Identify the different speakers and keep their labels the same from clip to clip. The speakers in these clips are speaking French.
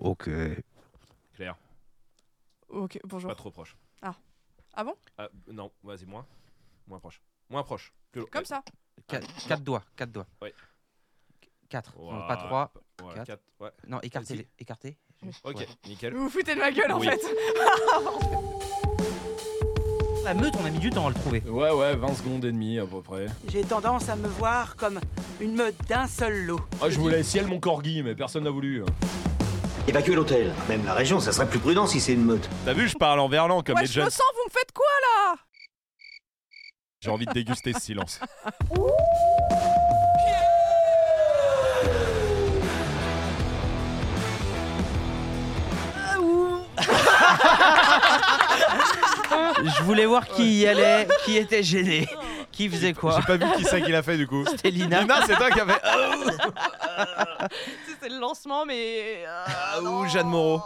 Speaker 1: Ok.
Speaker 2: Claire,
Speaker 3: Ok, bonjour.
Speaker 2: pas trop proche.
Speaker 3: Ah bon
Speaker 2: Ah, non, vas-y, moins. Moins proche. Moins proche. Plus loin.
Speaker 3: Comme ça
Speaker 4: Quatre, quatre doigts, quatre doigts.
Speaker 2: Ouais.
Speaker 4: Quatre,
Speaker 2: Ouah,
Speaker 4: non, pas trois.
Speaker 2: Voilà,
Speaker 4: quatre.
Speaker 2: quatre, ouais.
Speaker 4: Non, écartez,
Speaker 2: Si.
Speaker 4: les- écartez.
Speaker 2: Ok,
Speaker 4: Ouais.
Speaker 2: nickel.
Speaker 3: Vous vous foutez de ma gueule en
Speaker 2: Oui.
Speaker 3: fait
Speaker 4: La meute, on a mis du temps à le trouver.
Speaker 5: Ouais, ouais, 20 secondes et demie à peu près.
Speaker 6: J'ai tendance à me voir comme une meute d'un seul lot.
Speaker 5: Ah, je voulais ciel mon corgi, mais personne n'a voulu.
Speaker 7: Évacuer l'hôtel, même la région, ça serait plus prudent si c'est une meute.
Speaker 2: T'as vu, je parle en verlan comme
Speaker 3: Ouais,
Speaker 2: les
Speaker 3: je
Speaker 2: jeunes.
Speaker 3: me sens, vous me faites quoi là
Speaker 2: J'ai envie de déguster ce silence.
Speaker 4: Je voulais voir qui y allait, qui était gêné, qui faisait quoi.
Speaker 2: J'ai pas vu qui ça qu'il a fait du coup.
Speaker 4: C'était Oh. Lina.
Speaker 2: Lina, c'est toi qui as fait.
Speaker 8: Tu sais, c'est le lancement, mais.
Speaker 3: euh,
Speaker 8: Ah,
Speaker 2: ou
Speaker 8: non.
Speaker 2: Jeanne Moreau.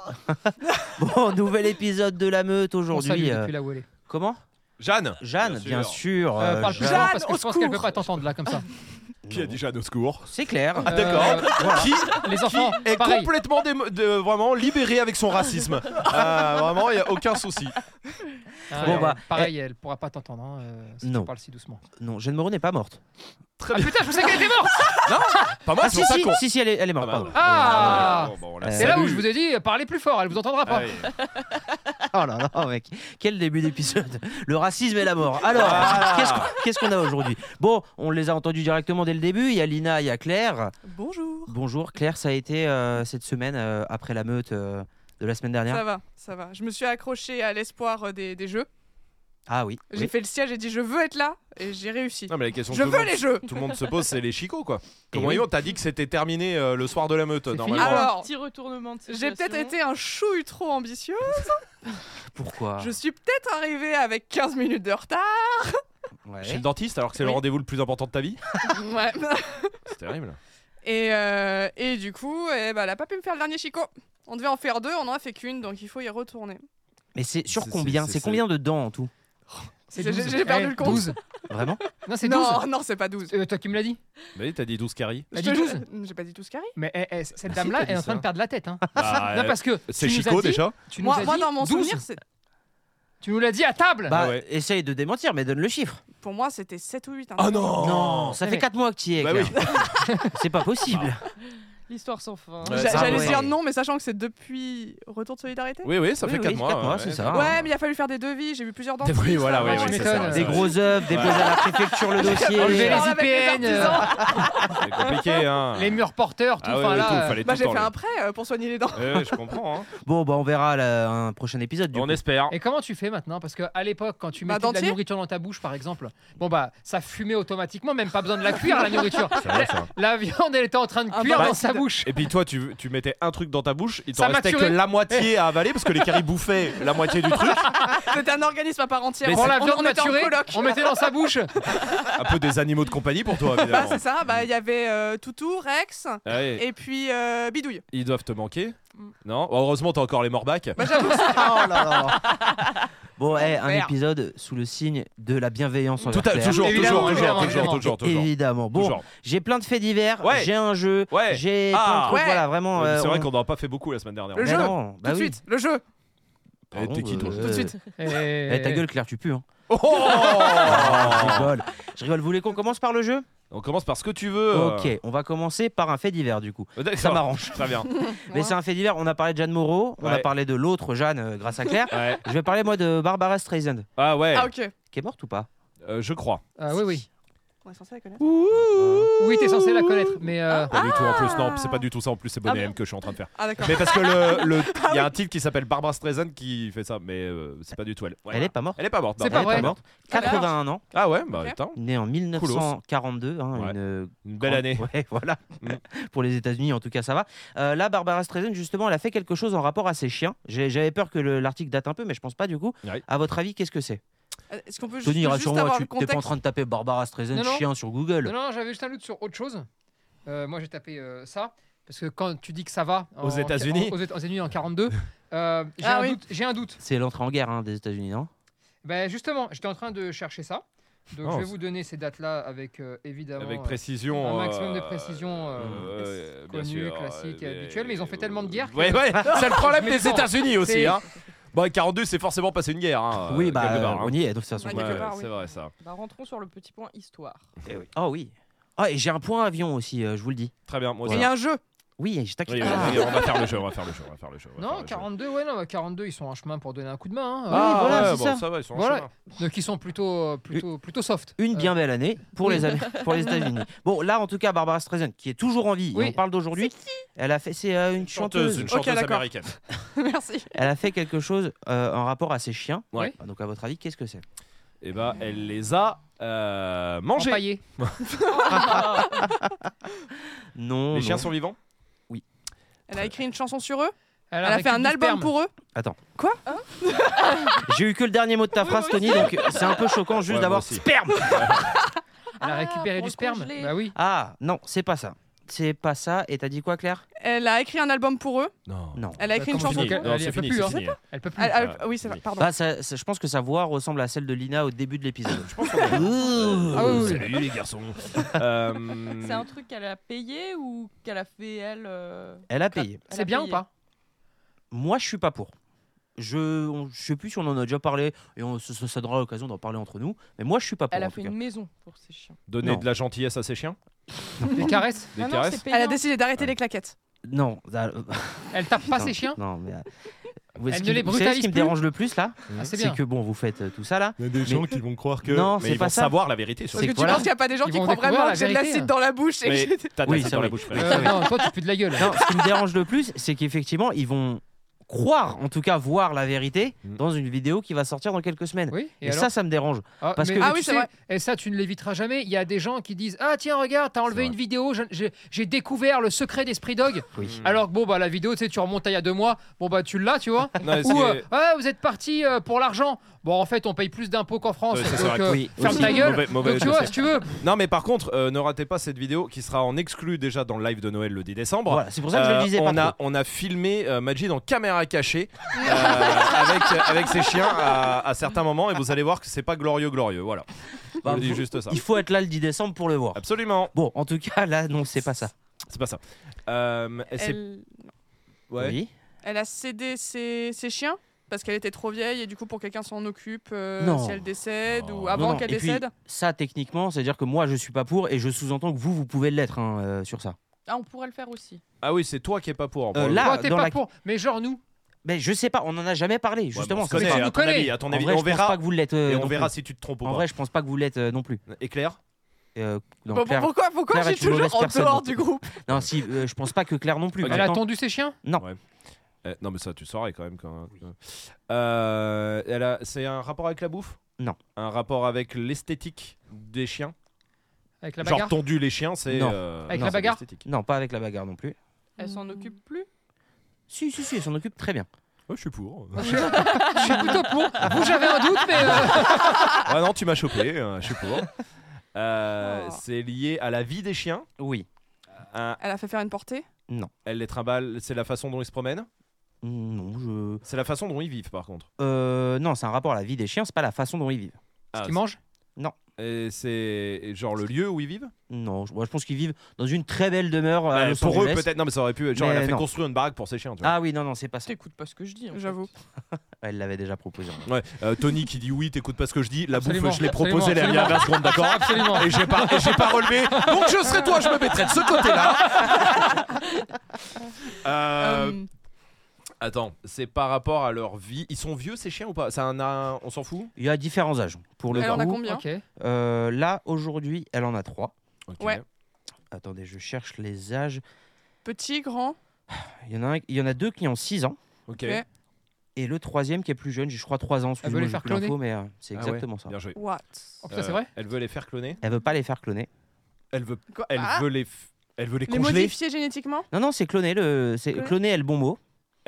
Speaker 4: Bon, nouvel épisode de la meute aujourd'hui. euh,
Speaker 9: depuis là où elle est.
Speaker 4: Comment
Speaker 2: Jeanne
Speaker 4: Jeanne, bien sûr.
Speaker 9: Euh,
Speaker 4: euh,
Speaker 9: parle plus
Speaker 4: Jeanne.
Speaker 9: fort
Speaker 3: Jeanne,
Speaker 9: parce que
Speaker 3: au
Speaker 9: je pense qu'elle peut
Speaker 3: secours.
Speaker 9: pas t'entendre là comme ça.
Speaker 2: Qui a dit Jeanne au secours
Speaker 4: C'est clair.
Speaker 2: Ah, d'accord.
Speaker 9: Euh, voilà.
Speaker 2: Qui
Speaker 9: Les
Speaker 2: qui
Speaker 9: enfants,
Speaker 2: est
Speaker 9: pareil.
Speaker 2: complètement démo- de- vraiment libéré avec son racisme. Euh, vraiment, il n'y a aucun souci.
Speaker 9: Ah,
Speaker 4: Bon,
Speaker 9: euh,
Speaker 4: bah,
Speaker 9: pareil, elle pourra pas t'entendre hein, euh, si
Speaker 4: Non.
Speaker 9: tu parles si doucement.
Speaker 4: Ah, Non, Jeanne Moreau n'est pas morte.
Speaker 2: Très
Speaker 9: Ah
Speaker 2: bien.
Speaker 9: putain, je pensais qu'elle était morte.
Speaker 2: Pas moi,
Speaker 4: ah
Speaker 2: c'est
Speaker 4: si
Speaker 2: pour ça
Speaker 4: si,
Speaker 2: qu'on.
Speaker 4: si si, elle est, elle
Speaker 2: Ah,
Speaker 4: est morte.
Speaker 2: bah,
Speaker 4: pardon.
Speaker 9: Ah
Speaker 2: bon, bon, on
Speaker 4: Euh,
Speaker 2: la Ah
Speaker 9: C'est là où
Speaker 2: salue.
Speaker 9: je vous ai dit, euh, parlez plus fort, elle vous entendra pas.
Speaker 2: Ouais.
Speaker 4: Oh là là, mec, quel début d'épisode Le racisme et la mort. Alors,
Speaker 2: Ah.
Speaker 4: qu'est-ce qu'on- qu'est-ce qu'on a aujourd'hui Bon, on les a entendus directement dès le début. Il y a Lina, il y a Claire.
Speaker 3: Bonjour
Speaker 4: Bonjour, Claire, ça a été euh, cette semaine, euh, après la meute euh, de la semaine dernière
Speaker 3: Ça va, ça va. Je me suis accrochée à l'espoir euh, des, des jeux.
Speaker 4: Ah oui.
Speaker 3: J'ai
Speaker 4: oui.
Speaker 3: fait le siège, j'ai dit je veux être là et j'ai réussi.
Speaker 2: Non, mais la question
Speaker 3: je
Speaker 2: que tout
Speaker 3: veux
Speaker 2: le
Speaker 3: les
Speaker 2: monde,
Speaker 3: jeux
Speaker 2: tout le monde se pose, c'est les chicots quoi. Comment
Speaker 4: oui.
Speaker 2: ils ont T'as dit que c'était terminé euh, le soir de la meute
Speaker 9: fini.
Speaker 2: normalement.
Speaker 3: Alors,
Speaker 8: Petit retournement de
Speaker 3: j'ai
Speaker 8: situation.
Speaker 3: peut-être été un chouille trop ambitieux.
Speaker 2: Ah.
Speaker 4: Pourquoi
Speaker 3: Je suis peut-être arrivée avec 15 minutes de retard.
Speaker 4: Ouais.
Speaker 2: Chez le dentiste, alors que c'est le
Speaker 3: Oui.
Speaker 2: rendez-vous le plus important de ta vie.
Speaker 3: ouais.
Speaker 2: C'est terrible.
Speaker 3: Et, euh, et du coup, eh ben, elle a pas pu me faire le dernier chicot. On devait en faire deux, on en a fait qu'une, donc il faut y retourner.
Speaker 4: Mais c'est sur
Speaker 2: C'est-
Speaker 4: combien
Speaker 2: c'est-
Speaker 4: C'est
Speaker 2: c'est-
Speaker 4: combien de dents en tout
Speaker 9: C'est
Speaker 3: J'ai-
Speaker 9: 12.
Speaker 3: j'ai perdu
Speaker 9: Eh,
Speaker 3: le compte.
Speaker 9: 12.
Speaker 4: Vraiment
Speaker 9: Non, c'est 12.
Speaker 3: non, non, c'est pas 12.
Speaker 9: Euh, toi qui me l'as dit.
Speaker 2: Mais t'as dit 12 caries.
Speaker 9: T'as
Speaker 3: Je
Speaker 9: dit
Speaker 3: te
Speaker 9: 12.
Speaker 3: jure, J'ai pas dit tout ce carré.
Speaker 9: Mais eh, eh, cette
Speaker 2: si,
Speaker 9: dame-là
Speaker 2: t'as
Speaker 9: elle est
Speaker 2: dit
Speaker 9: en train
Speaker 2: ça.
Speaker 9: de perdre la tête. Hein.
Speaker 2: Bah,
Speaker 9: non, parce que
Speaker 2: C'est
Speaker 9: tu nous as
Speaker 2: chicot
Speaker 9: dit-
Speaker 2: déjà.
Speaker 9: Tu nous
Speaker 3: Moi,
Speaker 9: as
Speaker 3: moi,
Speaker 9: dit
Speaker 3: dans mon
Speaker 9: 12.
Speaker 3: souvenir, c'est-
Speaker 9: Tu nous l'as dit à table.
Speaker 4: Bah,
Speaker 2: Ah ouais.
Speaker 4: essaye de démentir, mais donne le chiffre.
Speaker 3: pour moi, c'était 7 ou hein. 8.
Speaker 2: Ah non
Speaker 4: non, ça fait
Speaker 9: Ouais.
Speaker 4: 4 mois que tu y es.
Speaker 2: Bah
Speaker 4: Claire. C'est pas possible.
Speaker 8: L'histoire sans fin. hein.
Speaker 9: Ah,
Speaker 2: Ouais.
Speaker 3: J'a-
Speaker 4: ça,
Speaker 3: J'allais
Speaker 4: ouais.
Speaker 3: dire non, mais sachant que c'est depuis Retour de Solidarité.
Speaker 2: Oui, oui, ça
Speaker 4: Oui,
Speaker 2: fait
Speaker 4: oui,
Speaker 2: 4
Speaker 4: quatre
Speaker 2: mois.
Speaker 4: mois, c'est ça.
Speaker 3: Ouais, mais il a fallu faire des devis, j'ai vu plusieurs dentistes.
Speaker 2: Oui, voilà, oui,
Speaker 3: avant.
Speaker 2: oui,
Speaker 9: tu
Speaker 2: c'est
Speaker 9: m'étonnes.
Speaker 2: ça,
Speaker 4: Des
Speaker 2: Ah, euh, ouais.
Speaker 4: gros œuvres, déposer à la préfecture le dossier.
Speaker 9: Enlever
Speaker 3: parle
Speaker 9: les
Speaker 3: avec les
Speaker 9: IPN, euh,
Speaker 2: C'est compliqué, hein.
Speaker 9: les murs porteurs, tout.
Speaker 2: Ah ouais,
Speaker 9: enfin,
Speaker 2: ouais,
Speaker 9: là,
Speaker 2: tout,
Speaker 9: euh,
Speaker 2: fallait
Speaker 3: Bah,
Speaker 2: tout
Speaker 3: j'ai fait un
Speaker 2: enlever.
Speaker 3: prêt euh, pour soigner les dents.
Speaker 2: Ouais, ouais, je comprends. hein.
Speaker 4: Bon, bah on verra la- un prochain épisode du
Speaker 2: On
Speaker 4: coup.
Speaker 2: espère.
Speaker 9: Et comment tu fais maintenant Parce qu'à l'époque, quand tu
Speaker 3: Bah,
Speaker 9: mettais de la
Speaker 3: dentier.
Speaker 9: nourriture dans ta bouche, par exemple, bon bah ça fumait automatiquement, même pas besoin de la cuire la nourriture.
Speaker 2: C'est vrai, ça.
Speaker 9: La viande, elle était en train de
Speaker 3: Ah,
Speaker 9: cuire
Speaker 3: bah,
Speaker 9: dans sa bouche.
Speaker 2: Et puis toi, tu, tu mettais un truc dans ta bouche, il t'en
Speaker 9: Ça
Speaker 2: restait que
Speaker 9: maturait.
Speaker 2: la moitié à avaler parce que les caries bouffaient la moitié du truc.
Speaker 3: C'était un organisme à part entière.
Speaker 9: Prends la
Speaker 3: on,
Speaker 9: viande
Speaker 3: on était en
Speaker 9: maturée,
Speaker 3: coloc.
Speaker 9: on mettait dans sa bouche.
Speaker 2: Un peu des animaux de compagnie pour toi,
Speaker 3: Bah,
Speaker 2: évidemment.
Speaker 3: c'est ça, bah, il y avait euh, Toutou, Rex
Speaker 2: Ouais,
Speaker 3: et puis euh, Bidouille.
Speaker 2: Ils doivent te manquer.
Speaker 3: Mm.
Speaker 2: Non Heureusement, t'as encore les morbacs.
Speaker 4: Oh là là. Bon, eh, un
Speaker 3: Enfer.
Speaker 4: épisode sous le signe de la bienveillance
Speaker 2: Tout
Speaker 4: envers
Speaker 2: à-
Speaker 4: Claire.
Speaker 2: toujours,
Speaker 9: Évidemment,
Speaker 2: toujours, toujours,
Speaker 9: évidemment,
Speaker 2: toujours,
Speaker 9: évidemment.
Speaker 2: toujours, toujours.
Speaker 4: Évidemment. Bon,
Speaker 2: toujours.
Speaker 4: j'ai plein de faits divers,
Speaker 2: Ouais.
Speaker 4: j'ai un jeu,
Speaker 2: Ouais.
Speaker 4: j'ai
Speaker 2: Ah.
Speaker 4: plein de trucs,
Speaker 3: Ouais.
Speaker 4: voilà, vraiment. euh,
Speaker 2: c'est vrai
Speaker 4: on-
Speaker 2: qu'on n'en a pas fait beaucoup la semaine dernière.
Speaker 3: Le
Speaker 4: Mais
Speaker 3: jeu.
Speaker 4: non, bah
Speaker 3: tout de
Speaker 4: oui.
Speaker 3: suite, le jeu.
Speaker 2: Eh, t'es qui, toi
Speaker 4: euh,
Speaker 3: Tout de suite.
Speaker 9: Et-
Speaker 4: eh, ta gueule, Claire, tu pues. Hein.
Speaker 2: Oh
Speaker 4: Je rigole. Je rigole. Vous voulez qu'on commence par le jeu
Speaker 2: On commence par ce que tu veux. euh.
Speaker 4: Ok, on va commencer par un fait divers du coup.
Speaker 2: Euh, d'accord.
Speaker 4: Ça m'arrange.
Speaker 2: Très bien.
Speaker 4: Mais c'est un fait divers. On a parlé de Jeanne Moreau, on a
Speaker 2: Ouais.
Speaker 4: parlé de l'autre Jeanne euh, grâce à Claire.
Speaker 2: Ouais.
Speaker 4: Je vais parler moi de Barbara Streisand,
Speaker 2: Ah ouais,
Speaker 3: Ah, ok.
Speaker 4: qui est morte ou pas
Speaker 2: Euh, je crois.
Speaker 9: Ah oui, oui.
Speaker 3: On est censé la connaître.
Speaker 4: Euh,
Speaker 9: Oui, t'es censé la connaître, mais euh,
Speaker 2: Pas du tout en plus, non,
Speaker 3: Ah.
Speaker 2: c'est pas du tout ça en plus, c'est Bonnet
Speaker 8: Ah
Speaker 2: M que je suis en train de faire.
Speaker 3: Ah, d'accord.
Speaker 2: Mais parce que le, le- il y a un titre qui s'appelle Barbara Streisand qui fait ça, mais euh, c'est pas du tout elle. Ouais.
Speaker 4: Elle est pas morte.
Speaker 2: Elle est pas morte.
Speaker 9: C'est
Speaker 2: Barbara.
Speaker 4: Elle
Speaker 9: pas
Speaker 4: est
Speaker 9: vrai.
Speaker 4: morte. 81 ans,
Speaker 2: Ah ouais, bah
Speaker 3: Ok.
Speaker 2: attends,
Speaker 4: née en 1942, hein,
Speaker 2: Ouais.
Speaker 4: une
Speaker 2: une belle année. Mm.
Speaker 4: Ouais, voilà. Pour les États-Unis, en tout cas, ça va. Euh, là, Barbara Streisand, justement, elle a fait quelque chose en rapport à ses chiens. J'ai- J'avais peur que le- l'article date un peu, mais je pense pas du coup.
Speaker 2: Ouais.
Speaker 4: À votre avis, qu'est-ce que c'est
Speaker 3: Euh, Est-ce qu'on peut juste,
Speaker 4: Tony,
Speaker 3: juste
Speaker 4: rassure-moi,
Speaker 3: avoir
Speaker 4: tu
Speaker 3: le
Speaker 4: t'es
Speaker 3: contexte
Speaker 4: pas en train de taper Barbara Streisand
Speaker 9: Non, non.
Speaker 4: chien sur Google.
Speaker 9: non, non, j'avais juste un doute sur autre chose. Euh, moi, j'ai tapé euh, ça parce que quand tu dis que ça va en-
Speaker 2: Aux États-Unis.
Speaker 9: en- aux États-Unis en 42, euh, j'ai
Speaker 3: Ah
Speaker 9: un
Speaker 3: oui.
Speaker 9: doute. J'ai un doute.
Speaker 4: C'est l'entrée en guerre hein, des États-Unis, non
Speaker 9: Ben justement, j'étais en train de chercher ça. Donc
Speaker 2: Non,
Speaker 9: je vais
Speaker 2: c'est-
Speaker 9: vous donner ces dates-là avec euh, évidemment
Speaker 2: Oh. Avec
Speaker 9: euh,
Speaker 2: précision.
Speaker 9: un maximum de
Speaker 2: euh,
Speaker 9: précision, euh,
Speaker 2: euh, bien
Speaker 9: connue,
Speaker 2: sûr,
Speaker 9: classique et
Speaker 2: euh,
Speaker 9: habituelle, mais ils ont fait tellement de guerres que-
Speaker 2: Ouais, ouais, c'est le problème
Speaker 9: Mais
Speaker 2: des
Speaker 9: bon,
Speaker 2: États-Unis aussi.
Speaker 9: c'est-
Speaker 2: Hein. Bon, 42, c'est forcément passé une guerre. Hein,
Speaker 4: oui,
Speaker 2: euh,
Speaker 4: bah,
Speaker 2: quelque part, hein.
Speaker 4: on y est, de toute façon.
Speaker 3: Ouais,
Speaker 2: Ouais,
Speaker 3: quelque part,
Speaker 2: c'est
Speaker 3: oui.
Speaker 2: vrai ça.
Speaker 8: Bah, rentrons sur le petit point histoire.
Speaker 4: Oh oui. Ah, et j'ai un point avion aussi, euh, je vous le dis.
Speaker 2: Très bien. moi,
Speaker 3: Et il y
Speaker 2: ça.
Speaker 3: a un jeu.
Speaker 4: Oui, je
Speaker 2: Oui,
Speaker 4: t'inquiète.
Speaker 2: oui,
Speaker 4: Ah.
Speaker 2: oui, on va faire le jeu, on va faire le jeu, on va faire le jeu. on va faire
Speaker 9: Non,
Speaker 2: le jeu.
Speaker 9: 42, ouais, non, 42, ils sont en chemin pour donner un coup de main. hein.
Speaker 4: Ah, voilà,
Speaker 2: ouais,
Speaker 4: c'est
Speaker 2: bon,
Speaker 4: ça.
Speaker 2: ça va, ils sont en
Speaker 9: Voilà.
Speaker 2: chemin.
Speaker 9: Donc ils sont plutôt, euh, plutôt, plutôt soft.
Speaker 4: Une
Speaker 9: Euh,
Speaker 4: bien belle année pour les, Am- pour les États-Unis. Bon, là, en tout cas, Barbara Streisand, qui est toujours en vie, et
Speaker 9: Oui.
Speaker 4: on parle d'aujourd'hui. Elle a fait, c'est euh, une chanteuse.
Speaker 2: Chanteuse, une
Speaker 3: Ok,
Speaker 2: chanteuse
Speaker 3: d'accord.
Speaker 2: américaine.
Speaker 3: Merci.
Speaker 4: Elle a fait quelque chose euh, en rapport à ses chiens.
Speaker 9: Ouais.
Speaker 4: Ah, Donc, à votre avis, qu'est-ce que c'est
Speaker 2: Et bah, elle les a euh, mangés.
Speaker 9: empaillés.
Speaker 4: Non.
Speaker 2: Les
Speaker 4: non.
Speaker 2: chiens sont vivants
Speaker 3: Elle a écrit une chanson sur eux. Elle a fait
Speaker 9: récup
Speaker 3: un
Speaker 9: du
Speaker 3: album
Speaker 9: sperme.
Speaker 3: pour eux.
Speaker 4: J'ai eu que le dernier mot de ta
Speaker 8: Oui,
Speaker 4: phrase,
Speaker 8: moi
Speaker 4: Tony, donc euh, c'est un peu choquant juste
Speaker 2: Ouais, moi
Speaker 4: d'avoir
Speaker 2: aussi.
Speaker 4: sperme.
Speaker 9: Elle a
Speaker 8: Ah,
Speaker 9: récupéré
Speaker 8: pour
Speaker 9: du
Speaker 8: le
Speaker 9: sperme.
Speaker 8: congeler.
Speaker 9: Bah oui.
Speaker 4: Ah, non, c'est pas ça. C'est pas ça. Et t'as dit quoi, Claire
Speaker 3: Elle a écrit un album pour eux.
Speaker 2: Non.
Speaker 4: Non.
Speaker 3: Elle a écrit
Speaker 9: Bah,
Speaker 3: une
Speaker 9: comment
Speaker 3: chanson
Speaker 2: Fini.
Speaker 9: Donc,
Speaker 3: pour
Speaker 9: elle-
Speaker 3: eux.
Speaker 2: Non,
Speaker 9: elle
Speaker 2: c'est
Speaker 9: a pas
Speaker 2: fini,
Speaker 9: pu,
Speaker 2: c'est
Speaker 9: hein.
Speaker 2: fini.
Speaker 9: Elle peut plus.
Speaker 3: Elle- elle-
Speaker 2: Ah,
Speaker 3: oui, c'est
Speaker 2: fini.
Speaker 3: pardon.
Speaker 4: Bah, ça- ça- je pense que sa voix ressemble à celle de Lina au début de l'épisode.
Speaker 2: Je pense qu'on est-
Speaker 4: Ouh.
Speaker 9: Ah oui, oui.
Speaker 2: Salut les garçons. Euh,
Speaker 8: C'est un truc qu'elle a payé ou qu'elle a fait elle euh,
Speaker 4: Elle a payé.
Speaker 8: elle
Speaker 9: C'est
Speaker 8: a
Speaker 9: bien
Speaker 8: payé.
Speaker 9: ou pas
Speaker 4: Moi, je suis pas pour. Je, on- je sais plus si on en a déjà parlé et on, ça, ça- ça donnera l'occasion d'en parler entre nous. Mais moi, je suis pas pour.
Speaker 8: Elle
Speaker 4: en
Speaker 8: a
Speaker 4: tout
Speaker 8: fait
Speaker 4: cas.
Speaker 8: une maison pour ses chiens.
Speaker 2: Donner
Speaker 4: Non.
Speaker 2: de la gentillesse à ses chiens
Speaker 9: Des caresses.
Speaker 2: Des
Speaker 8: Ah non,
Speaker 2: caresses
Speaker 8: c'est payant.
Speaker 3: Elle a décidé d'arrêter
Speaker 2: Ouais.
Speaker 3: les claquettes.
Speaker 4: Non. ça-
Speaker 9: Elle tape pas
Speaker 4: Putain,
Speaker 9: ses chiens.
Speaker 4: Non, mais. euh, vous- ce
Speaker 9: Elle
Speaker 4: qui-
Speaker 9: ne les
Speaker 4: vous savez ce
Speaker 9: brutalise
Speaker 4: qui me
Speaker 9: plus
Speaker 4: dérange le plus là,
Speaker 9: Ah, c'est
Speaker 4: c'est
Speaker 9: bien.
Speaker 4: que bon, vous faites euh, tout ça là.
Speaker 2: Il y a des
Speaker 4: gens
Speaker 2: qui vont croire
Speaker 4: que- Non,
Speaker 2: mais
Speaker 4: c'est
Speaker 2: ils
Speaker 4: pas
Speaker 2: vont
Speaker 4: ça.
Speaker 2: savoir la vérité sur
Speaker 4: C'est
Speaker 3: Parce
Speaker 2: ça.
Speaker 3: que
Speaker 4: voilà.
Speaker 3: tu penses qu'il n'y a pas des gens
Speaker 9: Ils
Speaker 3: qui
Speaker 9: vont
Speaker 3: croient
Speaker 9: découvrir
Speaker 3: vraiment
Speaker 9: la
Speaker 3: que j'ai de
Speaker 9: vérité,
Speaker 3: l'acide
Speaker 9: hein.
Speaker 3: dans la bouche et
Speaker 2: Mais
Speaker 3: que
Speaker 2: t'as
Speaker 4: Oui,
Speaker 2: t'as ça
Speaker 4: c'est
Speaker 2: dans la
Speaker 4: vrai.
Speaker 2: bouche, Fred.
Speaker 9: Euh,
Speaker 4: oui.
Speaker 9: non, toi tu pues de la gueule.
Speaker 4: Non, ce qui me dérange le plus, c'est qu'effectivement, ils vont croire, en tout cas, voir la vérité
Speaker 2: Mm.
Speaker 4: dans une vidéo qui va sortir dans quelques semaines.
Speaker 9: Oui.
Speaker 4: Et,
Speaker 9: Et, alors
Speaker 4: ça, ça me dérange.
Speaker 9: Ah,
Speaker 4: parce
Speaker 9: mais
Speaker 4: que-
Speaker 9: tu
Speaker 3: Ah oui, c'est
Speaker 9: sais,
Speaker 3: vrai.
Speaker 9: Et ça, tu ne l'éviteras jamais. Il y a des gens qui disent Ah, tiens, regarde, t'as enlevé
Speaker 2: vrai.
Speaker 9: une vidéo, je- j'ai j'ai découvert le secret d'Esprit Dog.
Speaker 4: Oui.
Speaker 9: Alors que bon, bah la vidéo, tu sais, tu remontes à il y a deux mois. Bon, bah tu l'as, tu vois.
Speaker 2: Non, est-ce
Speaker 9: Ou
Speaker 2: que-
Speaker 9: euh, Ah, vous êtes parti euh, pour l'argent. Bon, en fait, on paye plus d'impôts qu'en France.
Speaker 2: Ouais, ça, c'est
Speaker 9: donc,
Speaker 2: vrai.
Speaker 9: euh,
Speaker 4: Oui,
Speaker 9: ferme
Speaker 4: aussi.
Speaker 9: ta gueule.
Speaker 2: Mauvais- mauvais
Speaker 9: donc, tu
Speaker 2: jeu,
Speaker 9: vois,
Speaker 2: c'est-
Speaker 9: si tu veux,
Speaker 2: Non, mais par contre, euh, ne ratez pas cette vidéo qui sera en exclu déjà dans le live de Noël le 10 décembre.
Speaker 4: Voilà, c'est pour ça que je
Speaker 2: Euh,
Speaker 4: le disais
Speaker 2: on,
Speaker 4: pas
Speaker 2: a, on a filmé euh, Majid en caméra cachée euh, avec, euh, avec ses chiens à, à certains moments et vous allez voir que c'est pas glorieux glorieux. Voilà.
Speaker 4: trop.
Speaker 2: Je
Speaker 4: Bah,
Speaker 2: vous dis
Speaker 4: faut-
Speaker 2: juste ça. Ah bah.
Speaker 4: Il faut être là le 10 décembre pour le voir.
Speaker 2: Absolument.
Speaker 4: Bon, en tout cas, là, non, c'est pas ça.
Speaker 2: C'est pas ça. Euh, c'est-
Speaker 3: Elle...
Speaker 2: ouais.
Speaker 4: Oui.
Speaker 3: elle a cédé ses, ses chiens parce qu'elle était trop vieille et du coup pour que quelqu'un s'en occupe euh,
Speaker 4: Non.
Speaker 3: si elle décède
Speaker 2: Non.
Speaker 3: ou
Speaker 4: Non,
Speaker 3: avant
Speaker 4: non.
Speaker 3: qu'elle
Speaker 4: Et puis,
Speaker 3: décède.
Speaker 4: ça, techniquement, c'est-à-dire que moi, je suis pas pour et je sous-entends que vous, vous pouvez l'être hein, euh, sur ça.
Speaker 8: Ah, on pourrait le faire aussi.
Speaker 2: Ah oui, c'est toi qui es pas pour.
Speaker 4: Euh,
Speaker 2: pour le
Speaker 4: là,
Speaker 2: coup.
Speaker 9: toi, t'es
Speaker 4: dans
Speaker 9: pas
Speaker 4: la-
Speaker 9: pour. Mais genre, nous,
Speaker 4: Mais je sais pas, on en a jamais parlé, justement.
Speaker 2: Ouais,
Speaker 4: c'est
Speaker 2: bon, on se
Speaker 4: ça.
Speaker 2: connaît,
Speaker 9: tu
Speaker 2: à
Speaker 9: nous
Speaker 2: ton
Speaker 9: connais.
Speaker 2: avis, à ton
Speaker 4: En
Speaker 2: avis.
Speaker 4: vrai,
Speaker 2: on
Speaker 4: je pense pas
Speaker 2: verra.
Speaker 4: que vous l'êtes. euh,
Speaker 2: Et
Speaker 4: non
Speaker 2: on verra
Speaker 4: plus.
Speaker 2: si tu te trompes ou
Speaker 4: En
Speaker 2: pas.
Speaker 4: vrai, je pense pas que vous l'êtes euh, non plus.
Speaker 2: Éclair
Speaker 4: Euh, non,
Speaker 2: Bah,
Speaker 3: Bon,
Speaker 4: Claire-
Speaker 3: pourquoi pourquoi
Speaker 4: Claire
Speaker 3: j'ai
Speaker 4: est une mauvaise
Speaker 3: toujours en
Speaker 4: personne,
Speaker 3: dehors
Speaker 4: donc.
Speaker 3: du groupe
Speaker 4: non, si, euh, je pense pas que Claire non plus.
Speaker 2: Ok.
Speaker 9: elle a
Speaker 4: Maintenant-
Speaker 9: tondu ses chiens.
Speaker 2: Eh, Non, mais ça, tu saurais quand même. Quand... Euh, elle a... C'est un rapport avec la bouffe
Speaker 4: Non.
Speaker 2: Un rapport avec l'esthétique des chiens
Speaker 9: Avec la
Speaker 2: Genre
Speaker 9: bagarre.
Speaker 2: tondu les chiens, c'est.
Speaker 4: Non.
Speaker 2: euh,
Speaker 9: Avec
Speaker 2: non,
Speaker 9: la
Speaker 2: c'est
Speaker 9: bagarre
Speaker 2: l'esthétique.
Speaker 4: Non, pas avec la bagarre non plus.
Speaker 8: Elle s'en
Speaker 3: Hmm.
Speaker 8: occupe plus
Speaker 4: Si, si, si, elle s'en occupe très bien.
Speaker 2: Ouais, je suis pour.
Speaker 9: Je suis plutôt pour. Vous, j'avais un doute, mais. euh,
Speaker 2: ah non, tu m'as chopé, euh, je suis pour. Euh,
Speaker 3: Oh.
Speaker 2: C'est lié à la vie des chiens.
Speaker 4: Oui.
Speaker 2: Un-
Speaker 3: Elle a fait faire une portée.
Speaker 2: Elle les trimballe, c'est la façon dont ils se promènent.
Speaker 4: Mm, Non, je.
Speaker 2: C'est la façon dont ils vivent, par contre.
Speaker 4: Euh, non, c'est un rapport à la vie des chiens, c'est pas la façon dont ils vivent.
Speaker 2: Ah,
Speaker 9: Qui mange
Speaker 2: et c'est genre le lieu où ils vivent
Speaker 4: Non, je, moi, je pense qu'ils vivent dans une très belle demeure euh, à
Speaker 2: Bah,
Speaker 4: Los
Speaker 2: Pour eux,
Speaker 4: Angeles.
Speaker 2: peut-être. Non, mais ça aurait pu. être- Genre,
Speaker 4: Mais
Speaker 2: elle a fait
Speaker 4: non.
Speaker 2: construire une baraque pour ses chiens. Tu vois.
Speaker 4: Ah oui, non, non, c'est pas ça.
Speaker 8: T'écoutes pas ce que je dis. en fait.
Speaker 3: J'avoue.
Speaker 4: Elle l'avait déjà proposé. en
Speaker 2: Ouais,
Speaker 4: vrai.
Speaker 2: euh, Tony qui dit oui, t'écoutes pas ce que je dis. La
Speaker 9: Absolument,
Speaker 2: bouffe, je l'ai proposée
Speaker 9: absolument,
Speaker 2: il y a 20 secondes, d'accord
Speaker 9: Absolument.
Speaker 2: Et j'ai pas, et j'ai pas relevé. Donc je serais toi, je me mettrais de ce côté-là. Euh,
Speaker 3: Euh,
Speaker 2: Attends, c'est par rapport à leur vie. Ils sont vieux ces chiens ou pas Ça en a, on s'en fout
Speaker 4: Il y a différents âges pour le
Speaker 3: elle en a
Speaker 4: coup.
Speaker 3: combien
Speaker 9: Ok.
Speaker 4: Euh, là, aujourd'hui, elle en a trois.
Speaker 2: Ok.
Speaker 3: Ouais.
Speaker 4: Attendez, je cherche les âges.
Speaker 3: Petit, grand.
Speaker 4: Il y en a, un- il y en a deux qui ont 6 ans.
Speaker 2: Ok.
Speaker 3: Ouais.
Speaker 4: Et le troisième qui est plus jeune, j'ai, je crois 3 ans.
Speaker 9: Elle
Speaker 4: excusez-moi,
Speaker 9: veut les
Speaker 4: j'ai
Speaker 9: faire
Speaker 4: plus l'info,
Speaker 9: cloner.
Speaker 4: mais euh, c'est
Speaker 2: Ah ouais,
Speaker 4: exactement ça.
Speaker 2: Bien joué.
Speaker 3: What
Speaker 9: Oh, putain,
Speaker 2: Euh,
Speaker 9: c'est vrai
Speaker 2: Elle veut les faire cloner.
Speaker 4: Elle veut pas les faire cloner.
Speaker 2: Elle veut,
Speaker 3: Quoi
Speaker 2: elle
Speaker 3: Ah,
Speaker 2: veut les, f- elle veut les
Speaker 3: Les
Speaker 2: congeler.
Speaker 3: modifier génétiquement
Speaker 4: Non, non, c'est cloner. Le, c'est,
Speaker 3: Cloner.
Speaker 4: cloner est le bon mot.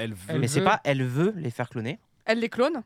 Speaker 2: Elle, veut-
Speaker 9: Elle
Speaker 4: mais c'est
Speaker 9: veut.
Speaker 4: pas elle veut les faire cloner.
Speaker 3: Elle les clone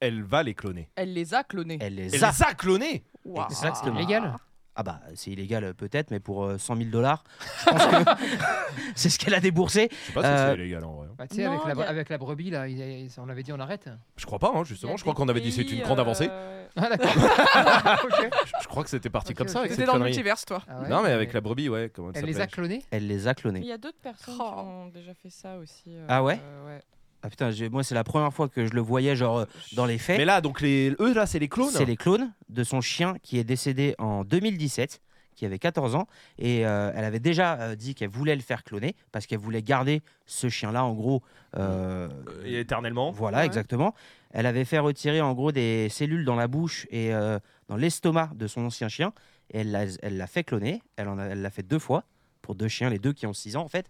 Speaker 2: elle va les cloner.
Speaker 8: Elle les a clonés.
Speaker 4: Elle les
Speaker 2: Elle
Speaker 4: a.
Speaker 2: les a clonés.
Speaker 4: Ah,
Speaker 3: Waouh.
Speaker 4: Exactement.
Speaker 9: Légal.
Speaker 4: Ah bah c'est illégal euh, peut-être, mais pour euh, 100 000 dollars, je pense que c'est ce qu'elle a déboursé.
Speaker 2: Je sais pas si
Speaker 4: Euh,
Speaker 2: c'est illégal en vrai. hein.
Speaker 9: Bah, tu sais,
Speaker 8: Non,
Speaker 9: avec, la
Speaker 8: y a-
Speaker 9: avec la brebis, là, il y a- on avait dit on arrête.
Speaker 2: Je crois pas, hein, justement. Je crois qu'on avait dit c'est une grande avancée.
Speaker 8: euh,
Speaker 9: Ah, d'accord. Ok.
Speaker 2: Je, je crois que c'était parti
Speaker 9: Ok,
Speaker 2: comme ça
Speaker 9: ok.
Speaker 2: avec
Speaker 3: C'était
Speaker 2: cette
Speaker 3: dans le
Speaker 2: connerie.
Speaker 3: multiverse, toi.
Speaker 9: Ah ouais,
Speaker 2: non, mais avec la brebis, ouais. Comment elle
Speaker 9: Elle les a
Speaker 2: s'appelait
Speaker 9: clonés
Speaker 4: Elle les a clonés.
Speaker 8: Il y a d'autres personnes
Speaker 3: Oh.
Speaker 8: qui ont déjà fait ça aussi. euh,
Speaker 4: Ah ouais
Speaker 8: euh,
Speaker 4: Ah putain, j'ai- moi c'est la première fois que je le voyais genre euh, dans les faits.
Speaker 2: Mais là, donc les... eux, là, c'est les clones. hein.
Speaker 4: C'est les clones de son chien qui est décédé en 2017, qui avait 14 ans. Et euh, elle avait déjà euh, dit qu'elle voulait le faire cloner parce qu'elle voulait garder ce chien-là, en gros. euh,
Speaker 2: Euh, et éternellement.
Speaker 4: Voilà,
Speaker 3: Ouais.
Speaker 4: exactement. Elle avait fait retirer, en gros, des cellules dans la bouche et euh, dans l'estomac de son ancien chien. Et elle l'a- elle l'a fait cloner. Elle en a- elle l'a fait deux fois pour deux chiens, les deux qui ont 6 ans, en fait.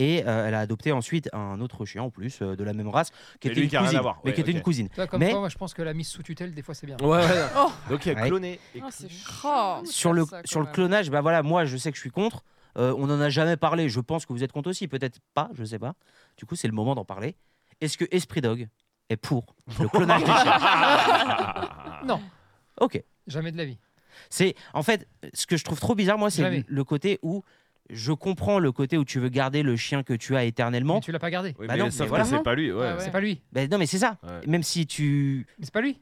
Speaker 4: Et euh, elle a adopté ensuite un autre chien en plus euh, de la même race, qui
Speaker 2: Et
Speaker 4: était
Speaker 2: lui
Speaker 4: une
Speaker 2: qui a rien à
Speaker 4: cousine.
Speaker 2: voir.
Speaker 4: mais
Speaker 2: Ouais,
Speaker 4: qui était
Speaker 2: ok.
Speaker 4: une cousine.
Speaker 9: Toi, comme
Speaker 4: Mais-
Speaker 9: toi, moi, je pense que la mise sous tutelle, des fois, c'est bien.
Speaker 2: Ouais, ouais.
Speaker 3: Oh.
Speaker 2: Donc il y a
Speaker 4: Ouais.
Speaker 2: cloné. et
Speaker 8: Ah, c'est chaud,
Speaker 3: Oh.
Speaker 8: de
Speaker 4: sur
Speaker 8: faire
Speaker 4: le,
Speaker 8: ça, quand
Speaker 4: sur le
Speaker 8: même.
Speaker 4: clonage, bah voilà, moi je sais que je suis contre. Euh, on n'en a jamais parlé. Je pense que vous êtes contre aussi, peut-être pas, je sais pas. Du coup, c'est le moment d'en parler. Est-ce que Esprit Dog est pour le clonage des chiens
Speaker 2: Ah,
Speaker 9: Non,
Speaker 4: Ok.
Speaker 9: jamais de la vie.
Speaker 4: C'est en fait ce que je trouve trop bizarre, moi, c'est
Speaker 9: Jamais.
Speaker 4: le, le côté où je comprends le côté où tu veux garder le chien que tu as éternellement.
Speaker 9: Mais tu l'as pas gardé.
Speaker 2: Oui,
Speaker 4: Bah
Speaker 2: mais
Speaker 4: non, mais
Speaker 2: sauf que
Speaker 4: voilà.
Speaker 2: c'est pas lui.
Speaker 8: Ah
Speaker 2: Ouais.
Speaker 8: ouais.
Speaker 9: C'est pas lui.
Speaker 4: Ben non, mais c'est ça.
Speaker 2: Ouais.
Speaker 4: Même si tu,
Speaker 9: Mais c'est pas lui.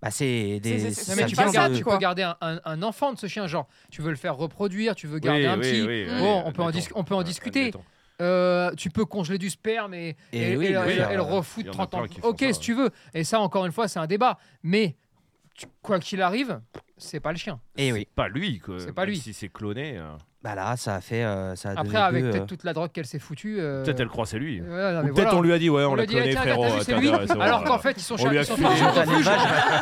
Speaker 4: bah c'est
Speaker 3: C'est-
Speaker 4: des.
Speaker 3: c'est-
Speaker 9: Non,
Speaker 4: ça
Speaker 9: mais tu
Speaker 4: vient
Speaker 9: peux,
Speaker 3: pas ça,
Speaker 9: garder,
Speaker 4: de-
Speaker 9: tu
Speaker 3: quoi.
Speaker 9: peux garder un, un- un enfant de ce chien, genre tu veux le faire reproduire, tu veux
Speaker 2: Oui,
Speaker 9: garder un
Speaker 2: oui,
Speaker 9: petit.
Speaker 2: oui,
Speaker 3: Bon,
Speaker 2: allez,
Speaker 9: on peut en
Speaker 2: admettons.
Speaker 9: dis- on peut en
Speaker 2: Ouais,
Speaker 9: discuter.
Speaker 2: admettons.
Speaker 9: Euh, tu peux congeler du sperme et,
Speaker 4: Et
Speaker 9: et-
Speaker 4: oui,
Speaker 9: et-
Speaker 4: oui,
Speaker 9: et-
Speaker 4: il y en a-
Speaker 2: il
Speaker 9: et le
Speaker 2: y
Speaker 9: refoutre
Speaker 2: en a
Speaker 9: 30 ans.
Speaker 2: plein qui font
Speaker 9: Ok,
Speaker 2: ça,
Speaker 9: si tu veux. Et ça, encore une fois, c'est un débat. Mais tu- quoi qu'il arrive, c'est pas le chien.
Speaker 4: Eh oui.
Speaker 2: C'est Pas lui, quoi.
Speaker 9: C'est pas
Speaker 2: Euh, Même
Speaker 9: lui.
Speaker 2: Si c'est cloné, euh,
Speaker 4: Bah là, ça a fait, euh, ça a donné
Speaker 9: Après, avec
Speaker 4: deux,
Speaker 9: peut-être
Speaker 4: euh,
Speaker 9: toute la drogue qu'elle s'est foutue. euh,
Speaker 2: peut-être elle croit c'est lui.
Speaker 9: euh,
Speaker 2: Ou
Speaker 9: voilà, non, mais
Speaker 2: peut-être
Speaker 9: voilà.
Speaker 2: on lui a dit, ouais, on,
Speaker 9: On
Speaker 2: l'a
Speaker 9: l'a dit, ah,
Speaker 2: cloné,
Speaker 9: tiens, regarde,
Speaker 2: frérot.
Speaker 9: t'as
Speaker 2: euh,
Speaker 9: vu, c'est
Speaker 2: t'as
Speaker 9: lui.
Speaker 2: raison, ouais.
Speaker 9: Alors qu'en fait, ils sont
Speaker 2: On
Speaker 9: cher-
Speaker 2: lui a
Speaker 9: ils sont
Speaker 2: filé
Speaker 9: partis en
Speaker 2: un
Speaker 9: refuge,
Speaker 4: élevage.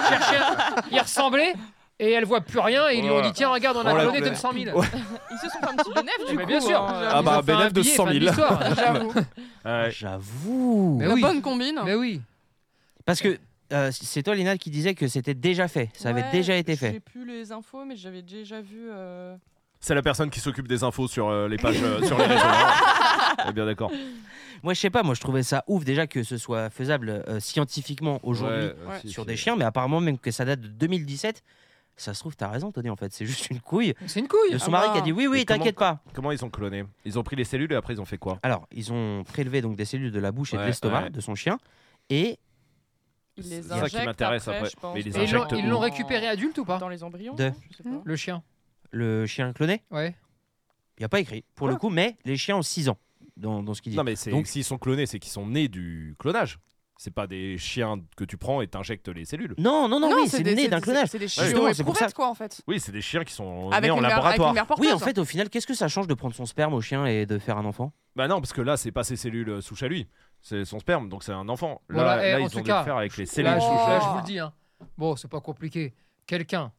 Speaker 9: chercher un- Ils ressemblaient et elle voit plus rien et ils lui ont
Speaker 2: Voilà.
Speaker 9: dit tiens regarde on
Speaker 2: On
Speaker 9: a
Speaker 2: l'a
Speaker 9: cloné
Speaker 2: cloné.
Speaker 9: 200 000.
Speaker 2: Ouais.
Speaker 8: Ils se sont fait un petit bénéfice, du
Speaker 9: Mais
Speaker 8: coup.
Speaker 9: bien sûr.
Speaker 8: hein.
Speaker 2: Ah
Speaker 9: Ils
Speaker 2: bah,
Speaker 9: ont fait un
Speaker 2: bénéf de
Speaker 9: billet, fin
Speaker 2: 100 000.
Speaker 4: Ah,
Speaker 9: l'histoire.
Speaker 3: J'avoue.
Speaker 4: bah,
Speaker 2: Ouais.
Speaker 4: J'avoue.
Speaker 9: Mais
Speaker 3: La
Speaker 9: oui.
Speaker 3: bonne combine.
Speaker 9: Mais oui.
Speaker 4: Parce que euh, c'est toi, Lina, qui disais que c'était déjà fait. Ça
Speaker 8: Ouais,
Speaker 4: avait déjà été
Speaker 8: J'ai
Speaker 4: fait.
Speaker 8: plus les infos, mais j'avais déjà vu. euh,
Speaker 2: C'est la personne qui s'occupe des infos sur euh, les pages, euh, sur les réseaux. hein. On est bien d'accord.
Speaker 4: Moi, je sais pas. Moi, je trouvais ça ouf déjà que ce soit faisable euh, scientifiquement aujourd'hui
Speaker 2: Ouais, euh,
Speaker 3: Ouais.
Speaker 2: si,
Speaker 4: sur
Speaker 2: si.
Speaker 4: des chiens, mais apparemment même que ça date de 2017. Ça se trouve, t'as raison, Tony. En fait, c'est juste une couille
Speaker 9: C'est une couille.
Speaker 4: de son
Speaker 3: Ah
Speaker 4: mari
Speaker 3: bah.
Speaker 4: qui a dit oui,
Speaker 2: Mais
Speaker 4: oui,
Speaker 2: comment-
Speaker 4: t'inquiète pas.
Speaker 2: Comment ils ont cloné Ils ont pris les cellules et après ils ont fait quoi
Speaker 4: Alors, ils ont prélevé donc des cellules de la bouche et de
Speaker 2: Ouais,
Speaker 4: l'estomac
Speaker 2: ouais.
Speaker 4: de son chien et
Speaker 8: Ils
Speaker 2: C'est
Speaker 8: les
Speaker 2: ça qui
Speaker 8: injectent.
Speaker 2: m'intéresse après.
Speaker 8: je pense,
Speaker 2: Mais ils les
Speaker 8: dans-
Speaker 9: Et ils l'ont-
Speaker 2: injectent
Speaker 9: ils l'ont récupéré adulte ou pas
Speaker 8: Dans les embryons
Speaker 4: Deux.
Speaker 8: non Je sais pas.
Speaker 9: Le chien.
Speaker 4: le chien cloné.
Speaker 9: Ouais.
Speaker 4: Il y a pas écrit pour le coup, mais les chiens ont 6 ans dans, dans ce qu'il dit.
Speaker 2: Non mais c'est
Speaker 4: Donc-
Speaker 2: s'ils sont clonés, c'est qu'ils sont nés du clonage. C'est pas des chiens que tu prends et t'injectes les cellules.
Speaker 4: Non, non, non, oui,
Speaker 3: des-
Speaker 4: c'est né
Speaker 3: des-
Speaker 4: d'un clonage.
Speaker 3: C'est des
Speaker 4: Justement,
Speaker 3: chiots
Speaker 4: c'est
Speaker 3: et
Speaker 4: pour
Speaker 3: prouvettes,
Speaker 4: ça.
Speaker 3: quoi, en fait.
Speaker 2: Oui, c'est des chiens qui sont
Speaker 3: Avec
Speaker 2: nés en
Speaker 3: une mère- avec
Speaker 2: laboratoire.
Speaker 3: une mère
Speaker 4: Oui,
Speaker 3: porteuse.
Speaker 4: en fait, au final, qu'est-ce que ça change de prendre son sperme au chien et de faire un enfant
Speaker 2: Bah non, parce que là, c'est pas ses cellules euh, souches à lui, c'est son sperme, donc c'est un enfant. Là,
Speaker 9: Voilà, eh,
Speaker 2: là
Speaker 9: en
Speaker 2: ils
Speaker 9: tout
Speaker 2: ont dû
Speaker 9: cas,
Speaker 2: le faire avec les cellules
Speaker 9: Là, je,
Speaker 2: souches.
Speaker 9: là,
Speaker 2: à
Speaker 9: je
Speaker 2: lui.
Speaker 9: vous le dis. hein. Bon, c'est pas compliqué. Quelqu'un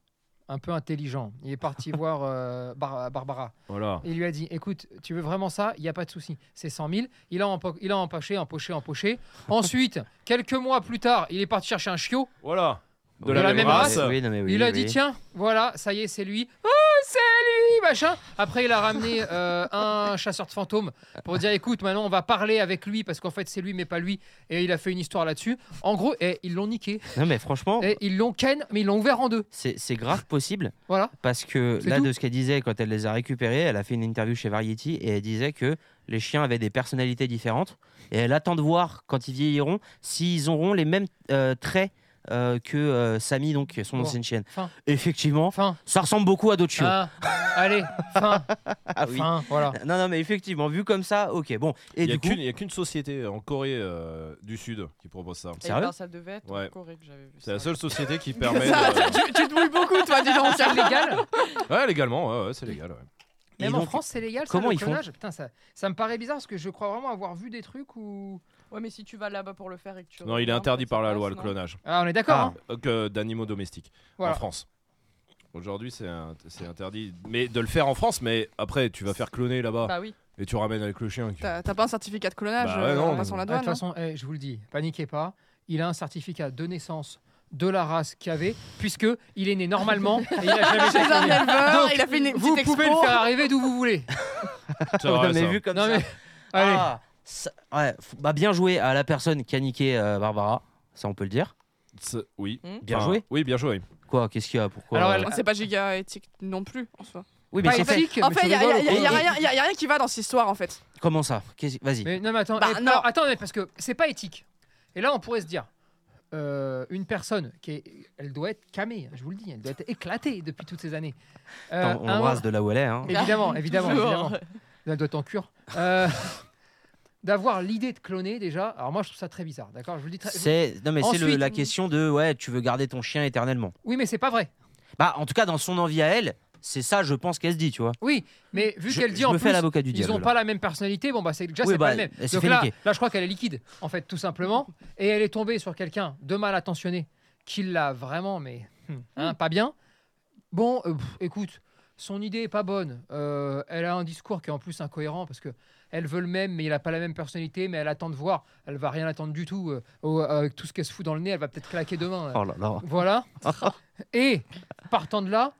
Speaker 9: un peu intelligent, il est parti voir euh, Bar- Barbara.
Speaker 2: Voilà.
Speaker 9: Il lui a dit Écoute, tu veux vraiment ça Il n'y a pas de souci. C'est 100 000. Il a, empo- il a empoché, empoché, empoché. Ensuite, quelques mois plus tard, il est parti chercher un chiot.
Speaker 2: Voilà. De
Speaker 4: Oui,
Speaker 2: la
Speaker 4: non,
Speaker 9: même
Speaker 4: mais
Speaker 2: race.
Speaker 4: oui, non, mais oui,
Speaker 9: il a
Speaker 4: oui.
Speaker 9: dit Tiens, voilà, ça y est, c'est lui. Oh, c'est lui Machin. Après, il a ramené euh, un chasseur de fantômes pour dire Écoute, maintenant, on va parler avec lui parce qu'en fait, c'est lui, mais pas lui. Et il a fait une histoire là-dessus. En gros, eh, ils l'ont niqué.
Speaker 4: Non, mais franchement,
Speaker 9: Et ils l'ont ken, mais ils l'ont ouvert en deux.
Speaker 4: c'est c'est grave possible.
Speaker 9: Voilà.
Speaker 4: Parce que
Speaker 9: C'est
Speaker 4: là,
Speaker 9: tout.
Speaker 4: de ce qu'elle disait quand elle les a récupérés, elle a fait une interview chez Variety et elle disait que les chiens avaient des personnalités différentes. Et elle attend de voir quand ils vieilliront s'ils auront les mêmes euh, traits euh, que euh, Samy, donc son
Speaker 9: Bon.
Speaker 4: ancienne chienne.
Speaker 9: Fin.
Speaker 4: Effectivement,
Speaker 9: Fin.
Speaker 4: ça ressemble beaucoup à d'autres chiots.
Speaker 9: Hein. Allez, fin.
Speaker 4: Ah oui.
Speaker 9: Fin, voilà.
Speaker 4: Non, non, mais effectivement, vu comme ça, ok, bon. Et
Speaker 2: Il n'y a
Speaker 4: du coup,
Speaker 2: qu'une- y a qu'une société euh, en Corée euh, du Sud qui propose ça.
Speaker 8: Et
Speaker 4: Sérieux
Speaker 8: ben, ça devait être
Speaker 2: Ouais.
Speaker 8: en Corée que j'avais vu.
Speaker 2: C'est la
Speaker 8: ça.
Speaker 2: seule société qui permet.
Speaker 3: Ça,
Speaker 2: de-
Speaker 3: tu, tu te mouilles beaucoup, toi, dis
Speaker 4: Ah
Speaker 3: donc.
Speaker 9: Ah, C'est légal.
Speaker 2: Ouais, légalement, ouais, ouais, c'est légal. ouais.
Speaker 4: et
Speaker 9: Même en
Speaker 4: donc-
Speaker 9: France, c'est légal. ça,
Speaker 4: comment
Speaker 9: le
Speaker 4: ils font
Speaker 9: clonage Putain, ça, ça me paraît bizarre parce que je crois vraiment avoir vu des trucs où.
Speaker 8: Ouais, mais si tu vas là-bas pour le faire et que tu.
Speaker 2: Non, il est
Speaker 8: reviens,
Speaker 2: interdit
Speaker 8: peut-être
Speaker 2: par
Speaker 8: ça
Speaker 2: la loi le
Speaker 8: passe, non
Speaker 2: clonage
Speaker 9: Ah, on est
Speaker 4: Ah.
Speaker 9: d'accord. hein.
Speaker 2: euh, que d'animaux domestiques
Speaker 9: Voilà.
Speaker 2: en France. Aujourd'hui, c'est un- c'est interdit, mais de le faire en France. Mais après, tu vas faire cloner là-bas
Speaker 8: Bah oui.
Speaker 2: et tu ramènes avec le chien.
Speaker 3: T'as t'as pas un certificat de clonage
Speaker 2: Bah ouais,
Speaker 3: euh,
Speaker 2: non,
Speaker 3: en passant la
Speaker 9: Ah, de
Speaker 3: douane.
Speaker 9: toute façon, eh, je vous le dis, paniquez pas. Il a un certificat de naissance de la race qu'il avait, puisque il est né normalement et il a jamais été
Speaker 3: Chez un
Speaker 9: cloné.
Speaker 3: éleveur,
Speaker 9: Donc,
Speaker 3: il a fait une
Speaker 9: Vous
Speaker 3: petite
Speaker 9: pouvez
Speaker 3: expo.
Speaker 9: le faire arriver d'où vous voulez.
Speaker 2: C'est
Speaker 4: non,
Speaker 2: vrai,
Speaker 4: mais
Speaker 2: ça.
Speaker 4: vu comme
Speaker 9: Non,
Speaker 4: ça.
Speaker 9: mais. Allez.
Speaker 4: Ah, ça- ouais, f- bah, bien joué à la personne qui a niqué euh, Barbara, ça on peut le dire.
Speaker 2: C'est- Oui.
Speaker 8: Hmm
Speaker 4: Bien
Speaker 2: Enfin,
Speaker 4: joué.
Speaker 2: Oui, bien joué.
Speaker 4: Quoi Qu'est-ce qu'il y a Pourquoi euh
Speaker 9: Alors, elle-
Speaker 3: C'est pas giga éthique non plus en soi.
Speaker 4: Oui, mais
Speaker 9: Pas
Speaker 4: c'est fait.
Speaker 9: éthique,
Speaker 3: En
Speaker 9: mais
Speaker 3: fait,
Speaker 9: tu
Speaker 3: il y, a-
Speaker 9: rigoles
Speaker 3: y a- y a-
Speaker 9: ou
Speaker 3: y a
Speaker 9: quoi
Speaker 3: rien- y a- y a rien qui va dans cette histoire en fait.
Speaker 4: Comment ça Qu'est-ce- Vas-y.
Speaker 9: Mais non, mais attends,
Speaker 3: Bah,
Speaker 9: et-
Speaker 3: non.
Speaker 9: alors, attends, mais parce que c'est pas éthique. Et là, on pourrait se dire, euh, une personne qui est, elle doit être camée, hein, je vous le dis, elle doit être éclatée depuis toutes ces années. Euh,
Speaker 4: Attends, on
Speaker 9: un-
Speaker 4: embrasse de là où elle est. hein.
Speaker 9: Évidemment, évidemment,
Speaker 8: Toujours.
Speaker 9: évidemment. Elle doit être en cure. Euh, D'avoir l'idée de cloner déjà. Alors moi, je trouve ça très bizarre, d'accord Je vous le dis très.
Speaker 4: C'est non mais c'est le-
Speaker 9: Ensuite-
Speaker 4: la question de ouais, tu veux garder ton chien éternellement.
Speaker 9: Oui, mais c'est pas vrai.
Speaker 4: Bah en tout cas dans son envie à elle, c'est ça je pense qu'elle se dit, tu vois.
Speaker 9: Oui, mais vu
Speaker 4: Je-
Speaker 9: qu'elle dit
Speaker 4: je
Speaker 9: en
Speaker 4: me fais
Speaker 9: plus,
Speaker 4: l'avocat du
Speaker 9: ils
Speaker 4: diable,
Speaker 9: n'ont
Speaker 4: là.
Speaker 9: pas la même personnalité. Bon bah c'est déjà
Speaker 4: Oui,
Speaker 9: c'est
Speaker 4: bah,
Speaker 9: pas le même.
Speaker 4: elle s'est
Speaker 9: Donc
Speaker 4: fait
Speaker 9: là,
Speaker 4: niquer.
Speaker 9: là, je crois qu'elle est liquide en fait, tout simplement. Et elle est tombée sur quelqu'un de mal attentionné qui l'a vraiment, mais
Speaker 4: Hmm.
Speaker 9: hein, pas bien. Bon, euh, pff, écoute, son idée est pas bonne. Euh, elle a un discours qui est en plus incohérent parce que elle veut le même, mais il a pas la même personnalité. Mais elle attend de voir. Elle va rien attendre du tout. euh, au- avec tout ce qu'elle se fout dans le nez, elle va peut-être claquer demain. euh.
Speaker 4: Oh là là.
Speaker 9: Voilà. Et partant de là,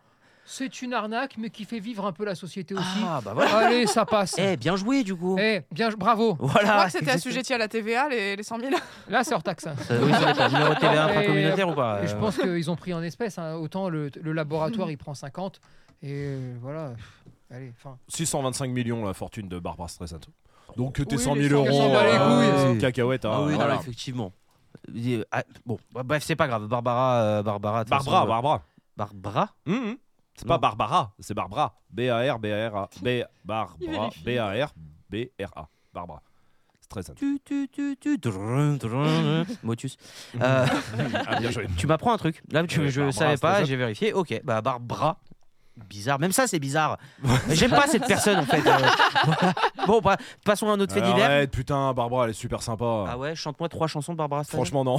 Speaker 9: c'est une arnaque, mais qui fait vivre un peu la société aussi.
Speaker 4: Ah bah voilà.
Speaker 9: Allez, ça passe.
Speaker 4: Eh bien joué du coup.
Speaker 9: Eh, bien, bravo.
Speaker 3: Je crois
Speaker 4: Voilà.
Speaker 3: que c'était assujetti à la TVA, les, les 100 000.
Speaker 9: Là, c'est hors taxe. hein.
Speaker 4: Euh, oui, ça dépend. Numéro TVA
Speaker 9: Et-
Speaker 4: intracommunautaire ou pas
Speaker 9: Et je
Speaker 4: euh,
Speaker 9: pense qu'ils ont pris en espèces. hein. Autant le, le laboratoire, il prend 50. Et euh, voilà. Pff, Allez, fin.
Speaker 5: 625 millions la fortune de Barbara Streisand. Donc que t'es
Speaker 9: Oui,
Speaker 5: 100
Speaker 9: les
Speaker 5: 000 euros.
Speaker 9: cent- les
Speaker 4: cent balles, les
Speaker 5: euh,
Speaker 4: couilles.
Speaker 5: Cacahuète. hein,
Speaker 4: Ah oui, non,
Speaker 5: voilà.
Speaker 4: mais effectivement. Euh, ah, bon, bah, bref, c'est pas grave. Barbara, euh, Barbara. de toute
Speaker 5: Barbara,
Speaker 4: façon, euh,
Speaker 5: Barbara.
Speaker 4: Barbara.
Speaker 5: Hum, hum. C'est
Speaker 4: Non.
Speaker 5: pas Barbara, c'est Barbara. B-A-R, B-A-R-A. B
Speaker 8: Il
Speaker 5: Barbara,
Speaker 8: vérifie.
Speaker 5: B-A-R, B-R-A. Barbara. Streisand.
Speaker 4: Tu, tu, tu, tu, drun, drun, Motus. Euh,
Speaker 5: Ah, bien joué.
Speaker 4: tu m'apprends un truc. Là, tu-
Speaker 5: Ouais,
Speaker 4: je
Speaker 5: Eh, Barbara,
Speaker 4: savais
Speaker 5: c'est
Speaker 4: pas,
Speaker 5: ça.
Speaker 4: j'ai vérifié. Ok, bah Barbara. Bizarre, même ça c'est bizarre. J'aime pas cette personne en fait. Euh, voilà. Bon, bah, passons à un autre fait
Speaker 5: Alors,
Speaker 4: divers.
Speaker 5: arrête, putain, Barbara, elle est super sympa.
Speaker 4: Ah ouais, chante-moi trois chansons de Barbara Streisand.
Speaker 5: Franchement, non.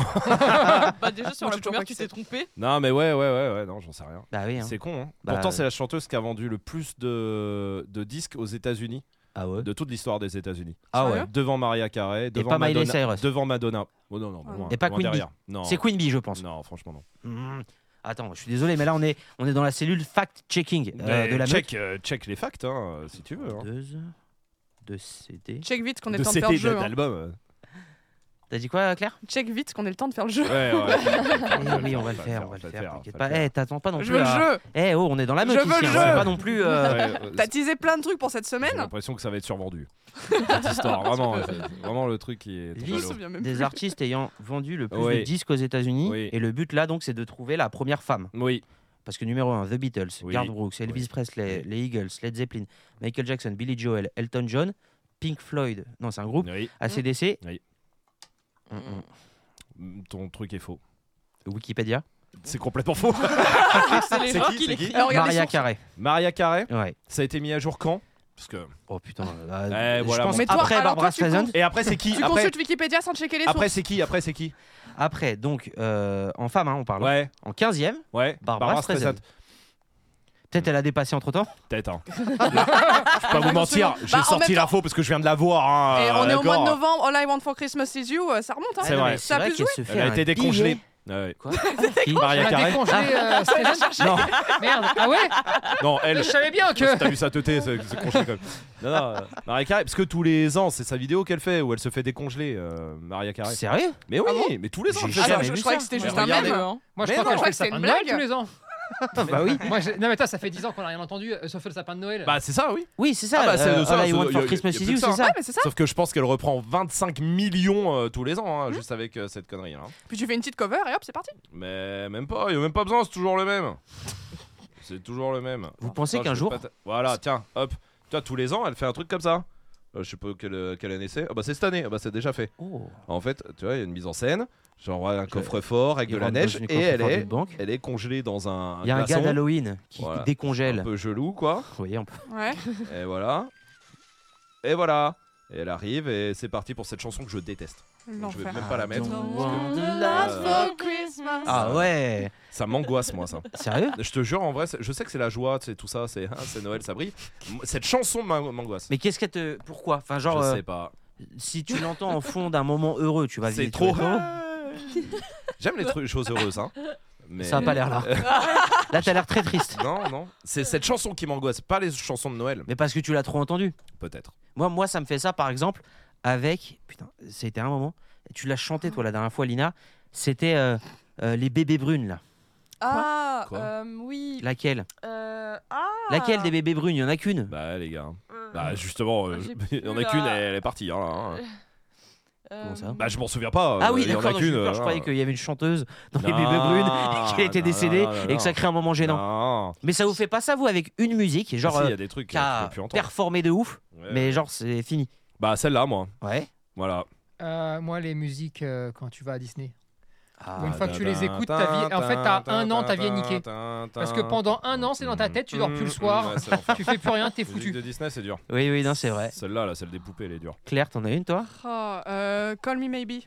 Speaker 8: Bah, déjà, sur
Speaker 3: Moi,
Speaker 8: la
Speaker 3: j'ai toujours
Speaker 8: première,
Speaker 3: pas
Speaker 8: tu
Speaker 3: accès.
Speaker 8: t'es trompé.
Speaker 5: non, mais ouais, ouais, ouais, ouais, non, j'en sais rien.
Speaker 4: Bah oui. hein.
Speaker 5: C'est con, hein.
Speaker 4: Bah,
Speaker 5: Pourtant,
Speaker 4: euh.
Speaker 5: c'est la chanteuse qui a vendu le plus de, de disques aux États-Unis,
Speaker 4: Ah ouais.
Speaker 5: de toute l'histoire des États-Unis.
Speaker 4: Ah ouais.
Speaker 3: Sérieux
Speaker 5: Devant Maria Carey, devant
Speaker 4: pas Miley
Speaker 5: Madonna.
Speaker 4: Cyrus.
Speaker 5: Devant Madonna. Oh non, non,
Speaker 3: Ah.
Speaker 5: loin,
Speaker 4: Et pas
Speaker 5: loin
Speaker 4: Queen Bee.
Speaker 5: derrière. Non.
Speaker 4: C'est Queen Bee, je pense.
Speaker 5: Non, franchement, non.
Speaker 4: Mmh. Attends, je suis désolé, mais là on est on est dans la cellule fact checking
Speaker 5: Mais
Speaker 4: de la meute.
Speaker 5: check, euh, check les facts, hein, si tu veux. hein.
Speaker 4: Deux heures de CD.
Speaker 3: Check vite qu'on
Speaker 5: de
Speaker 3: ait le temps de faire le
Speaker 5: CD
Speaker 3: jeu. hein.
Speaker 5: d'album. euh.
Speaker 4: T'as dit quoi, Claire
Speaker 3: Check vite qu'on ait le temps de faire le jeu.
Speaker 5: Ouais, ouais.
Speaker 4: Oui, on va le faire, on va le faire. T'inquiète pas. Eh, t'attends pas non
Speaker 3: Je
Speaker 4: plus.
Speaker 3: veux le
Speaker 4: à-
Speaker 3: jeu.
Speaker 4: Eh oh, on est dans la
Speaker 3: Je
Speaker 4: meute
Speaker 3: veux
Speaker 4: ici.
Speaker 3: le
Speaker 4: on
Speaker 3: jeu
Speaker 4: va pas non plus. euh,
Speaker 3: T'as hein. teasé plein de trucs pour cette
Speaker 5: J'ai
Speaker 3: semaine
Speaker 5: l'impression que ça va être survendu. Cette histoire, vraiment, euh, c'est vraiment le truc qui est.
Speaker 3: Je me
Speaker 4: Lise-
Speaker 5: tombé à l'eau.
Speaker 3: souviens même plus.
Speaker 4: Des artistes ayant vendu le plus
Speaker 5: Oui.
Speaker 4: de disques aux États-Unis.
Speaker 5: Oui.
Speaker 4: Et le but là, donc, c'est de trouver la première femme.
Speaker 5: Oui,
Speaker 4: Parce que numéro 1, The Beatles,
Speaker 5: Oui.
Speaker 4: Garth Brooks, Elvis
Speaker 5: Oui.
Speaker 4: Presley, les Eagles, Led Zeppelin, Michael Jackson, Billy Joel, Elton John, Pink Floyd. Non, c'est un groupe.
Speaker 5: oui.
Speaker 4: ACDC.
Speaker 5: Oui.
Speaker 4: Mm, mm.
Speaker 5: Mm, Ton truc est faux.
Speaker 4: Wikipédia.
Speaker 5: C'est complètement faux.
Speaker 8: C'est les
Speaker 5: C'est
Speaker 8: gens
Speaker 5: qui, c'est
Speaker 8: qui
Speaker 5: qui
Speaker 8: l'écrivent.
Speaker 3: Alors, regarde les
Speaker 4: Maria
Speaker 3: sources.
Speaker 4: Carey.
Speaker 5: Maria Carey,
Speaker 4: Ouais.
Speaker 5: ça a été mis à jour quand Parce que.
Speaker 4: Oh putain. là,
Speaker 5: Eh,
Speaker 4: je
Speaker 5: voilà,
Speaker 4: pense
Speaker 5: bon. Mais
Speaker 3: toi,
Speaker 4: après
Speaker 3: alors,
Speaker 4: Barbara
Speaker 3: toi, tu
Speaker 4: Streisand.
Speaker 3: comptes-
Speaker 5: Et après, c'est qui
Speaker 3: Tu
Speaker 5: Après,
Speaker 3: consultes Wikipédia sans checker les sources.
Speaker 5: après c'est qui Après, c'est qui
Speaker 4: Après, donc, euh, en femme, hein, on parle.
Speaker 5: Ouais,
Speaker 4: En 15e,
Speaker 5: ouais.
Speaker 4: Barbara, Streisand. Peut-être
Speaker 5: Mm.
Speaker 4: elle a dépassé entre temps.
Speaker 5: Peut-être. hein. je vais pas vous mentir, j'ai
Speaker 3: Bah, en
Speaker 5: sorti
Speaker 3: même temps-
Speaker 5: l'info parce que je viens de la voir. hein,
Speaker 3: Et on est au
Speaker 5: d'accord.
Speaker 3: mois de novembre, All I Want for Christmas Is You, euh, ça remonte. Hein.
Speaker 5: C'est vrai.
Speaker 3: Ça a
Speaker 4: vrai
Speaker 3: plus joué.
Speaker 4: qu'elle se fait
Speaker 5: Elle a
Speaker 4: un
Speaker 5: été décongelée.
Speaker 4: billet.
Speaker 5: Ouais.
Speaker 4: Quoi
Speaker 5: Qui
Speaker 9: Elle
Speaker 5: Maria
Speaker 9: a
Speaker 5: Carey
Speaker 9: décongelé euh, Streisand.
Speaker 5: Non,
Speaker 9: Merde. Ah ouais
Speaker 5: non, elle.
Speaker 9: Je savais bien que.
Speaker 5: Je sais pas si T'as vu sa teuté, c'est c'est congelé quand même. Non, non, euh, Maria Carey, parce que tous les ans, c'est sa vidéo qu'elle fait où elle se fait décongeler, euh, Maria Carey.
Speaker 4: Sérieux
Speaker 5: Mais oui, mais tous les ans.
Speaker 4: J'ai
Speaker 5: elle fait
Speaker 4: jamais
Speaker 5: ça.
Speaker 3: Attends, je,
Speaker 4: vu
Speaker 3: je croyais
Speaker 4: ça.
Speaker 3: que c'était
Speaker 5: Mais
Speaker 3: juste un
Speaker 5: regardez.
Speaker 3: mème.
Speaker 9: Moi, je
Speaker 5: Mais
Speaker 9: crois
Speaker 5: non,
Speaker 9: qu'elle
Speaker 5: je crois
Speaker 9: fait le
Speaker 3: que c'est
Speaker 9: sapin
Speaker 3: une
Speaker 9: de Noël
Speaker 3: blague.
Speaker 9: tous les ans.
Speaker 4: Bah oui.
Speaker 9: Moi, j'ai- non, mais attends, ça fait 10 ans qu'on n'a rien entendu, euh, sauf le sapin de Noël.
Speaker 5: Bah, c'est ça, oui.
Speaker 4: Oui, c'est ça.
Speaker 5: Ah bah, c'est
Speaker 4: euh,
Speaker 5: de ça,
Speaker 4: All I
Speaker 5: c'est-
Speaker 4: Want
Speaker 5: y a-
Speaker 4: for
Speaker 5: y a-
Speaker 4: Christmas
Speaker 5: y a
Speaker 4: Is
Speaker 5: plus
Speaker 4: You,
Speaker 5: que
Speaker 4: c'est
Speaker 5: ça.
Speaker 4: ça.
Speaker 3: Ouais, mais c'est ça.
Speaker 5: Sauf que je pense qu'elle reprend 25 millions euh, tous les ans, hein, juste avec euh, cette connerie. hein.
Speaker 3: Puis tu fais une petite cover et hop, c'est parti.
Speaker 5: Mais même pas, il a même pas besoin, c'est toujours le même. C'est toujours le même.
Speaker 4: Vous pensez
Speaker 5: Attends,
Speaker 4: qu'un
Speaker 5: Ah, je
Speaker 4: jour-
Speaker 5: peux pas ta- Voilà, tiens, hop. Tu vois, tous les ans, elle fait un truc comme ça. Euh, je sais pas quelle, quelle année c'est. Ah bah c'est cette année, ah bah c'est déjà fait.
Speaker 4: Oh.
Speaker 5: En fait, tu vois, il y a une mise en scène, genre ouais, un coffre-fort avec
Speaker 4: Il
Speaker 5: de la
Speaker 4: rentre dans
Speaker 5: neige,
Speaker 4: une
Speaker 5: et elle
Speaker 4: coffre-fort
Speaker 5: est,
Speaker 4: d'une banque.
Speaker 5: elle est congelée dans un,
Speaker 4: Il y a un gars
Speaker 5: glaçon,
Speaker 4: d'Halloween qui
Speaker 5: Voilà.
Speaker 4: décongèle.
Speaker 5: un peu gelou, quoi.
Speaker 4: Vous voyez, on peut-
Speaker 3: Ouais.
Speaker 5: Et voilà. Et voilà. Et elle arrive, et c'est parti pour cette chanson que je déteste. Donc, je vais
Speaker 3: L'enfer.
Speaker 5: même pas la mettre.
Speaker 4: Don't
Speaker 5: parce que
Speaker 4: want the
Speaker 5: last
Speaker 4: love. Ah ouais.
Speaker 5: Ça m'angoisse, moi, ça.
Speaker 4: Sérieux
Speaker 5: Je te jure, en vrai, c'est- je sais que c'est la joie, c'est tout ça, c'est hein, c'est Noël, ça brille. M- Cette chanson m'ang- m'angoisse.
Speaker 4: Mais qu'est-ce qu'elle te. Pourquoi Enfin, genre,
Speaker 5: je
Speaker 4: euh,
Speaker 5: sais pas.
Speaker 4: si tu l'entends en fond d'un moment heureux, tu vas vivre.
Speaker 5: C'est
Speaker 4: tu
Speaker 5: trop.
Speaker 4: vas être heureux.
Speaker 5: J'aime les trucs, choses heureuses, hein. Mais...
Speaker 4: Ça a pas l'air là. là, t'as l'air très triste.
Speaker 5: Non, non. C'est cette chanson qui m'angoisse, pas les chansons de Noël,
Speaker 4: Mais parce que tu l'as trop entendu.
Speaker 5: peut-être.
Speaker 4: Moi, moi, ça me fait ça, par exemple, avec. Putain, c'était un moment. Tu l'as chanté, toi, la dernière fois, Lina. C'était euh, euh, les bébés brunes, là.
Speaker 3: Ah,
Speaker 8: Ah,
Speaker 5: Quoi
Speaker 8: euh, oui.
Speaker 4: Laquelle
Speaker 8: Euh, ah
Speaker 4: Laquelle des bébés brunes Il y en a qu'une.
Speaker 5: Bah, les gars.
Speaker 8: Euh,
Speaker 5: Bah, justement, euh,
Speaker 8: J'ai
Speaker 5: il y en a
Speaker 8: plus la-
Speaker 5: qu'une, elle, elle est partie. hein, là, hein.
Speaker 8: euh,
Speaker 4: Comment ça
Speaker 5: Bah, je m'en souviens pas.
Speaker 4: Ah
Speaker 5: euh,
Speaker 4: oui,
Speaker 5: il y en a
Speaker 4: d'accord, donc j'ai eu
Speaker 5: qu'une,
Speaker 4: peur,
Speaker 5: euh,
Speaker 4: je croyais qu'il y avait une chanteuse dans les
Speaker 5: Non,
Speaker 4: bébés brunes et qu'elle était
Speaker 5: non,
Speaker 4: décédée
Speaker 5: non, non,
Speaker 4: et que ça
Speaker 5: non.
Speaker 4: crée un moment gênant.
Speaker 5: Non.
Speaker 4: Mais ça vous fait pas ça, vous, avec une musique, genre,
Speaker 5: Ah, si, il y
Speaker 4: euh,
Speaker 5: a des trucs
Speaker 4: qui
Speaker 5: euh, je
Speaker 4: a
Speaker 5: peux plus entendre. Euh.
Speaker 4: performé de ouf,
Speaker 5: Ouais.
Speaker 4: mais genre, c'est fini.
Speaker 5: Bah, celle-là, moi.
Speaker 4: Ouais.
Speaker 5: Voilà.
Speaker 9: Euh, moi, les musiques euh, quand tu vas à Disney.
Speaker 4: Ah,
Speaker 9: Une fois que tu les écoutes, ta vie- en fait, t'as un an, ta vie est niquée. Parce que pendant un an, c'est dans ta tête, tu dors plus le soir,
Speaker 5: Mm, Mmh, Ouais, c'est l'enfer.
Speaker 9: tu fais plus rien, t'es
Speaker 5: Les musiques
Speaker 9: foutu.
Speaker 5: de Disney, c'est dur.
Speaker 4: Oui, oui, non, c'est vrai.
Speaker 5: Celle-là, là, celle des poupées, elle est dure.
Speaker 4: Claire, t'en as une, toi
Speaker 3: Oh, euh, Call Me Maybe.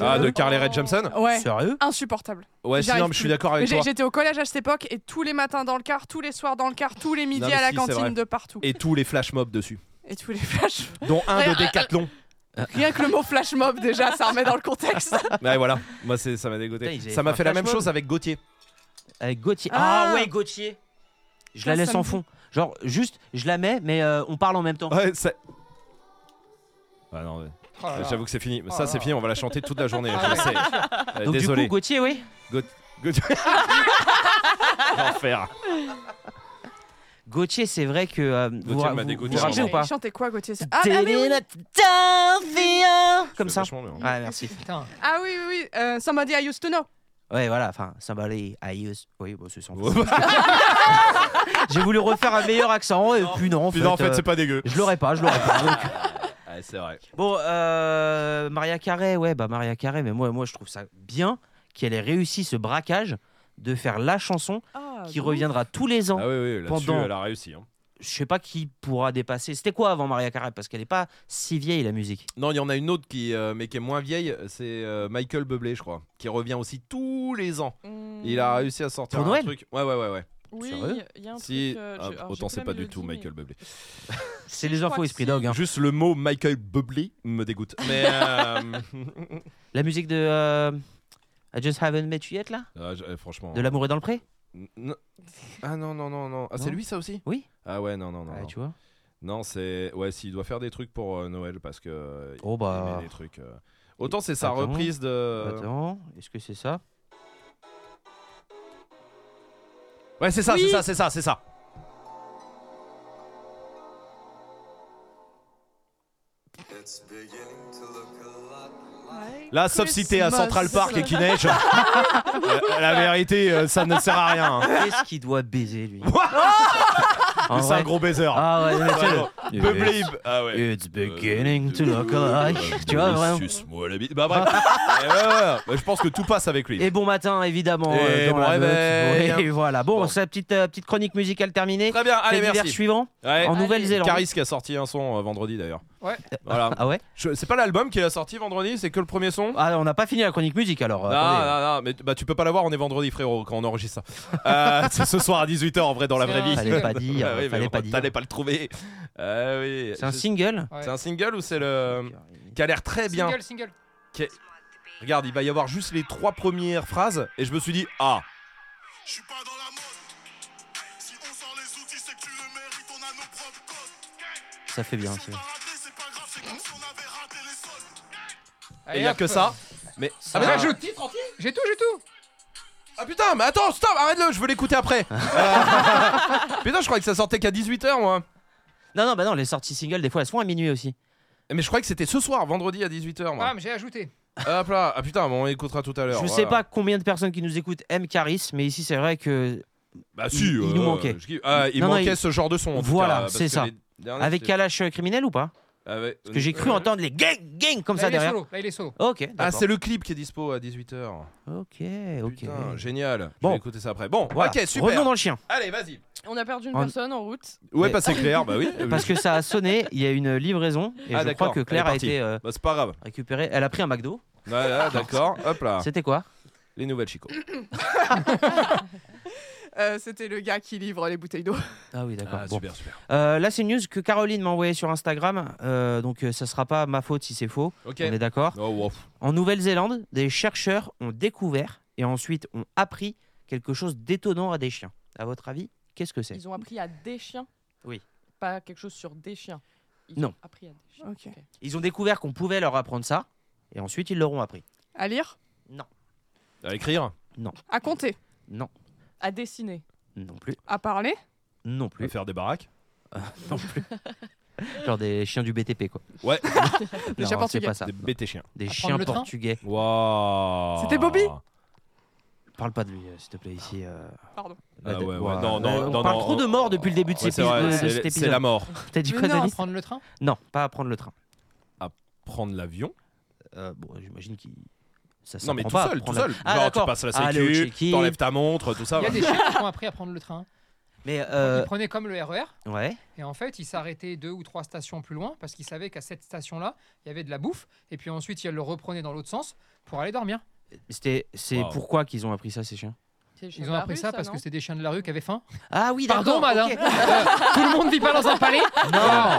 Speaker 5: Ah,
Speaker 3: Je-
Speaker 5: de Carly Rae Jepsen
Speaker 3: Ouais.
Speaker 4: Sérieux
Speaker 3: Insupportable.
Speaker 5: Ouais, si,
Speaker 3: J'arrive
Speaker 5: non, mais je suis
Speaker 3: plus.
Speaker 5: d'accord
Speaker 3: Mais
Speaker 5: avec
Speaker 3: j'ai-
Speaker 5: Ah, toi.
Speaker 3: J'étais au collège à cette époque et tous les matins dans le car, tous les soirs dans le car, tous les midis
Speaker 5: Non, mais
Speaker 3: à la
Speaker 5: si, c'est vrai.
Speaker 3: cantine de partout. Et,
Speaker 5: Et tous les flash mobs dessus,
Speaker 3: tous les flashs.
Speaker 5: dont un
Speaker 3: Ouais,
Speaker 5: de Décathlon.
Speaker 3: Rien que le mot flash mob déjà, ça remet dans le contexte.
Speaker 2: Bah,
Speaker 5: Ouais, voilà. Moi, c'est- ça m'a
Speaker 4: Putain,
Speaker 5: dégoûté.
Speaker 4: ils avaient
Speaker 5: Ça m'a
Speaker 4: fait un
Speaker 5: fait la même
Speaker 4: flash mob.
Speaker 5: chose avec Gauthier.
Speaker 4: Avec Gauthier. Ah,
Speaker 3: Ah.
Speaker 4: ouais, Gauthier Je
Speaker 3: Ça,
Speaker 4: la laisse
Speaker 3: ça me
Speaker 4: en
Speaker 3: dit-
Speaker 4: fond. Genre, juste, je la mets, mais euh, on parle en même temps.
Speaker 5: Ouais, c'est. Bah, non, ouais.
Speaker 9: Oh là là.
Speaker 5: j'avoue que c'est fini.
Speaker 9: Oh
Speaker 5: Ça,
Speaker 9: là
Speaker 5: c'est
Speaker 9: là.
Speaker 5: fini, on va la chanter toute la journée.
Speaker 9: Ah
Speaker 5: je
Speaker 9: ouais.
Speaker 5: sais. Euh,
Speaker 4: Donc,
Speaker 5: Désolé.
Speaker 4: du coup, Gauthier, oui
Speaker 5: Gauthier. L'enfer.
Speaker 4: Gauthier, c'est vrai que. euh, vous
Speaker 5: Gauthier
Speaker 4: vous,
Speaker 5: m'a
Speaker 4: vous,
Speaker 5: dégoûté
Speaker 4: vous
Speaker 5: vraiment.
Speaker 4: rappelez ou pas
Speaker 3: Il chantait quoi, Gauthier ça ah, ah oui, oui.
Speaker 4: Comme ça.
Speaker 5: C'est vachement bien.
Speaker 4: Ouais, merci.
Speaker 9: Putain.
Speaker 3: Ah oui, oui, oui. Euh, somebody I used to know.
Speaker 4: Ouais, voilà, enfin, somebody I use. Oui, bon, c'est sans J'ai voulu refaire un meilleur accent, et puis non, en
Speaker 5: Puis
Speaker 4: fait.
Speaker 5: non, en fait,
Speaker 4: euh,
Speaker 5: c'est pas dégueu.
Speaker 4: je l'aurais pas, je l'aurais pas. Donc,
Speaker 5: Ouais, c'est vrai.
Speaker 4: Bon, euh, Maria Carré, ouais, bah Maria Carré, mais moi, moi je trouve ça bien qu'elle ait réussi ce braquage de faire la chanson
Speaker 8: ah,
Speaker 4: qui
Speaker 8: de
Speaker 4: reviendra tous les ans.
Speaker 5: Ah oui, oui, là-dessus,
Speaker 4: Pendant-
Speaker 5: elle a réussi. hein.
Speaker 4: Je sais pas qui pourra dépasser. C'était quoi avant Maria Carré Parce qu'elle est pas si vieille la musique.
Speaker 5: Non, il y en a une autre qui, euh, mais qui est moins vieille, c'est euh, Michael Bublé, je crois, qui revient aussi tous les ans.
Speaker 8: ouf. Mm.
Speaker 5: Il a réussi à sortir
Speaker 4: Pour
Speaker 5: un
Speaker 4: Noël
Speaker 5: truc. Ouais, ouais, ouais, ouais.
Speaker 8: Oui,
Speaker 4: Sérieux
Speaker 8: il y a un
Speaker 5: Si,
Speaker 8: truc. euh,
Speaker 5: ah,
Speaker 8: je- alors,
Speaker 5: autant
Speaker 8: j'ai
Speaker 5: c'est
Speaker 8: la
Speaker 5: pas du
Speaker 8: mélodie,
Speaker 5: tout
Speaker 8: mais-
Speaker 5: Michael Bublé.
Speaker 4: C'est
Speaker 8: je
Speaker 4: les
Speaker 8: crois
Speaker 4: infos
Speaker 8: que
Speaker 4: Esprit
Speaker 8: si.
Speaker 4: Dog. hein.
Speaker 5: Juste le mot Michael Bublé me dégoûte. Mais euh,
Speaker 4: La musique de euh, I Just Haven't Met You Yet là
Speaker 5: ah, je- euh, franchement.
Speaker 4: De L'amour est dans le pré
Speaker 5: Non. Ah non non non non. Ah c'est
Speaker 4: Non
Speaker 5: lui ça aussi
Speaker 4: Oui.
Speaker 5: Ah ouais non non non.
Speaker 4: Ouais,
Speaker 5: non.
Speaker 4: Tu vois
Speaker 5: Non, c'est ouais s'il doit faire des trucs pour euh, Noël parce que euh,
Speaker 4: Oh,
Speaker 5: il
Speaker 4: bah.
Speaker 5: met des trucs. euh. Autant c'est sa
Speaker 4: Attends.
Speaker 5: reprise de.
Speaker 4: Attends, est-ce que c'est ça
Speaker 5: Ouais c'est ça
Speaker 3: Oui.
Speaker 5: c'est ça c'est ça c'est ça. Là, sauf si t'es à
Speaker 3: Christmas.
Speaker 5: Central Park et qu'il neige, euh, la vérité, euh, ça ne sert à rien. hein.
Speaker 4: Qu'est-ce qu'il doit baiser lui
Speaker 5: Oh!
Speaker 4: En
Speaker 5: C'est un
Speaker 4: vrai-
Speaker 5: gros baiser. Bah,
Speaker 4: Ah ouais, mais tu sais, le-
Speaker 5: Vraiment. Bublé, Ah ouais.
Speaker 4: It's beginning to look
Speaker 5: Euh,
Speaker 4: like. Tu vois, vraiment.
Speaker 5: moi la bite. Bah bref. Eh ouais, ouais, ouais. Bah, je pense que tout passe avec lui.
Speaker 4: Et bon matin, évidemment.
Speaker 5: Et
Speaker 4: euh, dans
Speaker 5: bon
Speaker 4: la
Speaker 5: réveil.
Speaker 4: meute. Oui, voilà. Bon,
Speaker 5: Bon.
Speaker 4: sa petite, euh, petite chronique musicale terminée.
Speaker 5: Très bien, allez,
Speaker 4: Fait divers
Speaker 5: merci. Eh,
Speaker 4: suivant
Speaker 5: Ouais.
Speaker 4: en
Speaker 8: Allez.
Speaker 4: Nouvelle-Zélande.
Speaker 5: Caris qui a sorti un son euh, vendredi d'ailleurs.
Speaker 9: Ouais.
Speaker 5: Voilà.
Speaker 4: Ah ouais
Speaker 5: Je- C'est pas l'album qu'il a sorti vendredi, c'est que le premier son
Speaker 4: Ah, on n'a pas fini la chronique musique alors. euh,
Speaker 5: non,
Speaker 4: Ah, attendez.
Speaker 5: non, non, mais tu- bah, tu peux pas l'avoir, on est vendredi frérot quand on enregistre ça. Euh, c'est ce soir à 18h en vrai dans la
Speaker 9: C'est
Speaker 5: vraie
Speaker 9: un-
Speaker 5: vie.
Speaker 4: Fallait pas
Speaker 5: Ouais,
Speaker 4: dire.
Speaker 5: oui, mais
Speaker 4: fallait
Speaker 5: bon,
Speaker 4: pas dire.
Speaker 5: T'allais pas le trouver. Euh, oui.
Speaker 4: C'est un
Speaker 5: Je-
Speaker 4: single
Speaker 9: Ouais.
Speaker 5: C'est un single ou c'est le. qui a l'air très bien.
Speaker 9: Single, single.
Speaker 5: Regarde, il va y avoir juste les trois premières phrases et je me suis dit, ah,
Speaker 10: Je suis pas dans la mode. Si on sort les outils, c'est que tu le mérites, on a nos propres codes.
Speaker 4: Ça fait bien.
Speaker 10: si
Speaker 4: c'est
Speaker 10: on
Speaker 4: vrai.
Speaker 10: t'a raté, c'est pas grave, c'est comme si on avait raté les soldes.
Speaker 5: et il y a
Speaker 9: hop.
Speaker 5: que ça. Mais.
Speaker 9: Ça
Speaker 5: Ah, mais non, je-
Speaker 9: rajoute titre entier. J'ai tout, j'ai tout.
Speaker 5: Ah, putain, mais attends, stop, arrête-le, je veux l'écouter après. Euh, Putain, je croyais que ça sortait qu'à 18h moi.
Speaker 4: Non, non, bah non, les sorties singles, des fois, elles sont à minuit aussi.
Speaker 5: Mais je croyais que c'était ce soir, vendredi à 18h moi.
Speaker 9: Ah, mais j'ai ajouté.
Speaker 5: Hop là, ah putain, bon, on écoutera tout à l'heure.
Speaker 4: Je
Speaker 5: voilà.
Speaker 4: sais pas combien de personnes qui nous écoutent aiment Caris, mais ici, c'est vrai que.
Speaker 5: Bah
Speaker 4: Il-
Speaker 5: si,
Speaker 4: il
Speaker 5: euh,
Speaker 4: nous manquait.
Speaker 5: je kiffe. Ah, il
Speaker 4: Non, non,
Speaker 5: manquait
Speaker 4: il-
Speaker 5: ce genre de son. en tout
Speaker 4: Voilà,
Speaker 5: cas, parce
Speaker 4: c'est
Speaker 5: que
Speaker 4: ça.
Speaker 5: les derniers,
Speaker 4: Avec
Speaker 5: c'était-
Speaker 4: Kalash euh, criminel ou pas
Speaker 5: Avec-
Speaker 4: Parce que j'ai cru
Speaker 5: Euh, Bah,
Speaker 4: entendre les gang, gang comme
Speaker 9: Là,
Speaker 4: ça
Speaker 9: il est
Speaker 4: derrière.
Speaker 9: solo. Là, il est solo.
Speaker 4: Ok,
Speaker 5: Ah,
Speaker 4: d'accord.
Speaker 5: c'est le clip qui est dispo à 18h.
Speaker 4: Ok, ok.
Speaker 5: Putain, génial.
Speaker 4: Bon.
Speaker 5: Bon, écoutez ça après. Bon,
Speaker 4: Voilà.
Speaker 5: ok, super.
Speaker 4: Revenons dans le chien.
Speaker 5: Allez, vas-y.
Speaker 8: On a perdu une
Speaker 4: En-
Speaker 8: personne en route.
Speaker 5: Ouais,
Speaker 4: Mais-
Speaker 5: bah c'est clair, bah oui.
Speaker 4: Parce que ça a sonné, il y a une livraison,
Speaker 5: Ah,
Speaker 4: et je crois
Speaker 5: d'accord,
Speaker 4: que
Speaker 5: elle
Speaker 4: Claire
Speaker 5: est
Speaker 4: a
Speaker 5: partie.
Speaker 4: été euh,
Speaker 5: Bah c'est pas grave.
Speaker 4: récupérée. Elle a pris un McDo.
Speaker 5: Voilà, d'accord. Hop là.
Speaker 4: C'était quoi
Speaker 5: Les nouvelles Chico.
Speaker 3: Euh, C'était le gars qui livre les bouteilles d'eau.
Speaker 4: Ah oui, d'accord.
Speaker 5: Ah,
Speaker 4: Bon.
Speaker 5: super, super.
Speaker 4: Euh, là, c'est une news que Caroline m'a envoyée sur Instagram, euh, donc euh, ça sera pas ma faute si c'est faux.
Speaker 5: Ok.
Speaker 4: On est d'accord.
Speaker 5: Oh, wow.
Speaker 4: En Nouvelle-Zélande, des chercheurs ont découvert et ensuite ont appris quelque chose d'étonnant à des chiens. À votre avis, qu'est-ce que c'est
Speaker 8: Ils ont appris à des chiens.
Speaker 4: Oui.
Speaker 8: Pas quelque chose sur des chiens. Ils
Speaker 4: Non.
Speaker 8: Ont appris à des
Speaker 3: Ok.
Speaker 8: chiens.
Speaker 4: Ils ont découvert qu'on pouvait leur apprendre ça, et ensuite ils l'auront appris.
Speaker 3: À lire
Speaker 5: À écrire
Speaker 3: À compter
Speaker 4: Non.
Speaker 8: à dessiner.
Speaker 4: Non plus.
Speaker 3: À parler
Speaker 4: Non plus.
Speaker 2: faire des baraques.
Speaker 4: Non plus. Genre des chiens du BTP, quoi.
Speaker 2: Ouais.
Speaker 3: Des
Speaker 4: Non,
Speaker 3: chiens
Speaker 4: c'est
Speaker 3: portugais.
Speaker 5: Ah.
Speaker 4: pas ça.
Speaker 2: Des BT chiens.
Speaker 4: Des
Speaker 9: prendre
Speaker 4: chiens
Speaker 9: le train
Speaker 4: portugais.
Speaker 2: Waouh.
Speaker 3: C'était Bobby
Speaker 4: Parle pas de lui, euh, s'il te plaît, ici. euh.
Speaker 3: Pardon.
Speaker 2: Ah
Speaker 4: Là,
Speaker 2: ouais,
Speaker 4: de-
Speaker 2: ouais,
Speaker 4: voilà.
Speaker 2: non, non,
Speaker 4: on
Speaker 2: non,
Speaker 4: parle
Speaker 2: non,
Speaker 4: trop
Speaker 2: on-
Speaker 4: de mort depuis le début de,
Speaker 2: Ouais,
Speaker 4: cet
Speaker 2: c'est
Speaker 4: épisode-
Speaker 2: vrai,
Speaker 4: de
Speaker 2: c'est-
Speaker 4: cet
Speaker 2: c'est la
Speaker 4: épisode.
Speaker 2: mort.
Speaker 4: T'as dit
Speaker 3: Mais
Speaker 4: quoi,
Speaker 3: non.
Speaker 4: Denis
Speaker 9: Prendre le train
Speaker 4: Non, pas à prendre le train.
Speaker 2: Prendre l'avion.
Speaker 4: Euh, bon, j'imagine qu'il. Ça
Speaker 2: Non mais tout
Speaker 4: s'apprend pas à
Speaker 2: seul, tout
Speaker 4: prendre
Speaker 2: seul.
Speaker 4: Ah,
Speaker 2: Genre tu
Speaker 4: d'accord.
Speaker 2: passes la
Speaker 4: Ah, aller au
Speaker 2: sécu,
Speaker 4: check-in.
Speaker 2: Mmh. t'enlèves ta montre, tout ça.
Speaker 9: Il y a
Speaker 2: voilà.
Speaker 9: des chiens qui ont appris à prendre le train.
Speaker 4: Mais euh,
Speaker 9: Ils prenaient comme le RER.
Speaker 4: ouais.
Speaker 9: Et en fait, ils s'arrêtaient deux ou trois stations plus loin parce qu'ils savaient qu'à cette station-là, il y avait de la bouffe. Et puis ensuite, ils le reprenaient dans l'autre sens pour aller dormir.
Speaker 4: C'était, c'est
Speaker 2: Wow.
Speaker 4: pourquoi qu'ils ont appris ça ces chiens
Speaker 9: Ils ont appris ça parce que
Speaker 8: c'est.
Speaker 9: c'était des chiens de la rue qui avaient faim.
Speaker 4: Ah oui, d'accord,
Speaker 9: Pardon, madame.
Speaker 4: ok.
Speaker 9: Euh, tout le monde vit pas dans un palais.
Speaker 4: Non.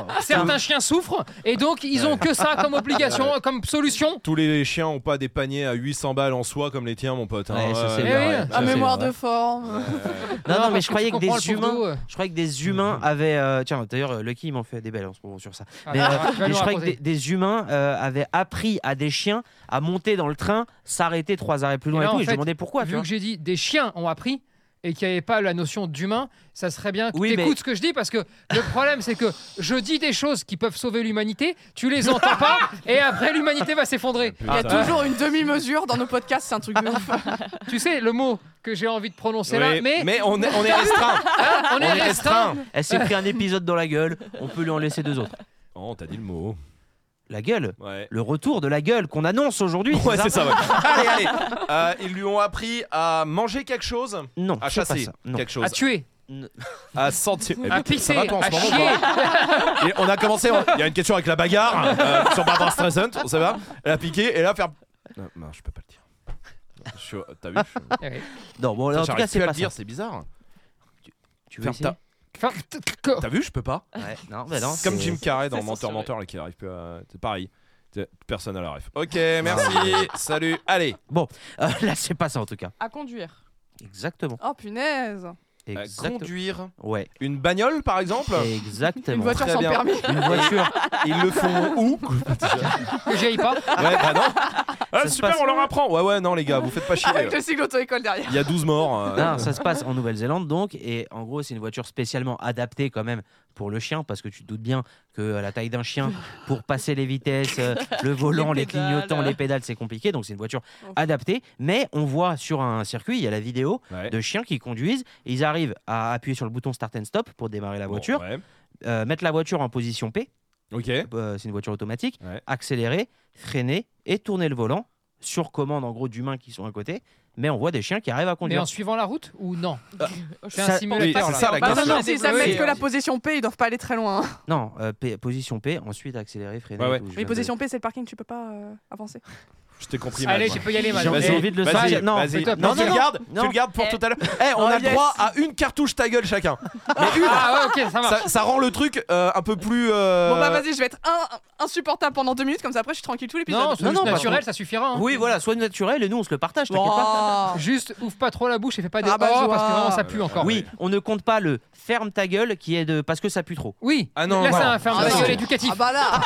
Speaker 9: Euh, certains chiens souffrent et donc ils ont que ça comme obligation, comme solution.
Speaker 2: Tous les chiens ont pas des paniers à 800 balles en soi comme les tiens, mon pote. hein.
Speaker 4: Ouais, ça, c'est
Speaker 9: ouais.
Speaker 4: bien,
Speaker 9: Eh oui,
Speaker 4: ouais.
Speaker 9: à
Speaker 4: Ça,
Speaker 3: À
Speaker 4: c'est
Speaker 3: mémoire
Speaker 4: vrai.
Speaker 3: de forme.
Speaker 4: Non, non,
Speaker 9: parce
Speaker 4: mais
Speaker 9: que
Speaker 4: je
Speaker 9: tu
Speaker 4: croyais que
Speaker 9: comprends
Speaker 4: des
Speaker 9: le pauvre
Speaker 4: humains.
Speaker 9: dos, euh.
Speaker 4: Je croyais que des humains
Speaker 2: Mhm.
Speaker 4: avaient. euh, Tiens, d'ailleurs, euh, Lucky, il m'en fait des belles en ce moment sur ça.
Speaker 9: Ah,
Speaker 4: Mais, euh,
Speaker 9: tu vas
Speaker 4: mais
Speaker 9: nous
Speaker 4: je croyais que
Speaker 9: raconter.
Speaker 4: des, des humains euh, avaient appris à des chiens à monter dans le train, s'arrêter trois arrêts plus loin
Speaker 9: Et
Speaker 4: et,
Speaker 9: là,
Speaker 4: tout.
Speaker 9: en
Speaker 4: Et je
Speaker 9: fait,
Speaker 4: demandais pourquoi. tu
Speaker 9: Vu
Speaker 4: vois.
Speaker 9: que j'ai dit des chiens ont appris et qu'il n'y avait pas la notion d'humain, ça serait bien que
Speaker 4: Oui,
Speaker 9: tu
Speaker 4: mais-
Speaker 9: écoutes ce que je dis parce que le problème c'est que je dis des choses qui peuvent sauver l'humanité, tu les entends pas et après l'humanité va s'effondrer.
Speaker 5: Ah,
Speaker 3: Il y a
Speaker 2: Putain.
Speaker 3: toujours une demi-mesure dans nos podcasts, c'est un truc de ouf.
Speaker 9: Tu sais le mot que j'ai envie de prononcer là,
Speaker 2: Oui,
Speaker 9: mais,
Speaker 2: on est, on est restreint.
Speaker 9: hein, on,
Speaker 2: on
Speaker 9: est restreint.
Speaker 4: Elle s'est pris un épisode dans la gueule. On peut lui en laisser deux autres.
Speaker 2: Oh, t'as dit le mot.
Speaker 4: La gueule.
Speaker 2: Ouais.
Speaker 4: Le retour de la gueule qu'on annonce aujourd'hui.
Speaker 2: Ouais, c'est ça. ouais. allez, allez. Euh, ils lui ont appris à manger quelque chose,
Speaker 4: Non,
Speaker 2: à
Speaker 4: c'est pas
Speaker 2: chasser
Speaker 4: ça. Non.
Speaker 2: quelque chose,
Speaker 9: À tuer,
Speaker 2: à sentir, Eh,
Speaker 9: à
Speaker 2: putain,
Speaker 9: pisser,
Speaker 2: ça va, toi, en
Speaker 9: à
Speaker 2: ce moment,
Speaker 9: chier.
Speaker 2: toi Et on a commencé. on- Il y a une question avec la bagarre euh, sur Barbara Streisand. On sait pas. Elle a piqué et là faire. Non, non, je peux pas le dire. Je suis- T'as vu je-
Speaker 9: Eh oui.
Speaker 4: Non, bon, en tout cas,
Speaker 2: J'arrive
Speaker 4: c'est
Speaker 2: plus à
Speaker 4: pas
Speaker 2: le dire,
Speaker 4: ça.
Speaker 2: c'est bizarre.
Speaker 4: Tu veux
Speaker 2: Ferme ta-
Speaker 4: essayer
Speaker 9: Enfin,
Speaker 2: T'as vu, je peux pas.
Speaker 4: Ouais, non, bah non.
Speaker 2: C'est comme
Speaker 4: c'est-
Speaker 2: Jim Carrey dans
Speaker 8: c'est
Speaker 2: Menteur
Speaker 8: censuré.
Speaker 2: Menteur là, qui arrive plus à. C'est pareil. C'est- Personne à la ref. Ok, merci. Salut. Allez.
Speaker 4: Euh, là, c'est pas ça en tout cas.
Speaker 8: À conduire.
Speaker 4: Exactement.
Speaker 3: Oh punaise
Speaker 2: Euh,
Speaker 4: Exactement.
Speaker 2: Conduire
Speaker 4: Ouais.
Speaker 2: une bagnole par exemple.
Speaker 4: Exactement.
Speaker 3: Une voiture
Speaker 2: Très
Speaker 3: sans
Speaker 2: bien.
Speaker 3: permis.
Speaker 4: Une voiture.
Speaker 2: Ils le font où
Speaker 9: que j'y aille pas.
Speaker 2: Ouais, bah non. Ah,
Speaker 4: se
Speaker 2: super,
Speaker 4: passe
Speaker 2: on
Speaker 4: où
Speaker 2: leur apprend. Ouais, ouais, non, les gars, vous faites pas chier.
Speaker 3: Avec le sigle auto-école derrière.
Speaker 2: Il y a 12 morts. euh,
Speaker 4: Non, ça se passe en Nouvelle-Zélande donc, et en gros c'est une voiture spécialement adaptée quand même pour le chien, parce que tu te doutes bien que euh, la taille d'un chien, pour passer les vitesses, euh, le volant, les,
Speaker 8: pédales.
Speaker 4: clignotants, les pédales, c'est compliqué, donc c'est une voiture
Speaker 3: Ouf.
Speaker 4: adaptée, mais on voit sur un circuit, il y a la vidéo
Speaker 2: ouais.
Speaker 4: de chiens qui conduisent, ils arrivent à appuyer sur le bouton start and stop pour démarrer la
Speaker 2: Bon,
Speaker 4: voiture,
Speaker 2: ouais.
Speaker 4: euh, mettre la voiture en position P,
Speaker 2: Ok.
Speaker 4: euh, c'est une voiture automatique,
Speaker 2: Ouais.
Speaker 4: accélérer, freiner et tourner le volant, sur commande en gros d'humains qui sont à côté, mais on voit des chiens qui arrivent à
Speaker 9: Mais
Speaker 4: conduire.
Speaker 9: en suivant la route ou non C'est
Speaker 4: ça-
Speaker 9: un
Speaker 2: Oui,
Speaker 4: oui,
Speaker 9: simulateur
Speaker 2: c'est
Speaker 9: là.
Speaker 2: ça la
Speaker 4: Ah,
Speaker 3: Bah,
Speaker 2: question.
Speaker 3: non, non, si ça
Speaker 8: Oui,
Speaker 3: met
Speaker 8: oui.
Speaker 3: que la position P, ils doivent pas aller très loin. hein.
Speaker 4: Non, euh, P- position P, ensuite accélérer, freiner.
Speaker 2: Ouais, ouais.
Speaker 4: et tout, je viens
Speaker 3: Mais
Speaker 4: de-
Speaker 3: position P, c'est le parking, tu peux pas euh, avancer.
Speaker 2: Je t'ai compris.
Speaker 9: Allez,
Speaker 2: Max.
Speaker 9: tu peux y aller,
Speaker 4: J'ai
Speaker 9: madame.
Speaker 4: envie-
Speaker 9: Eh,
Speaker 4: j'ai envie de le
Speaker 2: Vas-y,
Speaker 4: savoir. Non,
Speaker 2: vas-y.
Speaker 9: stop,
Speaker 2: non,
Speaker 9: non,
Speaker 2: tu le
Speaker 9: non.
Speaker 2: gardes,
Speaker 4: Non.
Speaker 2: tu le gardes pour
Speaker 8: Eh.
Speaker 2: tout à l'heure. Eh, on
Speaker 3: Oh,
Speaker 2: a le
Speaker 3: yes.
Speaker 2: droit à une cartouche ta gueule chacun.
Speaker 9: Ah ouais, ok, ça marche.
Speaker 2: Ça, ça rend le truc euh, un peu plus. euh,
Speaker 3: Bon bah vas-y, je vais être in- insupportable pendant deux minutes, comme ça après je suis tranquille tout l'épisode.
Speaker 9: Non,
Speaker 4: Non, non,
Speaker 9: c'est
Speaker 4: pas
Speaker 9: naturel, ça suffira. hein.
Speaker 4: Oui, voilà, sois naturel et nous on se le partage, t'inquiète pas.
Speaker 3: Oh.
Speaker 9: Juste ouvre pas trop la bouche et fais pas des
Speaker 3: Ah bah,
Speaker 9: oh,
Speaker 3: je vois.
Speaker 9: parce que vraiment ça pue encore.
Speaker 4: Oui, on ne compte pas le ferme ta gueule qui est de parce que ça pue trop.
Speaker 9: Oui.
Speaker 2: Ah non,
Speaker 9: Là, c'est
Speaker 2: non.
Speaker 9: un ferme
Speaker 2: Ah
Speaker 9: ta
Speaker 2: non.
Speaker 9: gueule éducatif.
Speaker 3: Ah bah là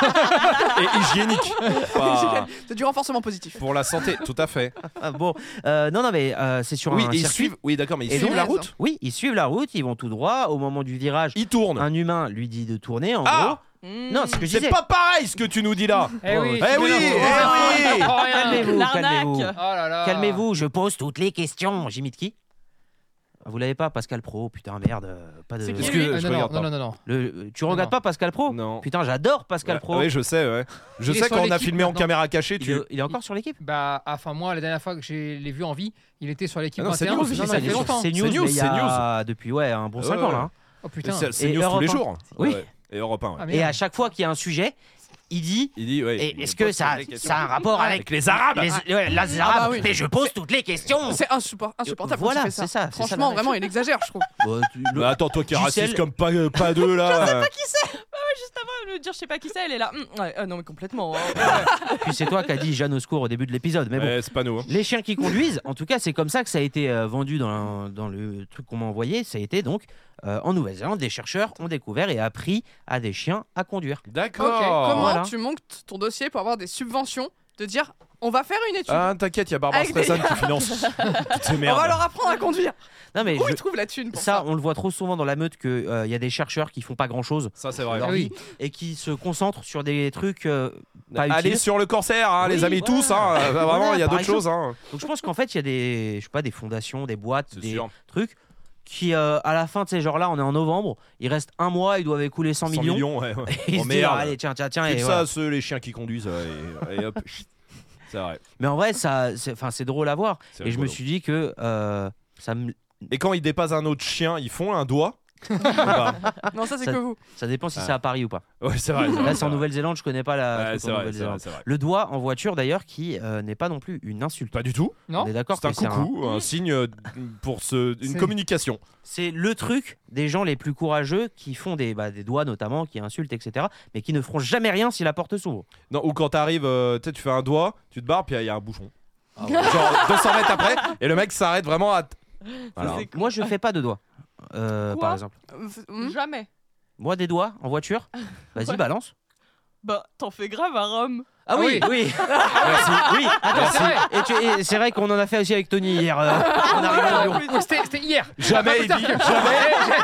Speaker 2: Et hygiénique. Bah, Enfin,
Speaker 3: C'est du renforcement positif.
Speaker 2: pour la santé, tout à fait.
Speaker 4: Ah, bon, euh, non, non, mais euh, c'est sur
Speaker 2: Oui,
Speaker 4: un
Speaker 2: et ils
Speaker 4: circuit.
Speaker 2: suivent. Oui, d'accord, mais ils
Speaker 4: Et
Speaker 2: suivent
Speaker 4: donc-
Speaker 2: la route.
Speaker 4: Oui, ils suivent la route, ils vont tout droit. Au moment du virage,
Speaker 2: Ils tournent.
Speaker 4: un humain lui dit de tourner. En
Speaker 2: Ah
Speaker 4: gros,
Speaker 8: Hmm.
Speaker 4: non, c'est ce que je disais.
Speaker 2: C'est pas pareil ce que tu nous dis là.
Speaker 9: Eh oui.
Speaker 2: Eh
Speaker 9: tu
Speaker 2: oui,
Speaker 9: me
Speaker 2: eh
Speaker 9: l'as-
Speaker 2: oui.
Speaker 9: Oh, rien.
Speaker 4: Calmez-vous,
Speaker 8: L'arnaque.
Speaker 4: calmez-vous.
Speaker 9: Oh là là.
Speaker 4: Calmez-vous, je pose toutes les questions. J'imite qui Ah, vous l'avez pas, Pascal Pro, putain merde, euh, pas de.
Speaker 3: C'est qui,
Speaker 2: Parce
Speaker 3: lui
Speaker 2: que
Speaker 9: Euh,
Speaker 2: je
Speaker 9: Non, non,
Speaker 2: regarde
Speaker 9: non, non,
Speaker 2: pas.
Speaker 9: non, non.
Speaker 4: Le- tu
Speaker 9: Non,
Speaker 4: regardes
Speaker 9: non.
Speaker 4: pas Pascal Pro
Speaker 2: Non.
Speaker 4: Oh, Putain, j'adore Pascal Pro.
Speaker 2: Oui, je sais, ouais. Je
Speaker 9: Il est
Speaker 2: sais
Speaker 9: sur
Speaker 2: quand on a
Speaker 9: l'équipe
Speaker 2: filmé en
Speaker 9: maintenant.
Speaker 2: caméra cachée,
Speaker 4: il,
Speaker 2: tu.
Speaker 4: est, il est encore sur l'équipe
Speaker 9: Bah, enfin, moi, la dernière fois que j'ai les vus en vie, il était sur l'équipe
Speaker 2: Ah non, c'est
Speaker 9: 21.
Speaker 2: News, il
Speaker 9: Non, non,
Speaker 2: est
Speaker 9: il fait
Speaker 2: sur-
Speaker 9: longtemps.
Speaker 4: C'est news,
Speaker 2: C'est News,
Speaker 4: mais il y a depuis ouais, un bon
Speaker 2: Ouais,
Speaker 4: 5 ans là. hein.
Speaker 9: Oh putain.
Speaker 2: C'est- C'est
Speaker 4: Et
Speaker 2: news tous
Speaker 4: Europe
Speaker 2: les
Speaker 4: un.
Speaker 2: jours.
Speaker 4: Oui.
Speaker 2: Ouais. Et Europe 1. ouais.
Speaker 9: Ah, merde.
Speaker 4: Et à chaque fois qu'il y a un sujet, il dit
Speaker 2: Il dit, ouais.
Speaker 4: Et
Speaker 2: il
Speaker 4: est-ce
Speaker 2: pose
Speaker 4: que ça,
Speaker 2: des questions. Ah,
Speaker 4: ça a un rapport avec
Speaker 2: Avec les Arabes
Speaker 4: les, ouais, les
Speaker 3: Ah
Speaker 4: Arabes
Speaker 3: bah oui.
Speaker 4: Mais je pose toutes les questions
Speaker 3: C'est insuppor- insupportable
Speaker 4: Voilà,
Speaker 3: quand tu fais
Speaker 4: c'est ça, c'est ça,
Speaker 3: Franchement,
Speaker 4: la
Speaker 3: vraiment, il exagère, je trouve.
Speaker 4: Bah, tu- le-
Speaker 2: Bah attends, toi qui es
Speaker 4: Gisèle-
Speaker 2: raciste comme pas, euh, pas deux là. euh,
Speaker 8: Juste avant de me Oh, dire je sais pas qui c'est, elle est là. Hum, ouais, euh, non mais complètement. hein.
Speaker 4: Puis c'est toi qui as dit Jeanne au secours au début de l'épisode. Mais bon.
Speaker 2: ouais, c'est pas nous. hein.
Speaker 4: Les chiens qui conduisent, en tout cas, c'est comme ça que ça a été euh, vendu dans, la- dans le truc qu'on m'a envoyé. Ça a été donc euh, en Nouvelle-Zélande, des chercheurs ont découvert et appris à des chiens à conduire.
Speaker 2: D'accord.
Speaker 3: Ok, Comment
Speaker 4: Oh. Voilà.
Speaker 3: tu montes ton dossier pour avoir des subventions de dire on On va faire une étude.
Speaker 2: Ah, t'inquiète, il y a Barbara
Speaker 3: Avec des-
Speaker 2: Streisand qui finance. Toutes ces
Speaker 3: on va
Speaker 2: merdes.
Speaker 3: leur apprendre à conduire.
Speaker 4: Non, Ah, mais
Speaker 3: Où
Speaker 4: je-
Speaker 3: ils trouvent la thune pour ça,
Speaker 4: ça, on le voit trop souvent dans la meute qu'il y a des chercheurs qui font pas grand chose
Speaker 2: Ça, c'est
Speaker 4: leur
Speaker 9: Eh Oui.
Speaker 4: vie et qui se concentrent sur des trucs euh, pas
Speaker 2: Allez
Speaker 4: utiles.
Speaker 2: sur le corsaire, hein, les
Speaker 4: Oui,
Speaker 2: amis, tous. hein.
Speaker 4: voilà.
Speaker 2: Euh, Vraiment, il y a
Speaker 4: Par
Speaker 2: d'autres
Speaker 4: exemple.
Speaker 2: choses. hein.
Speaker 4: Donc je pense qu'en fait, il y a des, je sais pas, des fondations, des boîtes,
Speaker 2: C'est
Speaker 4: des
Speaker 2: sûr.
Speaker 4: trucs qui, euh, à la fin de ces genres là, on est en novembre, il reste un mois, ils doivent écouler 100,
Speaker 2: 100
Speaker 4: millions.
Speaker 2: ouais, ouais.
Speaker 4: Et ils
Speaker 2: Oh,
Speaker 4: se disent,
Speaker 2: merde.
Speaker 4: allez, tiens, tiens, tiens.
Speaker 2: Faites
Speaker 4: et
Speaker 2: ça,
Speaker 4: voilà.
Speaker 2: ceux, les chiens qui conduisent. euh, et, et hop. chut. C'est vrai.
Speaker 4: Mais en vrai, ça, c'est, enfin, c'est drôle à voir.
Speaker 2: c'est
Speaker 4: Et je me
Speaker 2: rigolo.
Speaker 4: suis dit que euh, ça, me-
Speaker 2: Et quand ils dépassent un autre chien, ils font un doigt. Ou pas
Speaker 3: Non, ça c'est
Speaker 4: Ça-
Speaker 3: que vous.
Speaker 4: ça dépend si
Speaker 2: Ah.
Speaker 4: c'est à Paris ou pas.
Speaker 2: ouais, c'est vrai.
Speaker 4: Là, c'est en Nouvelle-Zélande, je connais pas la.
Speaker 2: Ouais,
Speaker 9: Ah,
Speaker 4: truc
Speaker 2: c'est
Speaker 4: en
Speaker 2: vrai, c'est vrai,
Speaker 4: Nouvelle-Zélande.
Speaker 2: c'est vrai.
Speaker 4: Le doigt en voiture d'ailleurs, qui euh, n'est pas non plus une insulte.
Speaker 2: Pas du tout.
Speaker 9: Non,
Speaker 4: On est d'accord
Speaker 2: C'est un
Speaker 4: que c'est,
Speaker 2: coucou, un signe euh, pour ce, une
Speaker 9: C'est-
Speaker 2: communication.
Speaker 4: c'est le truc des gens les plus courageux qui font des, bah, des doigts notamment, qui insultent, etc. Mais qui ne feront jamais rien si la porte s'ouvre.
Speaker 2: Non, ou quand t'arrives, euh, tu sais, tu fais un doigt, tu te barres, puis il y a un bouchon. Genre 200 mètres après, et le mec s'arrête vraiment à. t- Voilà.
Speaker 8: c'est con.
Speaker 4: Moi, je fais pas de doigts, euh,
Speaker 8: Quoi
Speaker 4: par exemple.
Speaker 3: Euh, f- hmm
Speaker 8: Jamais.
Speaker 4: Moi, des doigts en voiture, vas-y,
Speaker 8: Ouais.
Speaker 4: balance.
Speaker 8: Bah, t'en fais grave à Rome.
Speaker 4: Ah oui, oui. Merci. Oui, attends,
Speaker 9: Merci.
Speaker 4: c'est- Et tu- et c'est vrai qu'on en a fait aussi avec Tony hier. euh, on est arrivé au bureau.
Speaker 9: Oh, C'était c'était hier.
Speaker 2: Ah, Jamais, il dit,
Speaker 9: Ah, Putain.
Speaker 2: jamais.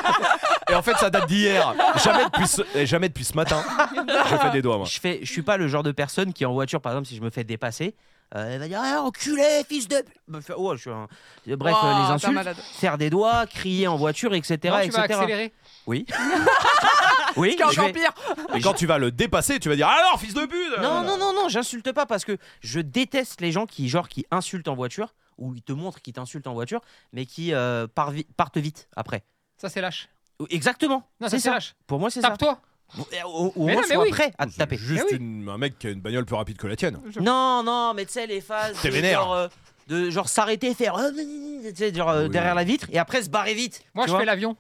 Speaker 2: Et en fait, ça date d'hier. Jamais depuis, ce... et jamais depuis ce matin. Je fais des doigts, moi.
Speaker 4: Je fais, je suis pas le genre de personne qui en voiture, par exemple, si je me fais dépasser, euh, elle va dire Ah, enculé, fils de. Me faire- oh, je suis un- Bref,
Speaker 3: Ouah,
Speaker 4: euh, les
Speaker 3: Oh, t'es un
Speaker 4: insultes,
Speaker 3: malade.
Speaker 4: faire des doigts, crier en voiture, etc.,
Speaker 9: Non, tu vas
Speaker 4: etc.
Speaker 9: accélérer.
Speaker 4: Oui,
Speaker 3: Ce qui est
Speaker 4: je
Speaker 3: encore
Speaker 4: vais-
Speaker 3: pire.
Speaker 2: Et quand tu vas le dépasser, tu vas dire alors, fils de pute
Speaker 4: Non, non, non, non, j'insulte pas parce que je déteste les gens qui, genre, qui insultent en voiture ou ils te montrent qu'ils t'insultent en voiture, mais qui euh, partent vi- partent vite après.
Speaker 9: Ça, c'est lâche.
Speaker 4: Exactement.
Speaker 9: Non, ça,
Speaker 4: c'est
Speaker 9: c'est
Speaker 4: ça.
Speaker 9: lâche.
Speaker 4: Pour moi, c'est ça. euh,
Speaker 9: Tape-toi.
Speaker 4: Au, au
Speaker 9: Mais
Speaker 4: moins,
Speaker 9: non, mais
Speaker 4: sois
Speaker 9: oui.
Speaker 4: prêt à te
Speaker 2: C'est
Speaker 4: taper.
Speaker 2: Juste
Speaker 9: Eh oui.
Speaker 2: une- un mec qui a une bagnole plus rapide que la tienne.
Speaker 4: Non, non, mais tu sais, les phases.
Speaker 2: T'es
Speaker 4: de
Speaker 2: vénère.
Speaker 4: genre, euh, de genre s'arrêter et faire. euh, tu sais, genre, euh,
Speaker 2: Oui.
Speaker 4: derrière la vitre et après se barrer vite.
Speaker 9: Moi,
Speaker 4: tu
Speaker 9: je
Speaker 4: vois
Speaker 9: fais l'avion.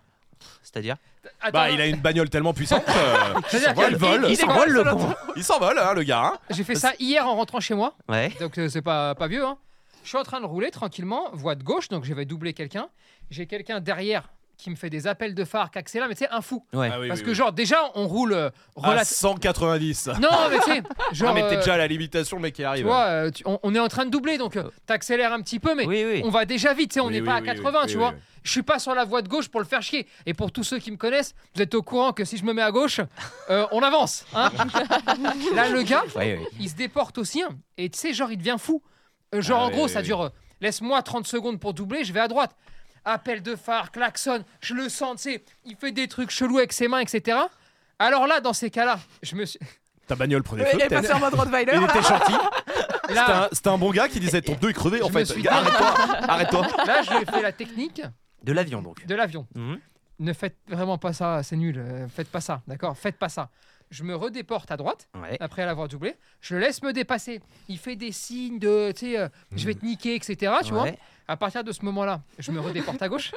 Speaker 4: C'est-à-dire
Speaker 9: Attends,
Speaker 2: Bah, il a une bagnole tellement puissante. euh,
Speaker 9: c'est-à-dire
Speaker 2: Ouais,
Speaker 9: que-
Speaker 2: il vole.
Speaker 9: il
Speaker 2: Il
Speaker 9: décolle
Speaker 2: s'envole,
Speaker 9: sur
Speaker 2: le
Speaker 9: l'autre-
Speaker 2: con. Il s'envole, hein, le gars. hein.
Speaker 9: J'ai fait ça hier en rentrant chez moi.
Speaker 4: Ouais.
Speaker 9: Donc, euh, c'est pas, pas vieux. hein. Je suis en train de rouler tranquillement, voie de gauche. Donc, je vais doubler quelqu'un. J'ai quelqu'un derrière qui me fait des appels de phare, qui accélère, mais tu sais, un fou.
Speaker 4: Ouais.
Speaker 2: Ah oui,
Speaker 9: Parce
Speaker 2: oui,
Speaker 9: que,
Speaker 2: oui.
Speaker 9: genre, déjà, on roule euh,
Speaker 2: à
Speaker 9: relativement.
Speaker 2: 190.
Speaker 9: Non, mais tu sais, genre.
Speaker 2: ah, mais t'es
Speaker 9: euh,
Speaker 2: déjà à la limitation, le mec qui
Speaker 9: Tu
Speaker 2: arrive.
Speaker 9: vois, euh, tu- on, on est en train de doubler, donc euh, t'accélères un petit peu, mais
Speaker 4: Oui, oui.
Speaker 9: on va déjà vite, tu sais, on
Speaker 2: Ah. Oui,
Speaker 9: n'est
Speaker 2: oui,
Speaker 9: pas
Speaker 2: oui,
Speaker 9: à
Speaker 2: oui,
Speaker 9: 80,
Speaker 2: oui,
Speaker 9: tu
Speaker 2: oui,
Speaker 9: vois.
Speaker 2: oui.
Speaker 9: Je suis pas sur la voie de gauche pour le faire chier. Et pour tous ceux qui me connaissent, vous êtes au courant que si je me mets à gauche, euh, on avance. hein. Là, le gars,
Speaker 4: Ouais, ouais.
Speaker 9: il se déporte aussi, hein, et tu sais, genre, il devient fou. Euh, genre,
Speaker 2: Ah,
Speaker 9: en
Speaker 2: oui,
Speaker 9: gros,
Speaker 2: oui,
Speaker 9: ça
Speaker 2: oui.
Speaker 9: dure, euh, laisse-moi 30 secondes pour doubler, je vais à droite. Appel de phare, klaxon, je le sens, tu sais, il fait des trucs chelous avec ses mains, etc. Alors là, dans ces cas-là, je me suis.
Speaker 2: Ta bagnole prenait feu,
Speaker 3: euh, Il est
Speaker 2: peut-être.
Speaker 3: passé en mode Rottweiler.
Speaker 2: Il était gentil.
Speaker 9: Là,
Speaker 2: C'était un- C'était un, bon gars qui disait ton dos est crevé en
Speaker 9: Je
Speaker 2: fait.
Speaker 9: me suis
Speaker 2: Gars, Arrête-toi, arrête-toi.
Speaker 9: là, je lui ai fait la technique
Speaker 4: De l'avion, donc.
Speaker 9: de l'avion.
Speaker 4: Mhm.
Speaker 9: ne faites vraiment pas ça, c'est nul, euh, faites pas ça, d'accord Faites pas ça. Je me redéporte à droite,
Speaker 4: Ouais.
Speaker 9: après l'avoir doublé, je le laisse me dépasser. Il fait des signes de, tu sais, euh, je vais te niquer, etc. Ah, Tu vois
Speaker 4: Ouais.
Speaker 9: À partir de ce moment-là, je me redéporte à gauche.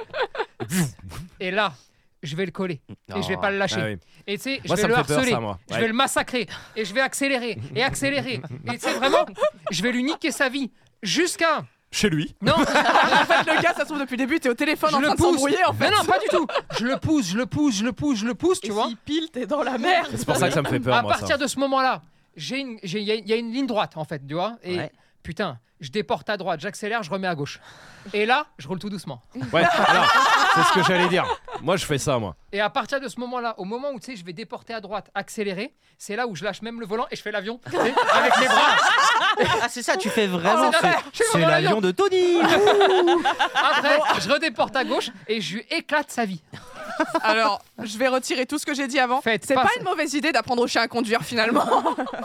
Speaker 9: et là, je vais le coller. Et
Speaker 4: Oh.
Speaker 9: je vais pas le lâcher. Et tu sais, Ah je
Speaker 2: Ah, Moi,
Speaker 9: vais
Speaker 2: ça me
Speaker 9: le
Speaker 2: fait peur,
Speaker 9: harceler.
Speaker 2: ça, moi.
Speaker 9: Je vais le massacrer. Et je vais accélérer. Et accélérer. Et tu sais, vraiment, je vais lui niquer sa vie. Jusqu'à.
Speaker 2: Chez lui.
Speaker 9: Non,
Speaker 3: Le gars, ça se trouve depuis le début, t'es au téléphone en
Speaker 9: je
Speaker 3: train
Speaker 9: le
Speaker 3: de
Speaker 9: pousse.
Speaker 3: s'embrouiller en fait.
Speaker 9: Mais non, pas du tout. Je le pousse, je le pousse, je le pousse, je le pousse, tu
Speaker 8: Et
Speaker 9: vois.
Speaker 8: si pile, t'es dans la mer.
Speaker 2: C'est pour ça que ça me fait
Speaker 9: à partir de ce moment-là, j'ai une, j'ai- il y, a- il y a une ligne droite en fait, tu vois. Et
Speaker 4: Ouais.
Speaker 9: putain, je déporte à droite, j'accélère, je remets à gauche. Et là, je roule tout doucement.
Speaker 2: Ouais, alors, c'est ce que j'allais dire. Moi, je fais ça, moi.
Speaker 9: Et à partir de ce moment-là, au moment où tu sais, je vais déporter à droite, accélérer, c'est là où je lâche même le volant et je fais l'avion tu sais, avec mes bras.
Speaker 4: Ah, c'est ça, tu fais vraiment.
Speaker 9: c'est
Speaker 4: ce-
Speaker 9: vrai, je fais
Speaker 4: c'est
Speaker 9: vraiment
Speaker 4: l'avion
Speaker 9: l'avion.
Speaker 4: de Tony.
Speaker 9: Après, je redéporte à gauche et je lui éclate sa vie.
Speaker 3: Alors, je vais retirer tout ce que j'ai dit avant.
Speaker 9: Faites
Speaker 3: C'est
Speaker 9: pas
Speaker 3: pas
Speaker 9: ça.
Speaker 3: une mauvaise idée d'apprendre au chien à conduire finalement.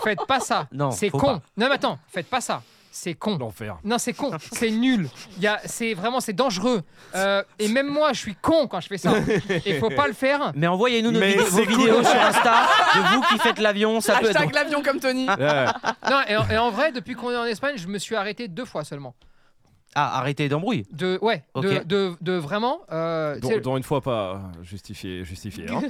Speaker 9: Faites pas ça.
Speaker 4: Non,
Speaker 9: c'est
Speaker 4: faut
Speaker 9: con.
Speaker 4: pas.
Speaker 9: Non, mais attends, faites pas ça. C'est con.
Speaker 2: L'enfer.
Speaker 9: Non, c'est con, c'est nul. Il y a- c'est vraiment, c'est dangereux. Euh, et même moi, je suis con quand je fais ça. Et faut pas le faire.
Speaker 4: Mais envoyez-nous nos
Speaker 2: Mais
Speaker 4: vidéos-
Speaker 2: c'est
Speaker 4: vos vidéos
Speaker 2: cool.
Speaker 4: sur Insta de vous qui faites l'avion, ça peut être.
Speaker 3: Hashtag l'avion comme Tony.
Speaker 9: Ah. Non, et en, et en vrai, depuis qu'on est en Espagne, je me suis arrêté deux fois seulement.
Speaker 4: Ah, arrêtez d'embrouille.
Speaker 9: De, ouais, de-
Speaker 4: Ok.
Speaker 9: de, de vraiment. euh, tu sais,
Speaker 5: Dans une fois, pas justifié, justifié.
Speaker 2: hein.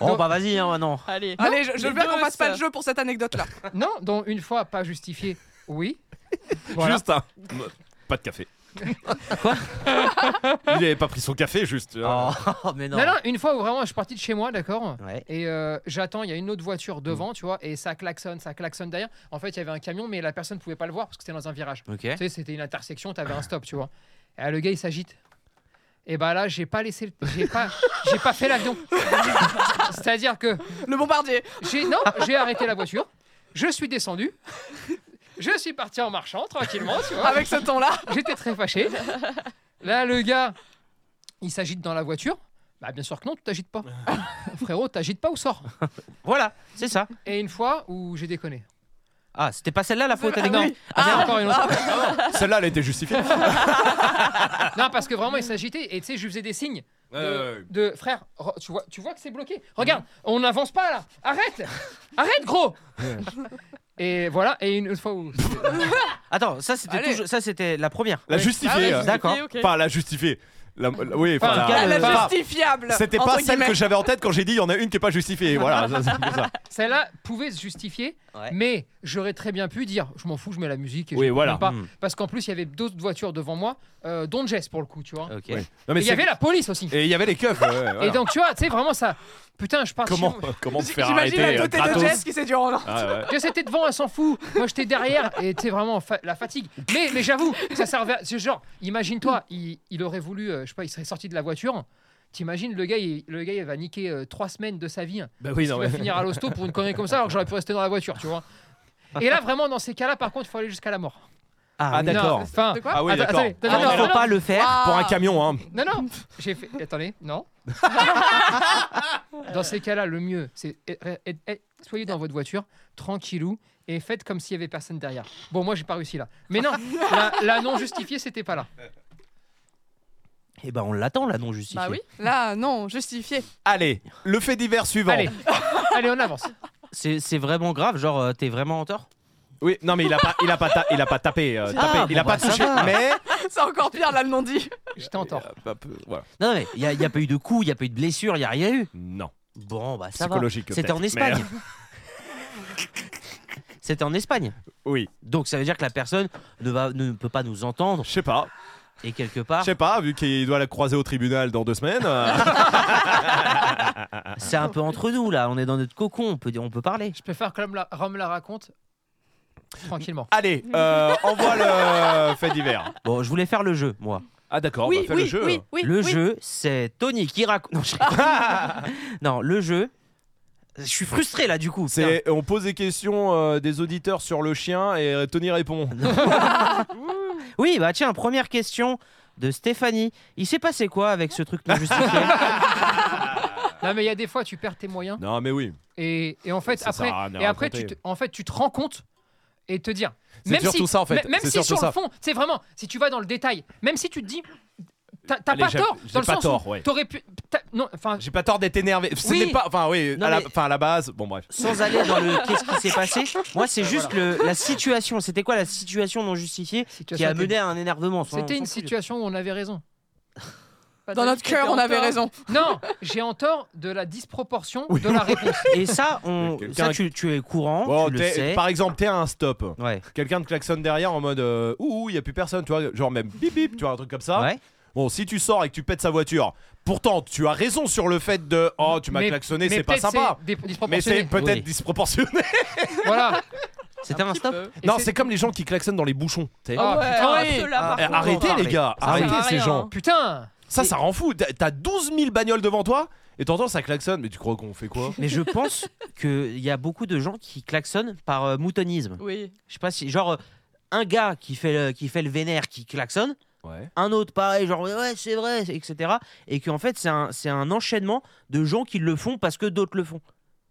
Speaker 4: Oh
Speaker 9: Non.
Speaker 4: bah vas-y, hein, maintenant.
Speaker 8: Allez.
Speaker 3: Allez, je, je veux bien
Speaker 8: Les
Speaker 3: qu'on
Speaker 8: deux,
Speaker 3: fasse pas
Speaker 8: ça.
Speaker 3: de jeu pour cette anecdote-là.
Speaker 9: non, dont une fois pas justifié, oui. Voilà.
Speaker 2: Juste un. Pas de café. Il avait pas pris son café, juste. hein. tu vois.
Speaker 4: Oh, mais non.
Speaker 9: Non, non, une fois où vraiment je suis parti de chez moi, d'accord
Speaker 4: Ouais.
Speaker 9: Et euh, j'attends, il y a une autre voiture devant, tu vois, et ça klaxonne, ça klaxonne derrière. En fait, il y avait un camion, mais la personne ne pouvait pas le voir parce que c'était dans un virage.
Speaker 4: Ok.
Speaker 9: Tu sais, c'était une intersection, t'avais un stop, tu vois. Et là, le gars, il s'agite. Et bah là, j'ai pas laissé, le- j'ai pas, j'ai pas fait l'avion. C'est-à-dire que
Speaker 3: Le bombardier.
Speaker 9: j'ai non, j'ai arrêté la voiture, je suis descendu, je suis parti en marchant tranquillement, tu vois.
Speaker 3: Avec ce ton-là.
Speaker 9: J'étais très fâché. Là, le gars, il s'agite dans la voiture. Bah, bien sûr que non, tu t'agites pas. Frérot, t'agites pas ou sors.
Speaker 4: Voilà, c'est ça.
Speaker 9: Et une fois où j'ai déconné.
Speaker 4: Ah, c'était pas celle-là la faute,
Speaker 3: Ah,
Speaker 4: elle est
Speaker 9: non.
Speaker 4: nulle.
Speaker 9: Ah, merde, encore une autre.
Speaker 2: Celle-là, elle était justifiée.
Speaker 9: Non, parce que vraiment, il s'agitait. Et tu sais, je lui faisais des signes. De, de- frère, re- tu vois, tu vois que c'est bloqué. Regarde, on n'avance pas là. Arrête Arrête, gros Et voilà, et une autre fois où.
Speaker 4: Attends, ça c'était
Speaker 3: Allez.
Speaker 4: toujours- ça c'était la première.
Speaker 2: La
Speaker 3: Ah
Speaker 9: Ouais.
Speaker 3: ouais,
Speaker 2: justifiée. euh,
Speaker 4: D'accord.
Speaker 8: Ok, ok.
Speaker 2: Pas la justifiée. La- la- oui, enfin,
Speaker 9: Enfin,
Speaker 2: la-
Speaker 9: en tout
Speaker 4: Ah,
Speaker 9: cas,
Speaker 3: Elle est
Speaker 2: enfin,
Speaker 3: justifiable.
Speaker 2: Euh, C'était
Speaker 3: entre
Speaker 2: pas celle
Speaker 3: guillemets.
Speaker 2: que j'avais en tête quand j'ai dit il y en a une qui est pas justifiée. Voilà, ça, c'est comme ça.
Speaker 9: Celle-là pouvait se justifier,
Speaker 4: Ouais.
Speaker 9: mais j'aurais très bien pu dire je m'en fous, je mets la musique et
Speaker 2: Oui,
Speaker 9: je
Speaker 2: voilà.
Speaker 9: comprends pas.
Speaker 4: Mm.
Speaker 9: Parce qu'en plus, il y avait d'autres voitures devant moi, euh, dont Jess pour le coup, tu vois.
Speaker 4: Ok.
Speaker 2: Ouais. Non,
Speaker 9: Et
Speaker 2: mais
Speaker 9: il y
Speaker 2: c'est-
Speaker 9: avait la police aussi.
Speaker 2: Et il y avait les keufs. ouais, ouais, voilà.
Speaker 9: Et donc, tu vois, tu sais, vraiment ça. Putain, je pars
Speaker 2: Comment,
Speaker 9: chez
Speaker 2: comment te faire
Speaker 3: J'imagine
Speaker 2: arrêter
Speaker 3: la
Speaker 2: euh,
Speaker 3: dotée de
Speaker 2: gratos
Speaker 3: Jess qui s'est dit oh non.
Speaker 2: Ah, ouais.
Speaker 9: moi. Jess était devant, elle s'en fout. Moi, j'étais derrière et tu sais, vraiment fa- la fatigue. Mais, mais j'avoue, ça servait à. C'est genre, imagine-toi, il, il aurait voulu, euh, je sais pas, il serait sorti de la voiture. T'imagines, le gars, il, le gars, il va niquer euh, trois semaines de sa vie. hein.
Speaker 5: Bah oui,
Speaker 9: Il
Speaker 5: non,
Speaker 9: va
Speaker 5: mais.
Speaker 9: finir à l'hosto pour une connerie comme ça, alors que j'aurais pu rester dans la voiture, tu vois. Et là, vraiment, dans ces cas-là, par contre, il faut aller jusqu'à la mort.
Speaker 4: Ah,
Speaker 2: Ah,
Speaker 4: oui.
Speaker 2: d'accord.
Speaker 9: Non, Enfin,
Speaker 3: De quoi Ah.
Speaker 2: Ah oui,
Speaker 9: Attends,
Speaker 2: d'accord.
Speaker 9: attendez,
Speaker 4: Ah,
Speaker 9: attendez,
Speaker 4: il faut
Speaker 9: attendez.
Speaker 4: pas le faire.
Speaker 2: Pour un camion, hein.
Speaker 9: Non, non, j'ai fait. Attendez, non. Dans ces cas-là, le mieux, c'est eh, eh, eh, soyez dans votre voiture, tranquillou, et faites comme s'il y avait personne derrière. Bon, moi, j'ai pas réussi là. Mais non, la, la non justifiée, c'était pas là.
Speaker 4: Et ben on l'attend là non justifiée.
Speaker 8: Bah oui.
Speaker 3: Là, non, justifié.
Speaker 2: Allez, le fait divers suivant.
Speaker 9: Allez, allez, on avance.
Speaker 4: C'est c'est vraiment grave, genre euh, t'es vraiment en tort.
Speaker 2: Oui, non mais il a pas, il a pas, ta- il a pas tapé, euh, tapé.
Speaker 4: bon,
Speaker 2: il a
Speaker 4: bah,
Speaker 2: pas
Speaker 4: ça
Speaker 2: touché,
Speaker 4: va.
Speaker 2: mais
Speaker 3: C'est encore pire là le non dit.
Speaker 9: J'étais en tort.
Speaker 2: Euh, un peu- voilà.
Speaker 4: Non mais il y, a- y a pas eu de coup, il y a pas eu de blessure, il y a rien eu.
Speaker 2: Non,
Speaker 4: Bon bah ça va.
Speaker 2: psychologique.
Speaker 4: C'était
Speaker 2: peut-être, euh,
Speaker 4: en Espagne. C'était en Espagne.
Speaker 2: mais, euh, oui,
Speaker 4: Donc ça veut dire que la personne ne va ne peut pas nous entendre
Speaker 2: je sais pas,
Speaker 4: et quelque
Speaker 2: je
Speaker 4: part
Speaker 2: sais pas, vu qu'il doit la croiser au tribunal dans deux semaines. euh, Ah,
Speaker 4: c'est un peu entre nous là, on est dans notre cocon, on peut dire- on peut parler.
Speaker 9: Je préfère que Rome la, Rome la raconte tranquillement.
Speaker 2: Allez, euh, envoie le fait divers.
Speaker 4: Bon, je voulais faire le jeu moi.
Speaker 2: Ah d'accord,
Speaker 3: oui,
Speaker 2: bah, fais
Speaker 3: oui,
Speaker 2: le jeu.
Speaker 3: oui, oui,
Speaker 4: le
Speaker 3: oui.
Speaker 4: jeu, c'est Tony qui raconte. Non, je... non, le jeu. Je suis frustré là du coup. putain.
Speaker 2: C'est, on pose des questions euh, des auditeurs sur le chien et Tony répond.
Speaker 4: Oui, bah tiens, première question de Stéphanie. Il s'est passé quoi avec ce truc non justifié
Speaker 9: Non, mais il y a des fois, tu perds tes moyens.
Speaker 2: Non mais oui.
Speaker 9: Et, et en fait,
Speaker 2: Ça sert
Speaker 9: après,
Speaker 2: à rien à
Speaker 9: et après tu,
Speaker 2: raconter.
Speaker 9: te- en fait, tu te rends compte et te dire.
Speaker 2: C'est
Speaker 9: même
Speaker 2: surtout
Speaker 9: si,
Speaker 2: ça, en fait.
Speaker 9: m- Même
Speaker 2: C'est
Speaker 9: si
Speaker 2: surtout
Speaker 9: sur
Speaker 2: ça.
Speaker 9: le fond, c'est vraiment, si tu vas dans le détail, même si tu te dis. T'as t'as
Speaker 2: Allez,
Speaker 9: pas
Speaker 2: j'ai-
Speaker 9: tort,
Speaker 2: j'ai
Speaker 9: dans le
Speaker 2: pas
Speaker 9: sens
Speaker 2: tort,
Speaker 9: où
Speaker 2: ouais.
Speaker 9: t'aurais pu. t'as- Non, enfin,
Speaker 2: J'ai pas tort d'être énervé. Ce
Speaker 4: Oui.
Speaker 2: n'est pas, enfin oui,
Speaker 4: Non,
Speaker 2: à, la,
Speaker 4: mais-
Speaker 2: enfin, à la base, bon bref.
Speaker 4: Sans aller dans le qu'est-ce qui s'est passé, moi c'est juste le- la situation. C'était quoi la situation non justifiée qui
Speaker 9: situation
Speaker 4: a
Speaker 9: était-
Speaker 4: mené à un énervement ça, on
Speaker 8: hein,
Speaker 9: C'était
Speaker 4: s'en
Speaker 9: une
Speaker 4: fout.
Speaker 9: situation où on avait raison.
Speaker 8: Pas
Speaker 3: Dans
Speaker 8: de-
Speaker 3: notre cœur,
Speaker 8: t'étais
Speaker 3: on
Speaker 8: en
Speaker 3: avait
Speaker 8: tort.
Speaker 3: raison.
Speaker 9: Non, j'ai en tort de la disproportion de la réponse.
Speaker 4: Et ça, on,
Speaker 2: Quelqu'un-
Speaker 4: ça tu, tu es courant,
Speaker 2: Bon,
Speaker 4: tu le
Speaker 2: Oh, t'es-
Speaker 4: sais.
Speaker 2: par exemple, t'es à un stop.
Speaker 4: Ouais.
Speaker 2: Quelqu'un te klaxonne derrière en mode euh, ouh, il y a plus personne, tu vois, genre même bip bip, tu vois un truc comme ça.
Speaker 4: ouais.
Speaker 2: Bon, si tu sors et que tu pètes sa voiture, pourtant tu as raison sur le fait de oh, tu m'as
Speaker 9: Mais-
Speaker 2: klaxonné,
Speaker 9: mais
Speaker 2: c'est pas
Speaker 9: peut-être
Speaker 2: sympa.
Speaker 9: c'est des-
Speaker 2: Mais c'est
Speaker 9: disproportionné.
Speaker 2: peut-être
Speaker 4: Oui.
Speaker 2: disproportionné.
Speaker 9: Voilà.
Speaker 4: C'était un
Speaker 8: Petit
Speaker 4: stop.
Speaker 8: peu.
Speaker 9: Et
Speaker 2: non, c'est comme les gens qui klaxonnent dans les bouchons. tu sais.
Speaker 9: Ah,
Speaker 8: Ah ouais,
Speaker 9: putain,
Speaker 8: alors
Speaker 9: oui.
Speaker 8: ceux-là, par
Speaker 2: Eh,
Speaker 8: contre,
Speaker 2: arrêtez
Speaker 8: on
Speaker 2: les
Speaker 8: va
Speaker 2: gars,
Speaker 4: Oh, Ça
Speaker 8: parler.
Speaker 2: arrêtez
Speaker 8: Ça sert à
Speaker 2: ces
Speaker 8: rien,
Speaker 2: gens.
Speaker 8: hein.
Speaker 9: Putain.
Speaker 2: Ça, ça rend fou. T'as- T'as 12 000 bagnoles devant toi et t'entends ça klaxonne. Mais tu crois qu'on fait quoi
Speaker 4: Mais je pense qu'il y a beaucoup de gens qui klaxonnent par euh, moutonisme.
Speaker 8: Oui.
Speaker 4: Je sais pas si. Genre, euh, un gars qui fait, le, qui fait le vénère, qui klaxonne,
Speaker 2: Ouais.
Speaker 4: un autre pareil, genre ouais, ouais, c'est vrai, etc. Et qu'en fait, c'est un, c'est un enchaînement de gens qui le font parce que d'autres le font.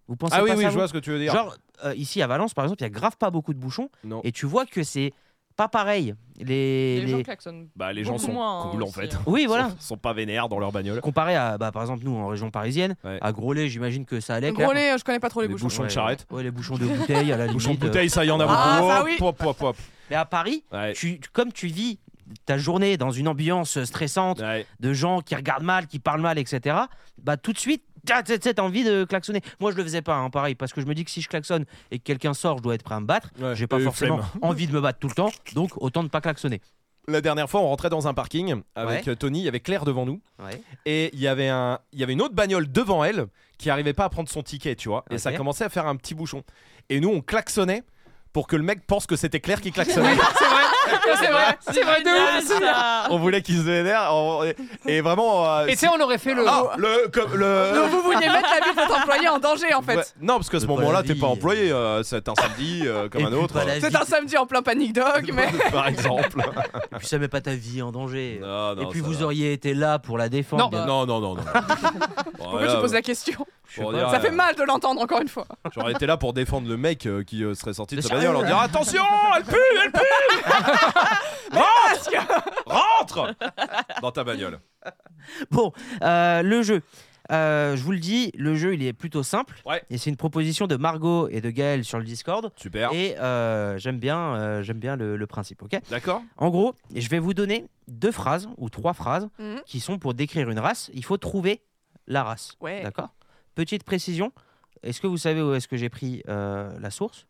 Speaker 4: Vous pensez
Speaker 2: Ah
Speaker 4: pas
Speaker 2: oui,
Speaker 4: ça
Speaker 2: oui,
Speaker 4: vous
Speaker 2: je vois ce que tu veux dire.
Speaker 4: Genre, euh, ici à Valence, par exemple, il y a grave pas beaucoup de bouchons.
Speaker 2: Non.
Speaker 4: Et tu vois que c'est pas pareil. Les,
Speaker 8: Les gens
Speaker 4: les-
Speaker 8: klaxonnent.
Speaker 2: Bah, les gens
Speaker 8: Beaucoup
Speaker 2: sont
Speaker 8: moins, hein,
Speaker 2: cool en
Speaker 8: aussi,
Speaker 2: fait.
Speaker 8: hein.
Speaker 4: Oui, voilà.
Speaker 2: Ils sont pas vénères dans leur bagnole.
Speaker 4: Comparé à, bah, par exemple, nous, en région parisienne,
Speaker 2: Ouais.
Speaker 4: à Grolet, j'imagine que ça allait.
Speaker 3: Gros lait, je connais pas trop les,
Speaker 2: Les
Speaker 3: bouchons.
Speaker 2: bouchons de charrette.
Speaker 4: Ouais, les bouchons de bouteille, à la
Speaker 2: Bouchons de
Speaker 4: limite, euh.
Speaker 2: bouteille, ça y en a beaucoup.
Speaker 3: Ah, ça
Speaker 2: Oh,
Speaker 3: oui.
Speaker 2: pop, pop, pop.
Speaker 4: Mais à Paris,
Speaker 2: Ouais.
Speaker 4: tu- tu- comme tu vis ta journée dans une ambiance stressante,
Speaker 2: Ouais.
Speaker 4: de gens qui regardent mal, qui parlent mal, etc., bah tout de suite, t'as t'as- t'as envie de klaxonner. Moi, je le faisais pas, hein, pareil, parce que je me dis que si je klaxonne et que quelqu'un sort, je dois être prêt à me battre.
Speaker 2: Ouais,
Speaker 4: J'ai pas
Speaker 2: et
Speaker 4: forcément
Speaker 2: flemme.
Speaker 4: envie de me battre tout le temps, donc autant ne pas klaxonner.
Speaker 2: la dernière fois, on rentrait dans un parking avec euh, Tony, il y avait Claire devant nous.
Speaker 4: Ouais.
Speaker 2: Et il y avait un, il y avait une autre bagnole devant elle qui arrivait pas à prendre son ticket, tu vois. Et ça
Speaker 4: Ok.
Speaker 2: commençait à faire un petit bouchon. Et nous, on klaxonnait pour que le mec pense que c'était Claire qui klaxonnait.
Speaker 9: C'est vrai, c'est
Speaker 2: Ah,
Speaker 9: vrai, c'est vrai
Speaker 8: Ah,
Speaker 9: de ouf.
Speaker 2: on voulait qu'il se vénère. on- et, et vraiment. euh,
Speaker 9: Et tu sais, on aurait fait le.
Speaker 2: ah, le, comme,
Speaker 3: Donc
Speaker 2: le...
Speaker 3: vous vouliez mettre la vie de votre employé en danger en fait.
Speaker 2: Ouais, non, parce qu'à ce
Speaker 4: C'est pas
Speaker 2: moment-là,
Speaker 4: la
Speaker 2: t'es
Speaker 4: vie.
Speaker 2: pas employé. euh, c'est un samedi euh, comme
Speaker 4: Et
Speaker 2: un
Speaker 4: puis,
Speaker 2: autre.
Speaker 4: pas la
Speaker 3: C'est
Speaker 4: vie-
Speaker 3: un samedi en plein panic dog, mais
Speaker 2: Par exemple.
Speaker 4: Et puis ça met pas ta vie en danger.
Speaker 2: Non,
Speaker 4: Et
Speaker 2: non,
Speaker 4: puis
Speaker 2: ça
Speaker 4: vous
Speaker 2: va.
Speaker 4: auriez été là pour la défendre.
Speaker 9: Non.
Speaker 4: bien-
Speaker 2: Non, non, non, non.
Speaker 3: pourquoi tu poses la question Ça fait mal de l'entendre encore une fois.
Speaker 2: J'aurais été là pour défendre le mec euh, qui euh, serait sorti de
Speaker 4: Le
Speaker 2: sa bagnole en
Speaker 4: sérieux,
Speaker 2: disant Attention, elle pue, elle pue Rentre Rentre Dans ta bagnole.
Speaker 4: Bon, euh, le jeu. Euh, je vous le dis, le jeu il est plutôt simple.
Speaker 2: Ouais.
Speaker 4: Et c'est une proposition de Margot et de Gaël sur le Discord.
Speaker 2: Super.
Speaker 4: Et euh, j'aime bien, euh, j'aime bien le, le principe. Ok.
Speaker 2: D'accord
Speaker 4: En gros, je vais vous donner deux phrases ou trois phrases
Speaker 3: Mhm.
Speaker 4: qui sont pour décrire une race. Il faut trouver la race.
Speaker 3: Ouais.
Speaker 4: D'accord. Petite précision. Est-ce que vous savez où est-ce que j'ai pris euh, la source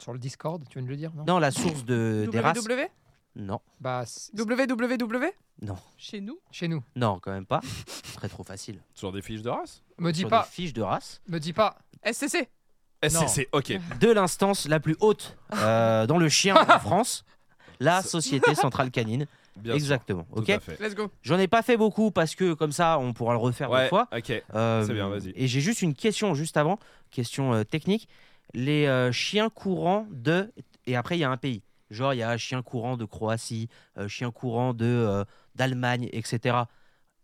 Speaker 9: Sur le Discord, tu viens de le dire, non,
Speaker 4: Non, la source de, des races.
Speaker 3: www
Speaker 4: Non,
Speaker 9: Bah, c'est-
Speaker 3: www
Speaker 8: Chez nous
Speaker 9: chez nous.
Speaker 4: non, quand même pas. Ce serait trop facile.
Speaker 2: Sur des fiches de race
Speaker 9: Me dis
Speaker 4: Sur
Speaker 9: pas,
Speaker 4: des fiches de race
Speaker 9: me dis pas.
Speaker 3: SCC.
Speaker 2: SCC, Eh, ok.
Speaker 4: de l'instance la plus haute euh, dans le chien en France, la Société Centrale Canine.
Speaker 2: Bien sûr,
Speaker 4: Exactement.
Speaker 2: tout
Speaker 4: Ok.
Speaker 2: à fait.
Speaker 3: Let's go.
Speaker 4: J'en ai pas fait beaucoup parce que comme ça, on pourra le refaire
Speaker 2: Ouais,
Speaker 4: deux fois.
Speaker 2: ok.
Speaker 4: Euh,
Speaker 2: C'est bien, vas-y.
Speaker 4: Et j'ai juste une question juste avant, question euh, technique. Les euh, chiens courants de. Et après, il y a un pays. Genre, il y a chien courant de Croatie, euh, chien courant de, euh, d'Allemagne, etc.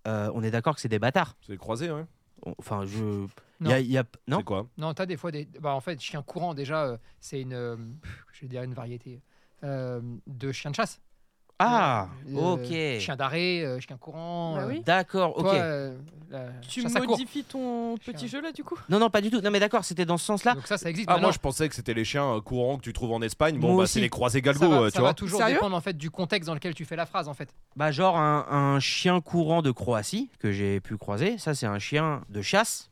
Speaker 4: Euh, on est d'accord que c'est des bâtards.
Speaker 2: C'est croisé, ouais.
Speaker 4: On- Enfin, je. il Y a, il y a- Non
Speaker 2: C'est quoi
Speaker 9: Non, t'as des fois des. Bah, en fait, chien courant, déjà, euh, c'est une. euh, pff, je vais dire une variété. euh, de chien de chasse.
Speaker 4: Ah
Speaker 9: Euh,
Speaker 4: Ok.
Speaker 9: Chien d'arrêt, euh, chien courant.
Speaker 8: Bah
Speaker 9: euh,
Speaker 8: oui.
Speaker 4: D'accord, ok.
Speaker 9: toi, euh, la
Speaker 8: Tu
Speaker 9: chasse à courre.
Speaker 8: modifies ton petit
Speaker 9: Chien.
Speaker 8: jeu là du coup
Speaker 4: Non, non, pas du tout. Non, mais d'accord, c'était dans ce sens-là.
Speaker 9: Donc ça, ça existe.
Speaker 2: Ah,
Speaker 9: maintenant.
Speaker 2: moi je pensais que c'était les chiens euh, courants que tu trouves en Espagne. Bon,
Speaker 4: Moi
Speaker 2: bah c'est
Speaker 4: aussi.
Speaker 2: les croisés
Speaker 9: ça
Speaker 2: galgo,
Speaker 9: va,
Speaker 2: euh,
Speaker 9: ça
Speaker 2: tu
Speaker 9: va
Speaker 2: vois.
Speaker 9: toujours
Speaker 3: Sérieux
Speaker 9: dépendre en fait du contexte dans lequel tu fais la phrase en fait.
Speaker 4: Bah, genre un, un chien courant de Croatie que j'ai pu croiser. Ça, c'est un chien de chasse.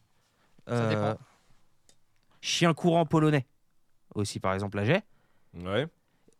Speaker 4: Euh,
Speaker 9: Ça dépend.
Speaker 4: Chien courant polonais. Aussi, par exemple, là, j'ai.
Speaker 2: Ouais.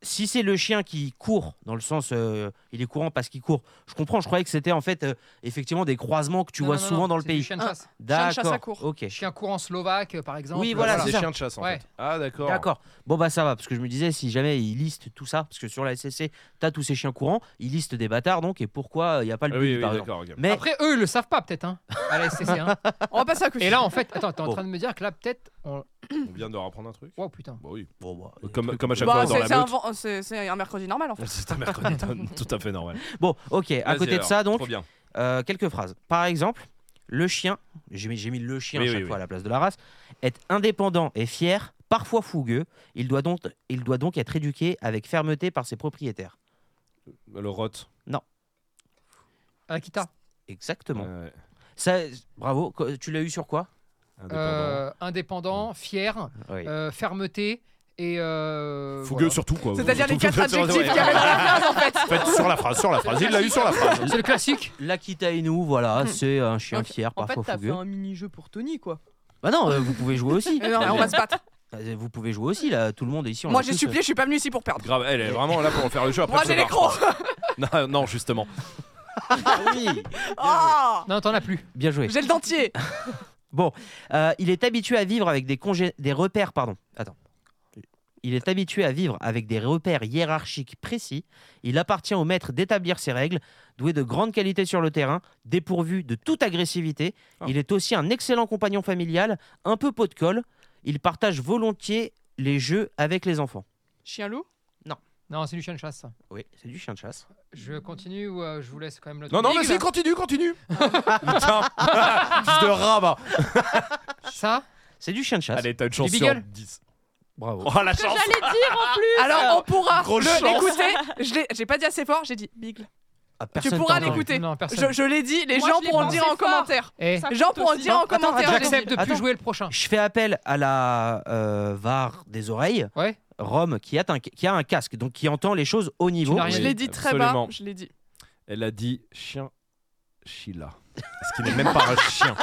Speaker 4: si c'est le chien qui court, dans le sens euh, il est courant parce qu'il court, je comprends, je croyais que c'était en fait euh, effectivement des croisements que tu
Speaker 9: Non,
Speaker 4: vois
Speaker 9: non, non,
Speaker 4: souvent
Speaker 9: non,
Speaker 4: dans le
Speaker 9: c'est du
Speaker 4: pays.
Speaker 9: Chien de chasse.
Speaker 3: Chien de chasse à
Speaker 4: D'accord.
Speaker 3: court.
Speaker 4: Ok.
Speaker 9: Chien courant slovaque euh, par exemple.
Speaker 4: Oui, voilà,
Speaker 2: c'est
Speaker 4: c'est
Speaker 2: des
Speaker 4: ça.
Speaker 2: chiens de chasse en
Speaker 9: Ouais.
Speaker 2: fait. Ah, d'accord.
Speaker 4: D'accord. Bon bah ça va parce que je me disais si jamais ils listent tout ça parce que sur la SCC t'as tous ces chiens courants, ils listent des bâtards donc et pourquoi il n'y a pas
Speaker 2: Ah
Speaker 4: le
Speaker 2: Oui,
Speaker 4: pays,
Speaker 2: oui,
Speaker 4: par exemple.
Speaker 2: d'accord. ok.
Speaker 4: Mais
Speaker 9: Après eux ils le savent pas peut-être hein, à la SCC. hein.
Speaker 3: On va passer à couche.
Speaker 9: Et là en fait, attends, t'es en
Speaker 4: Bon.
Speaker 9: train de me dire que là peut-être on...
Speaker 2: On vient de leur apprendre un truc.
Speaker 9: Oh putain.
Speaker 2: Bah oui.
Speaker 4: Bon, bah, des
Speaker 2: Comme,
Speaker 4: trucs-
Speaker 2: comme à chaque
Speaker 3: Bah,
Speaker 2: fois dans
Speaker 3: c'est-
Speaker 2: la
Speaker 3: c'est un
Speaker 2: meute.
Speaker 3: ven- c'est c'est un mercredi normal en fait.
Speaker 2: C'est un mercredi, tout à fait normal.
Speaker 4: bon ok. À
Speaker 2: Vas-y,
Speaker 4: côté de
Speaker 2: alors,
Speaker 4: ça donc
Speaker 2: Trop bien.
Speaker 4: euh, quelques phrases. Par exemple le chien, j'ai mis, j'ai mis le chien
Speaker 2: Oui,
Speaker 4: à
Speaker 2: oui,
Speaker 4: chaque
Speaker 2: oui.
Speaker 4: fois à la place de la race, est indépendant et fier, parfois fougueux. Il doit donc il doit donc être éduqué avec fermeté par ses propriétaires.
Speaker 2: Le rot.
Speaker 9: Akita.
Speaker 4: Exactement.
Speaker 2: Ouais,
Speaker 4: Ça, bravo. Co- Tu l'as eu sur quoi
Speaker 2: indépendant.
Speaker 9: Euh, indépendant, fier,
Speaker 4: Oui.
Speaker 9: euh, fermeté et. euh,
Speaker 2: Fougueux
Speaker 9: voilà.
Speaker 2: surtout quoi.
Speaker 3: C'est-à-dire les quatre
Speaker 2: Surtout-
Speaker 3: adjectifs qu'il y
Speaker 2: Ouais.
Speaker 3: avait dans la phrase en fait.
Speaker 2: Faites sur la phrase, sur la phrase. Il l'a eu sur la phrase.
Speaker 9: C'est le classique.
Speaker 4: L'Akita Inu, voilà,
Speaker 3: Hmm.
Speaker 4: c'est un chien
Speaker 8: Donc,
Speaker 4: fier,
Speaker 8: euh, En fait,
Speaker 4: parfois
Speaker 8: t'as fait
Speaker 4: fougueux.
Speaker 8: un mini-jeu pour Tony quoi.
Speaker 4: Bah non, euh, vous pouvez jouer aussi.
Speaker 3: Mais non, mais on va se battre.
Speaker 4: Euh, Vous pouvez jouer aussi, là, tout le monde ici. on
Speaker 3: Moi
Speaker 4: a
Speaker 3: j'ai
Speaker 4: tous, euh,
Speaker 3: supplié, je suis pas venu ici pour perdre.
Speaker 2: Grave, elle est vraiment là pour faire le jeu. Après,
Speaker 3: Moi
Speaker 2: faut
Speaker 3: j'ai les
Speaker 2: voir.
Speaker 3: crocs.
Speaker 2: Non, non, justement.
Speaker 4: euh, oui,
Speaker 3: Ah
Speaker 9: Non, t'en as plus.
Speaker 4: bien joué.
Speaker 3: J'ai le dentier.
Speaker 4: Euh, il est habitué à vivre avec des, congé- des repères. Pardon. Attends. Il est habitué à vivre avec des repères hiérarchiques précis. Il appartient au maître d'établir ses règles. Doué de grande qualité sur le terrain, dépourvu de toute agressivité,
Speaker 2: Ah.
Speaker 4: il est aussi un excellent compagnon familial, un peu pot de colle. Il partage volontiers les jeux avec les enfants.
Speaker 3: Chien loup.
Speaker 9: Non, c'est du chien de chasse. ça.
Speaker 4: Oui, c'est du chien de chasse.
Speaker 9: Je continue ou euh, je vous laisse quand même le
Speaker 2: Non, non,
Speaker 9: Ligue,
Speaker 2: vas-y,
Speaker 9: là.
Speaker 2: continue, continue. Putain, fils de rabat.
Speaker 9: Ah, Ça,
Speaker 4: C'est du chien de chasse.
Speaker 2: Allez, t'as une chance
Speaker 9: Du
Speaker 2: sur
Speaker 9: Beagle
Speaker 2: 10.
Speaker 4: bravo.
Speaker 2: Oh, la chance.
Speaker 8: J'allais dire en plus
Speaker 3: Alors on pourra
Speaker 2: Grosse chance.
Speaker 3: le- l'écouter. Je l'ai- J'ai pas dit assez fort, j'ai dit Bigle.
Speaker 4: Ah, personne
Speaker 3: pourras
Speaker 4: t'entend.
Speaker 3: l'écouter. Écoutez,
Speaker 9: non, personne.
Speaker 3: Je, je l'ai dit, les
Speaker 8: Moi,
Speaker 3: gens
Speaker 8: je l'ai
Speaker 3: pourront le
Speaker 8: pensé
Speaker 3: dire en
Speaker 8: fort.
Speaker 3: commentaire.
Speaker 9: Eh,
Speaker 3: Les gens pourront le dire en
Speaker 4: Attends,
Speaker 3: commentaire. j'ai
Speaker 9: J'accepte de plus
Speaker 4: Attends.
Speaker 9: jouer le prochain.
Speaker 4: Je fais appel à la euh, VAR des oreilles,
Speaker 9: Ouais.
Speaker 4: Rome, qui a, un, qui a un casque, donc qui entend les choses au niveau.
Speaker 9: n'as
Speaker 3: dit. Je
Speaker 9: rien
Speaker 2: Oui,
Speaker 3: l'ai dit très
Speaker 2: absolument.
Speaker 3: bas. Je l'ai dit.
Speaker 2: Elle a dit chien
Speaker 5: Sheila.
Speaker 2: Ce qui n'est même pas un chien.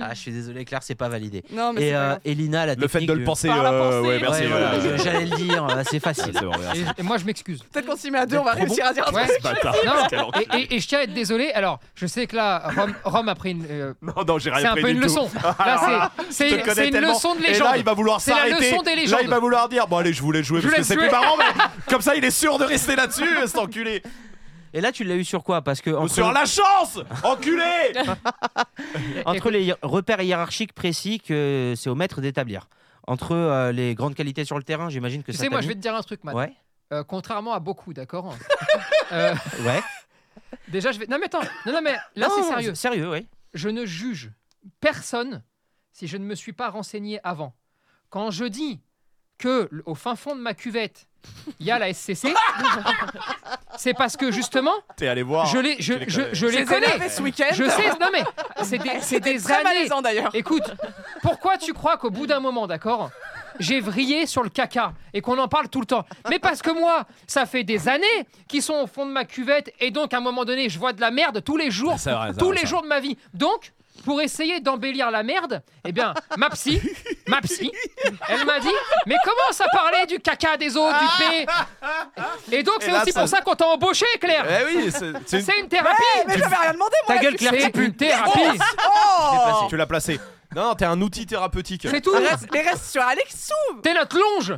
Speaker 4: Ah, je suis désolé, Claire, c'est pas validé.
Speaker 3: Non, mais c'est
Speaker 4: Et,
Speaker 3: pas
Speaker 4: euh,
Speaker 3: grave.
Speaker 4: et Lina, la
Speaker 2: Le fait de le penser.
Speaker 3: Par la
Speaker 2: euh,
Speaker 3: pensée.
Speaker 2: ouais, merci.
Speaker 4: Ouais,
Speaker 2: voilà.
Speaker 4: voilà, je- J'allais le dire, euh, c'est
Speaker 5: Ouais,
Speaker 4: facile.
Speaker 5: c'est vrai, merci.
Speaker 9: Et, et moi, je m'excuse.
Speaker 3: Peut-être qu'on s'y met à deux, on va
Speaker 2: Trop bon.
Speaker 3: réussir à dire un truc.
Speaker 9: Ouais.
Speaker 2: Ah, Bâtard. Quel
Speaker 9: Non,
Speaker 2: enculé.
Speaker 9: et, et- et je tiens à être désolé. Alors, je sais que là, Rome, Rome a pris une. euh,
Speaker 2: Non, non, j'ai rien
Speaker 9: c'est un
Speaker 2: pris
Speaker 9: peu
Speaker 2: du
Speaker 9: une
Speaker 2: tout.
Speaker 9: leçon. Là, c'est-
Speaker 2: Je te
Speaker 9: c'est
Speaker 2: connais
Speaker 9: c'est une
Speaker 2: tellement.
Speaker 9: leçon de
Speaker 2: Et là, il
Speaker 9: légende.
Speaker 2: va vouloir
Speaker 9: C'est la
Speaker 2: s'arrêter.
Speaker 9: leçon des
Speaker 2: Là,
Speaker 9: légendes.
Speaker 2: il va vouloir dire Bon, allez, je voulais jouer
Speaker 9: Je
Speaker 2: parce que
Speaker 9: laisse
Speaker 2: c'est
Speaker 9: jouer.
Speaker 2: plus marrant, mais comme ça, il est sûr de rester là-dessus, cet enculé.
Speaker 4: Et là, tu l'as eu sur quoi Parce que entre,
Speaker 2: Sur la chance Enculé
Speaker 4: entre les hi- repères hiérarchiques précis que c'est au maître d'établir. Entre euh, les grandes qualités sur le terrain, j'imagine que
Speaker 9: Tu
Speaker 4: ça.
Speaker 9: sais,
Speaker 4: t'a
Speaker 9: moi,
Speaker 4: mis.
Speaker 9: je vais te dire un truc, man.
Speaker 4: Ouais,
Speaker 9: Euh, contrairement à beaucoup, d'accord Euh,
Speaker 4: ouais.
Speaker 9: Déjà, je vais. Non, mais attends. Non, non, mais là, c'est
Speaker 4: Non,
Speaker 9: sérieux.
Speaker 4: Sérieux, oui.
Speaker 9: je ne juge personne si je ne me suis pas renseigné avant. Quand je dis que l- au fin fond de ma cuvette, il y a la SCC, c'est parce que justement,
Speaker 2: T'es allé voir.
Speaker 9: je les, je,
Speaker 2: Oh, tu les
Speaker 9: je-
Speaker 2: connais.
Speaker 9: je
Speaker 3: Je
Speaker 9: les
Speaker 3: les ai
Speaker 9: connais.
Speaker 3: lavés ce week-end.
Speaker 9: Je sais, non mais c'est des, c'est des
Speaker 3: Très
Speaker 9: années.
Speaker 3: malaisant d'ailleurs.
Speaker 9: Écoute, pourquoi tu crois qu'au bout d'un moment, d'accord, j'ai vrillé sur le caca et qu'on en parle tout le temps Mais parce que moi, ça fait des années qu'ils sont au fond de ma cuvette et donc à un moment donné, je vois de la merde tous les jours,
Speaker 2: C'est vrai, c'est
Speaker 9: tous
Speaker 2: vrai,
Speaker 9: les
Speaker 2: c'est
Speaker 9: jours de ma vie. Donc, pour essayer d'embellir la merde, eh bien, ma psy, ma psy, elle m'a dit Mais comment ça parlait du caca des autres, du P Et donc, c'est
Speaker 2: là,
Speaker 9: aussi
Speaker 2: ça-
Speaker 9: pour ça qu'on t'a embauché, Claire
Speaker 2: Eh oui, c'est- c'est une-
Speaker 9: C'est une thérapie
Speaker 3: Eh, Mais j'avais rien demandé, moi.
Speaker 4: Ta
Speaker 3: la
Speaker 4: gueule,
Speaker 3: fille.
Speaker 4: Claire, tu
Speaker 9: C'est
Speaker 4: pues.
Speaker 9: une thérapie
Speaker 3: Oh
Speaker 2: Tu l'as placé. Non, non, t'es un outil thérapeutique.
Speaker 9: C'est tout
Speaker 3: Reste- Mais reste sur Alexou
Speaker 9: T'es notre longe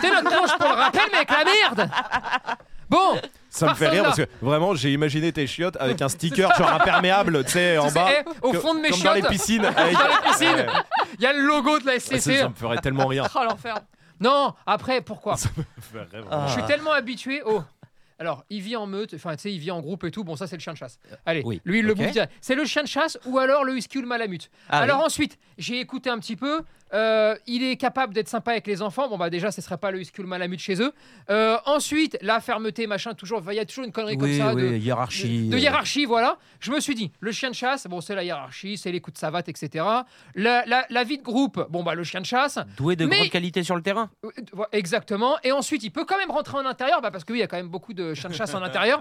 Speaker 9: T'es notre longe pour le rappel, mec, la merde Bon,
Speaker 2: Ça me fait rire
Speaker 9: Personne
Speaker 2: parce que vraiment, j'ai imaginé tes chiottes avec un sticker genre imperméable, tu sais, en
Speaker 9: tu sais,
Speaker 2: bas.
Speaker 9: eh, au
Speaker 2: que-
Speaker 9: fond de mes
Speaker 2: comme dans les
Speaker 9: chiottes,
Speaker 2: piscines. Eh, avec-
Speaker 9: dans les piscines.
Speaker 2: Ouais, ouais.
Speaker 9: il y a le logo de la
Speaker 5: Ah,
Speaker 2: Ça,
Speaker 9: SCC.
Speaker 2: ça me ferait tellement rire.
Speaker 3: Oh l'enfer
Speaker 9: Non, après, pourquoi
Speaker 4: Ah.
Speaker 9: Je suis tellement habitué au... Alors, il vit en meute, enfin, tu sais, il vit en groupe et tout. Bon, ça, c'est le chien de chasse. Allez,
Speaker 4: Oui,
Speaker 9: lui, il le
Speaker 4: ok.
Speaker 9: bouffe direct. C'est le chien de chasse ou alors le husky ou le malamute.
Speaker 4: Ah,
Speaker 9: alors
Speaker 4: oui.
Speaker 9: ensuite, j'ai écouté un petit peu. euh, il est capable d'être sympa avec les enfants. Bon, bah déjà, ce serait pas le husky ou le malamute chez eux. Euh, ensuite, la fermeté, machin, toujours. Il y a toujours une connerie
Speaker 4: oui,
Speaker 9: comme ça. de-
Speaker 4: oui, hiérarchie.
Speaker 9: de, de
Speaker 4: euh,
Speaker 9: hiérarchie, voilà. Je me suis dit, le chien de chasse, bon, c'est la hiérarchie, c'est les coups de savate, etc. La, la- la vie de groupe, bon, bah, le chien de chasse,
Speaker 4: Doué euh, de
Speaker 9: Mais-
Speaker 4: grandes qualités sur le terrain.
Speaker 9: euh, voilà, exactement. Et ensuite, il peut quand même rentrer en intérieur, bah, parce que oui, il y a quand même beaucoup de chiens de chasse en intérieur.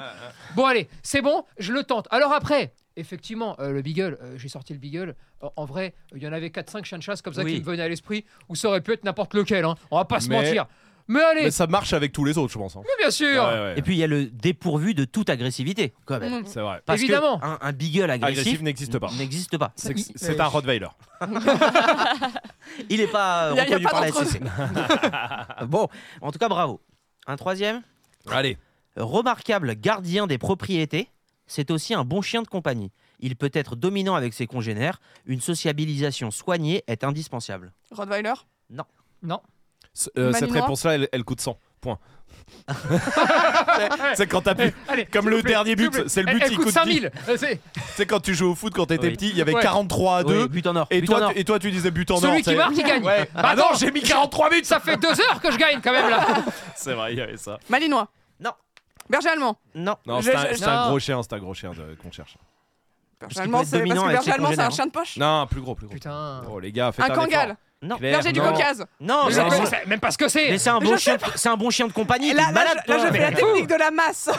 Speaker 9: Bon, allez, c'est bon, je le tente. Alors après. Effectivement, euh, le Beagle, euh, j'ai sorti le Beagle. En- en vrai, il y en avait 4-5 chiens de chasse comme ça
Speaker 4: Oui.
Speaker 9: qui me venaient à l'esprit, ou ça aurait pu être n'importe lequel, hein. on va pas se
Speaker 2: Mais-
Speaker 9: mentir. Mais allez,
Speaker 2: Mais ça marche avec tous les autres, je pense. hein.
Speaker 9: mais bien sûr
Speaker 2: Ouais, ouais.
Speaker 4: Et puis il y a le dépourvu de toute agressivité, quand
Speaker 3: Mm.
Speaker 4: même.
Speaker 2: C'est vrai.
Speaker 4: Parce que
Speaker 9: Évidemment.
Speaker 4: un, un beagle agressif,
Speaker 2: Agressif n'existe pas.
Speaker 4: n'existe pas.
Speaker 2: C'est
Speaker 3: euh,
Speaker 2: c'est un Rottweiler.
Speaker 4: Il n'est pas euh,
Speaker 3: Il y a- il y a
Speaker 4: reconnu
Speaker 3: pas
Speaker 4: par la
Speaker 3: d'entre-
Speaker 4: SCC. bon, en tout cas, bravo. Un troisième,
Speaker 2: Allez.
Speaker 4: remarquable gardien des propriétés, c'est aussi un bon chien de compagnie. Il peut être dominant avec ses congénères. Une sociabilisation soignée est indispensable.
Speaker 3: Rottweiler
Speaker 2: C- euh,
Speaker 3: Manu
Speaker 2: cette
Speaker 3: Noir.
Speaker 2: réponse-là, elle, elle coûte 100. Point. c'est quand t'as pu.
Speaker 9: Allez,
Speaker 2: Comme
Speaker 9: s'il
Speaker 2: le
Speaker 9: vous plaît,
Speaker 2: dernier
Speaker 9: s'il vous
Speaker 2: but,
Speaker 9: plaît.
Speaker 2: c'est le
Speaker 9: Elle-
Speaker 2: but
Speaker 9: elle
Speaker 2: qui
Speaker 9: coûte
Speaker 2: coûte
Speaker 9: 5000. Euh, c'est-
Speaker 2: C'est quand tu jouais au foot quand t'étais
Speaker 4: Oui.
Speaker 2: petit, il y avait
Speaker 9: Ouais.
Speaker 2: 43 à 2.
Speaker 4: Oui, but en or.
Speaker 2: Et
Speaker 4: but en
Speaker 2: toi,
Speaker 4: or.
Speaker 2: tu, et toi, tu disais but en or.
Speaker 9: Celui qui
Speaker 2: c'est-
Speaker 9: marque, il gagne.
Speaker 2: Ouais.
Speaker 9: Bah
Speaker 2: Ah non,
Speaker 9: attends,
Speaker 2: j'ai mis 43 buts.
Speaker 9: Ça fait deux heures que je gagne quand même là.
Speaker 2: C'est vrai, il y avait ça.
Speaker 3: Malinois
Speaker 4: Non.
Speaker 3: Berger allemand
Speaker 4: Non.
Speaker 2: Non,
Speaker 3: Je-
Speaker 2: c'est un,
Speaker 3: je-
Speaker 2: c'est un
Speaker 9: non.
Speaker 2: gros chien, c'est un gros chien de- qu'on cherche.
Speaker 3: Berger
Speaker 4: qu'il
Speaker 3: allemand,
Speaker 4: peut être
Speaker 3: c'est parce
Speaker 4: dominant
Speaker 3: que
Speaker 4: avec
Speaker 3: Berger
Speaker 4: ses
Speaker 3: allemand, c'est un
Speaker 4: congénères. hein.
Speaker 3: chien de poche
Speaker 2: Non, un plus gros, plus gros.
Speaker 9: Putain.
Speaker 2: Oh les gars, faites
Speaker 3: Un kangal
Speaker 2: effort.
Speaker 4: Non.
Speaker 2: Claire,
Speaker 3: Berger du
Speaker 2: non.
Speaker 3: Caucase
Speaker 4: Non,
Speaker 9: Mais
Speaker 4: mais
Speaker 9: je
Speaker 4: non.
Speaker 9: connais ça- même pas ce que
Speaker 4: Mais
Speaker 9: c'est.
Speaker 4: c'est un,
Speaker 3: Mais
Speaker 4: bon
Speaker 3: je
Speaker 4: chien, c'est un bon chien de compagnie.
Speaker 3: Et
Speaker 4: t'es
Speaker 3: là, là,
Speaker 4: malade,
Speaker 3: je- là,
Speaker 4: toi.
Speaker 3: je fais la
Speaker 9: Mais
Speaker 3: technique de la masse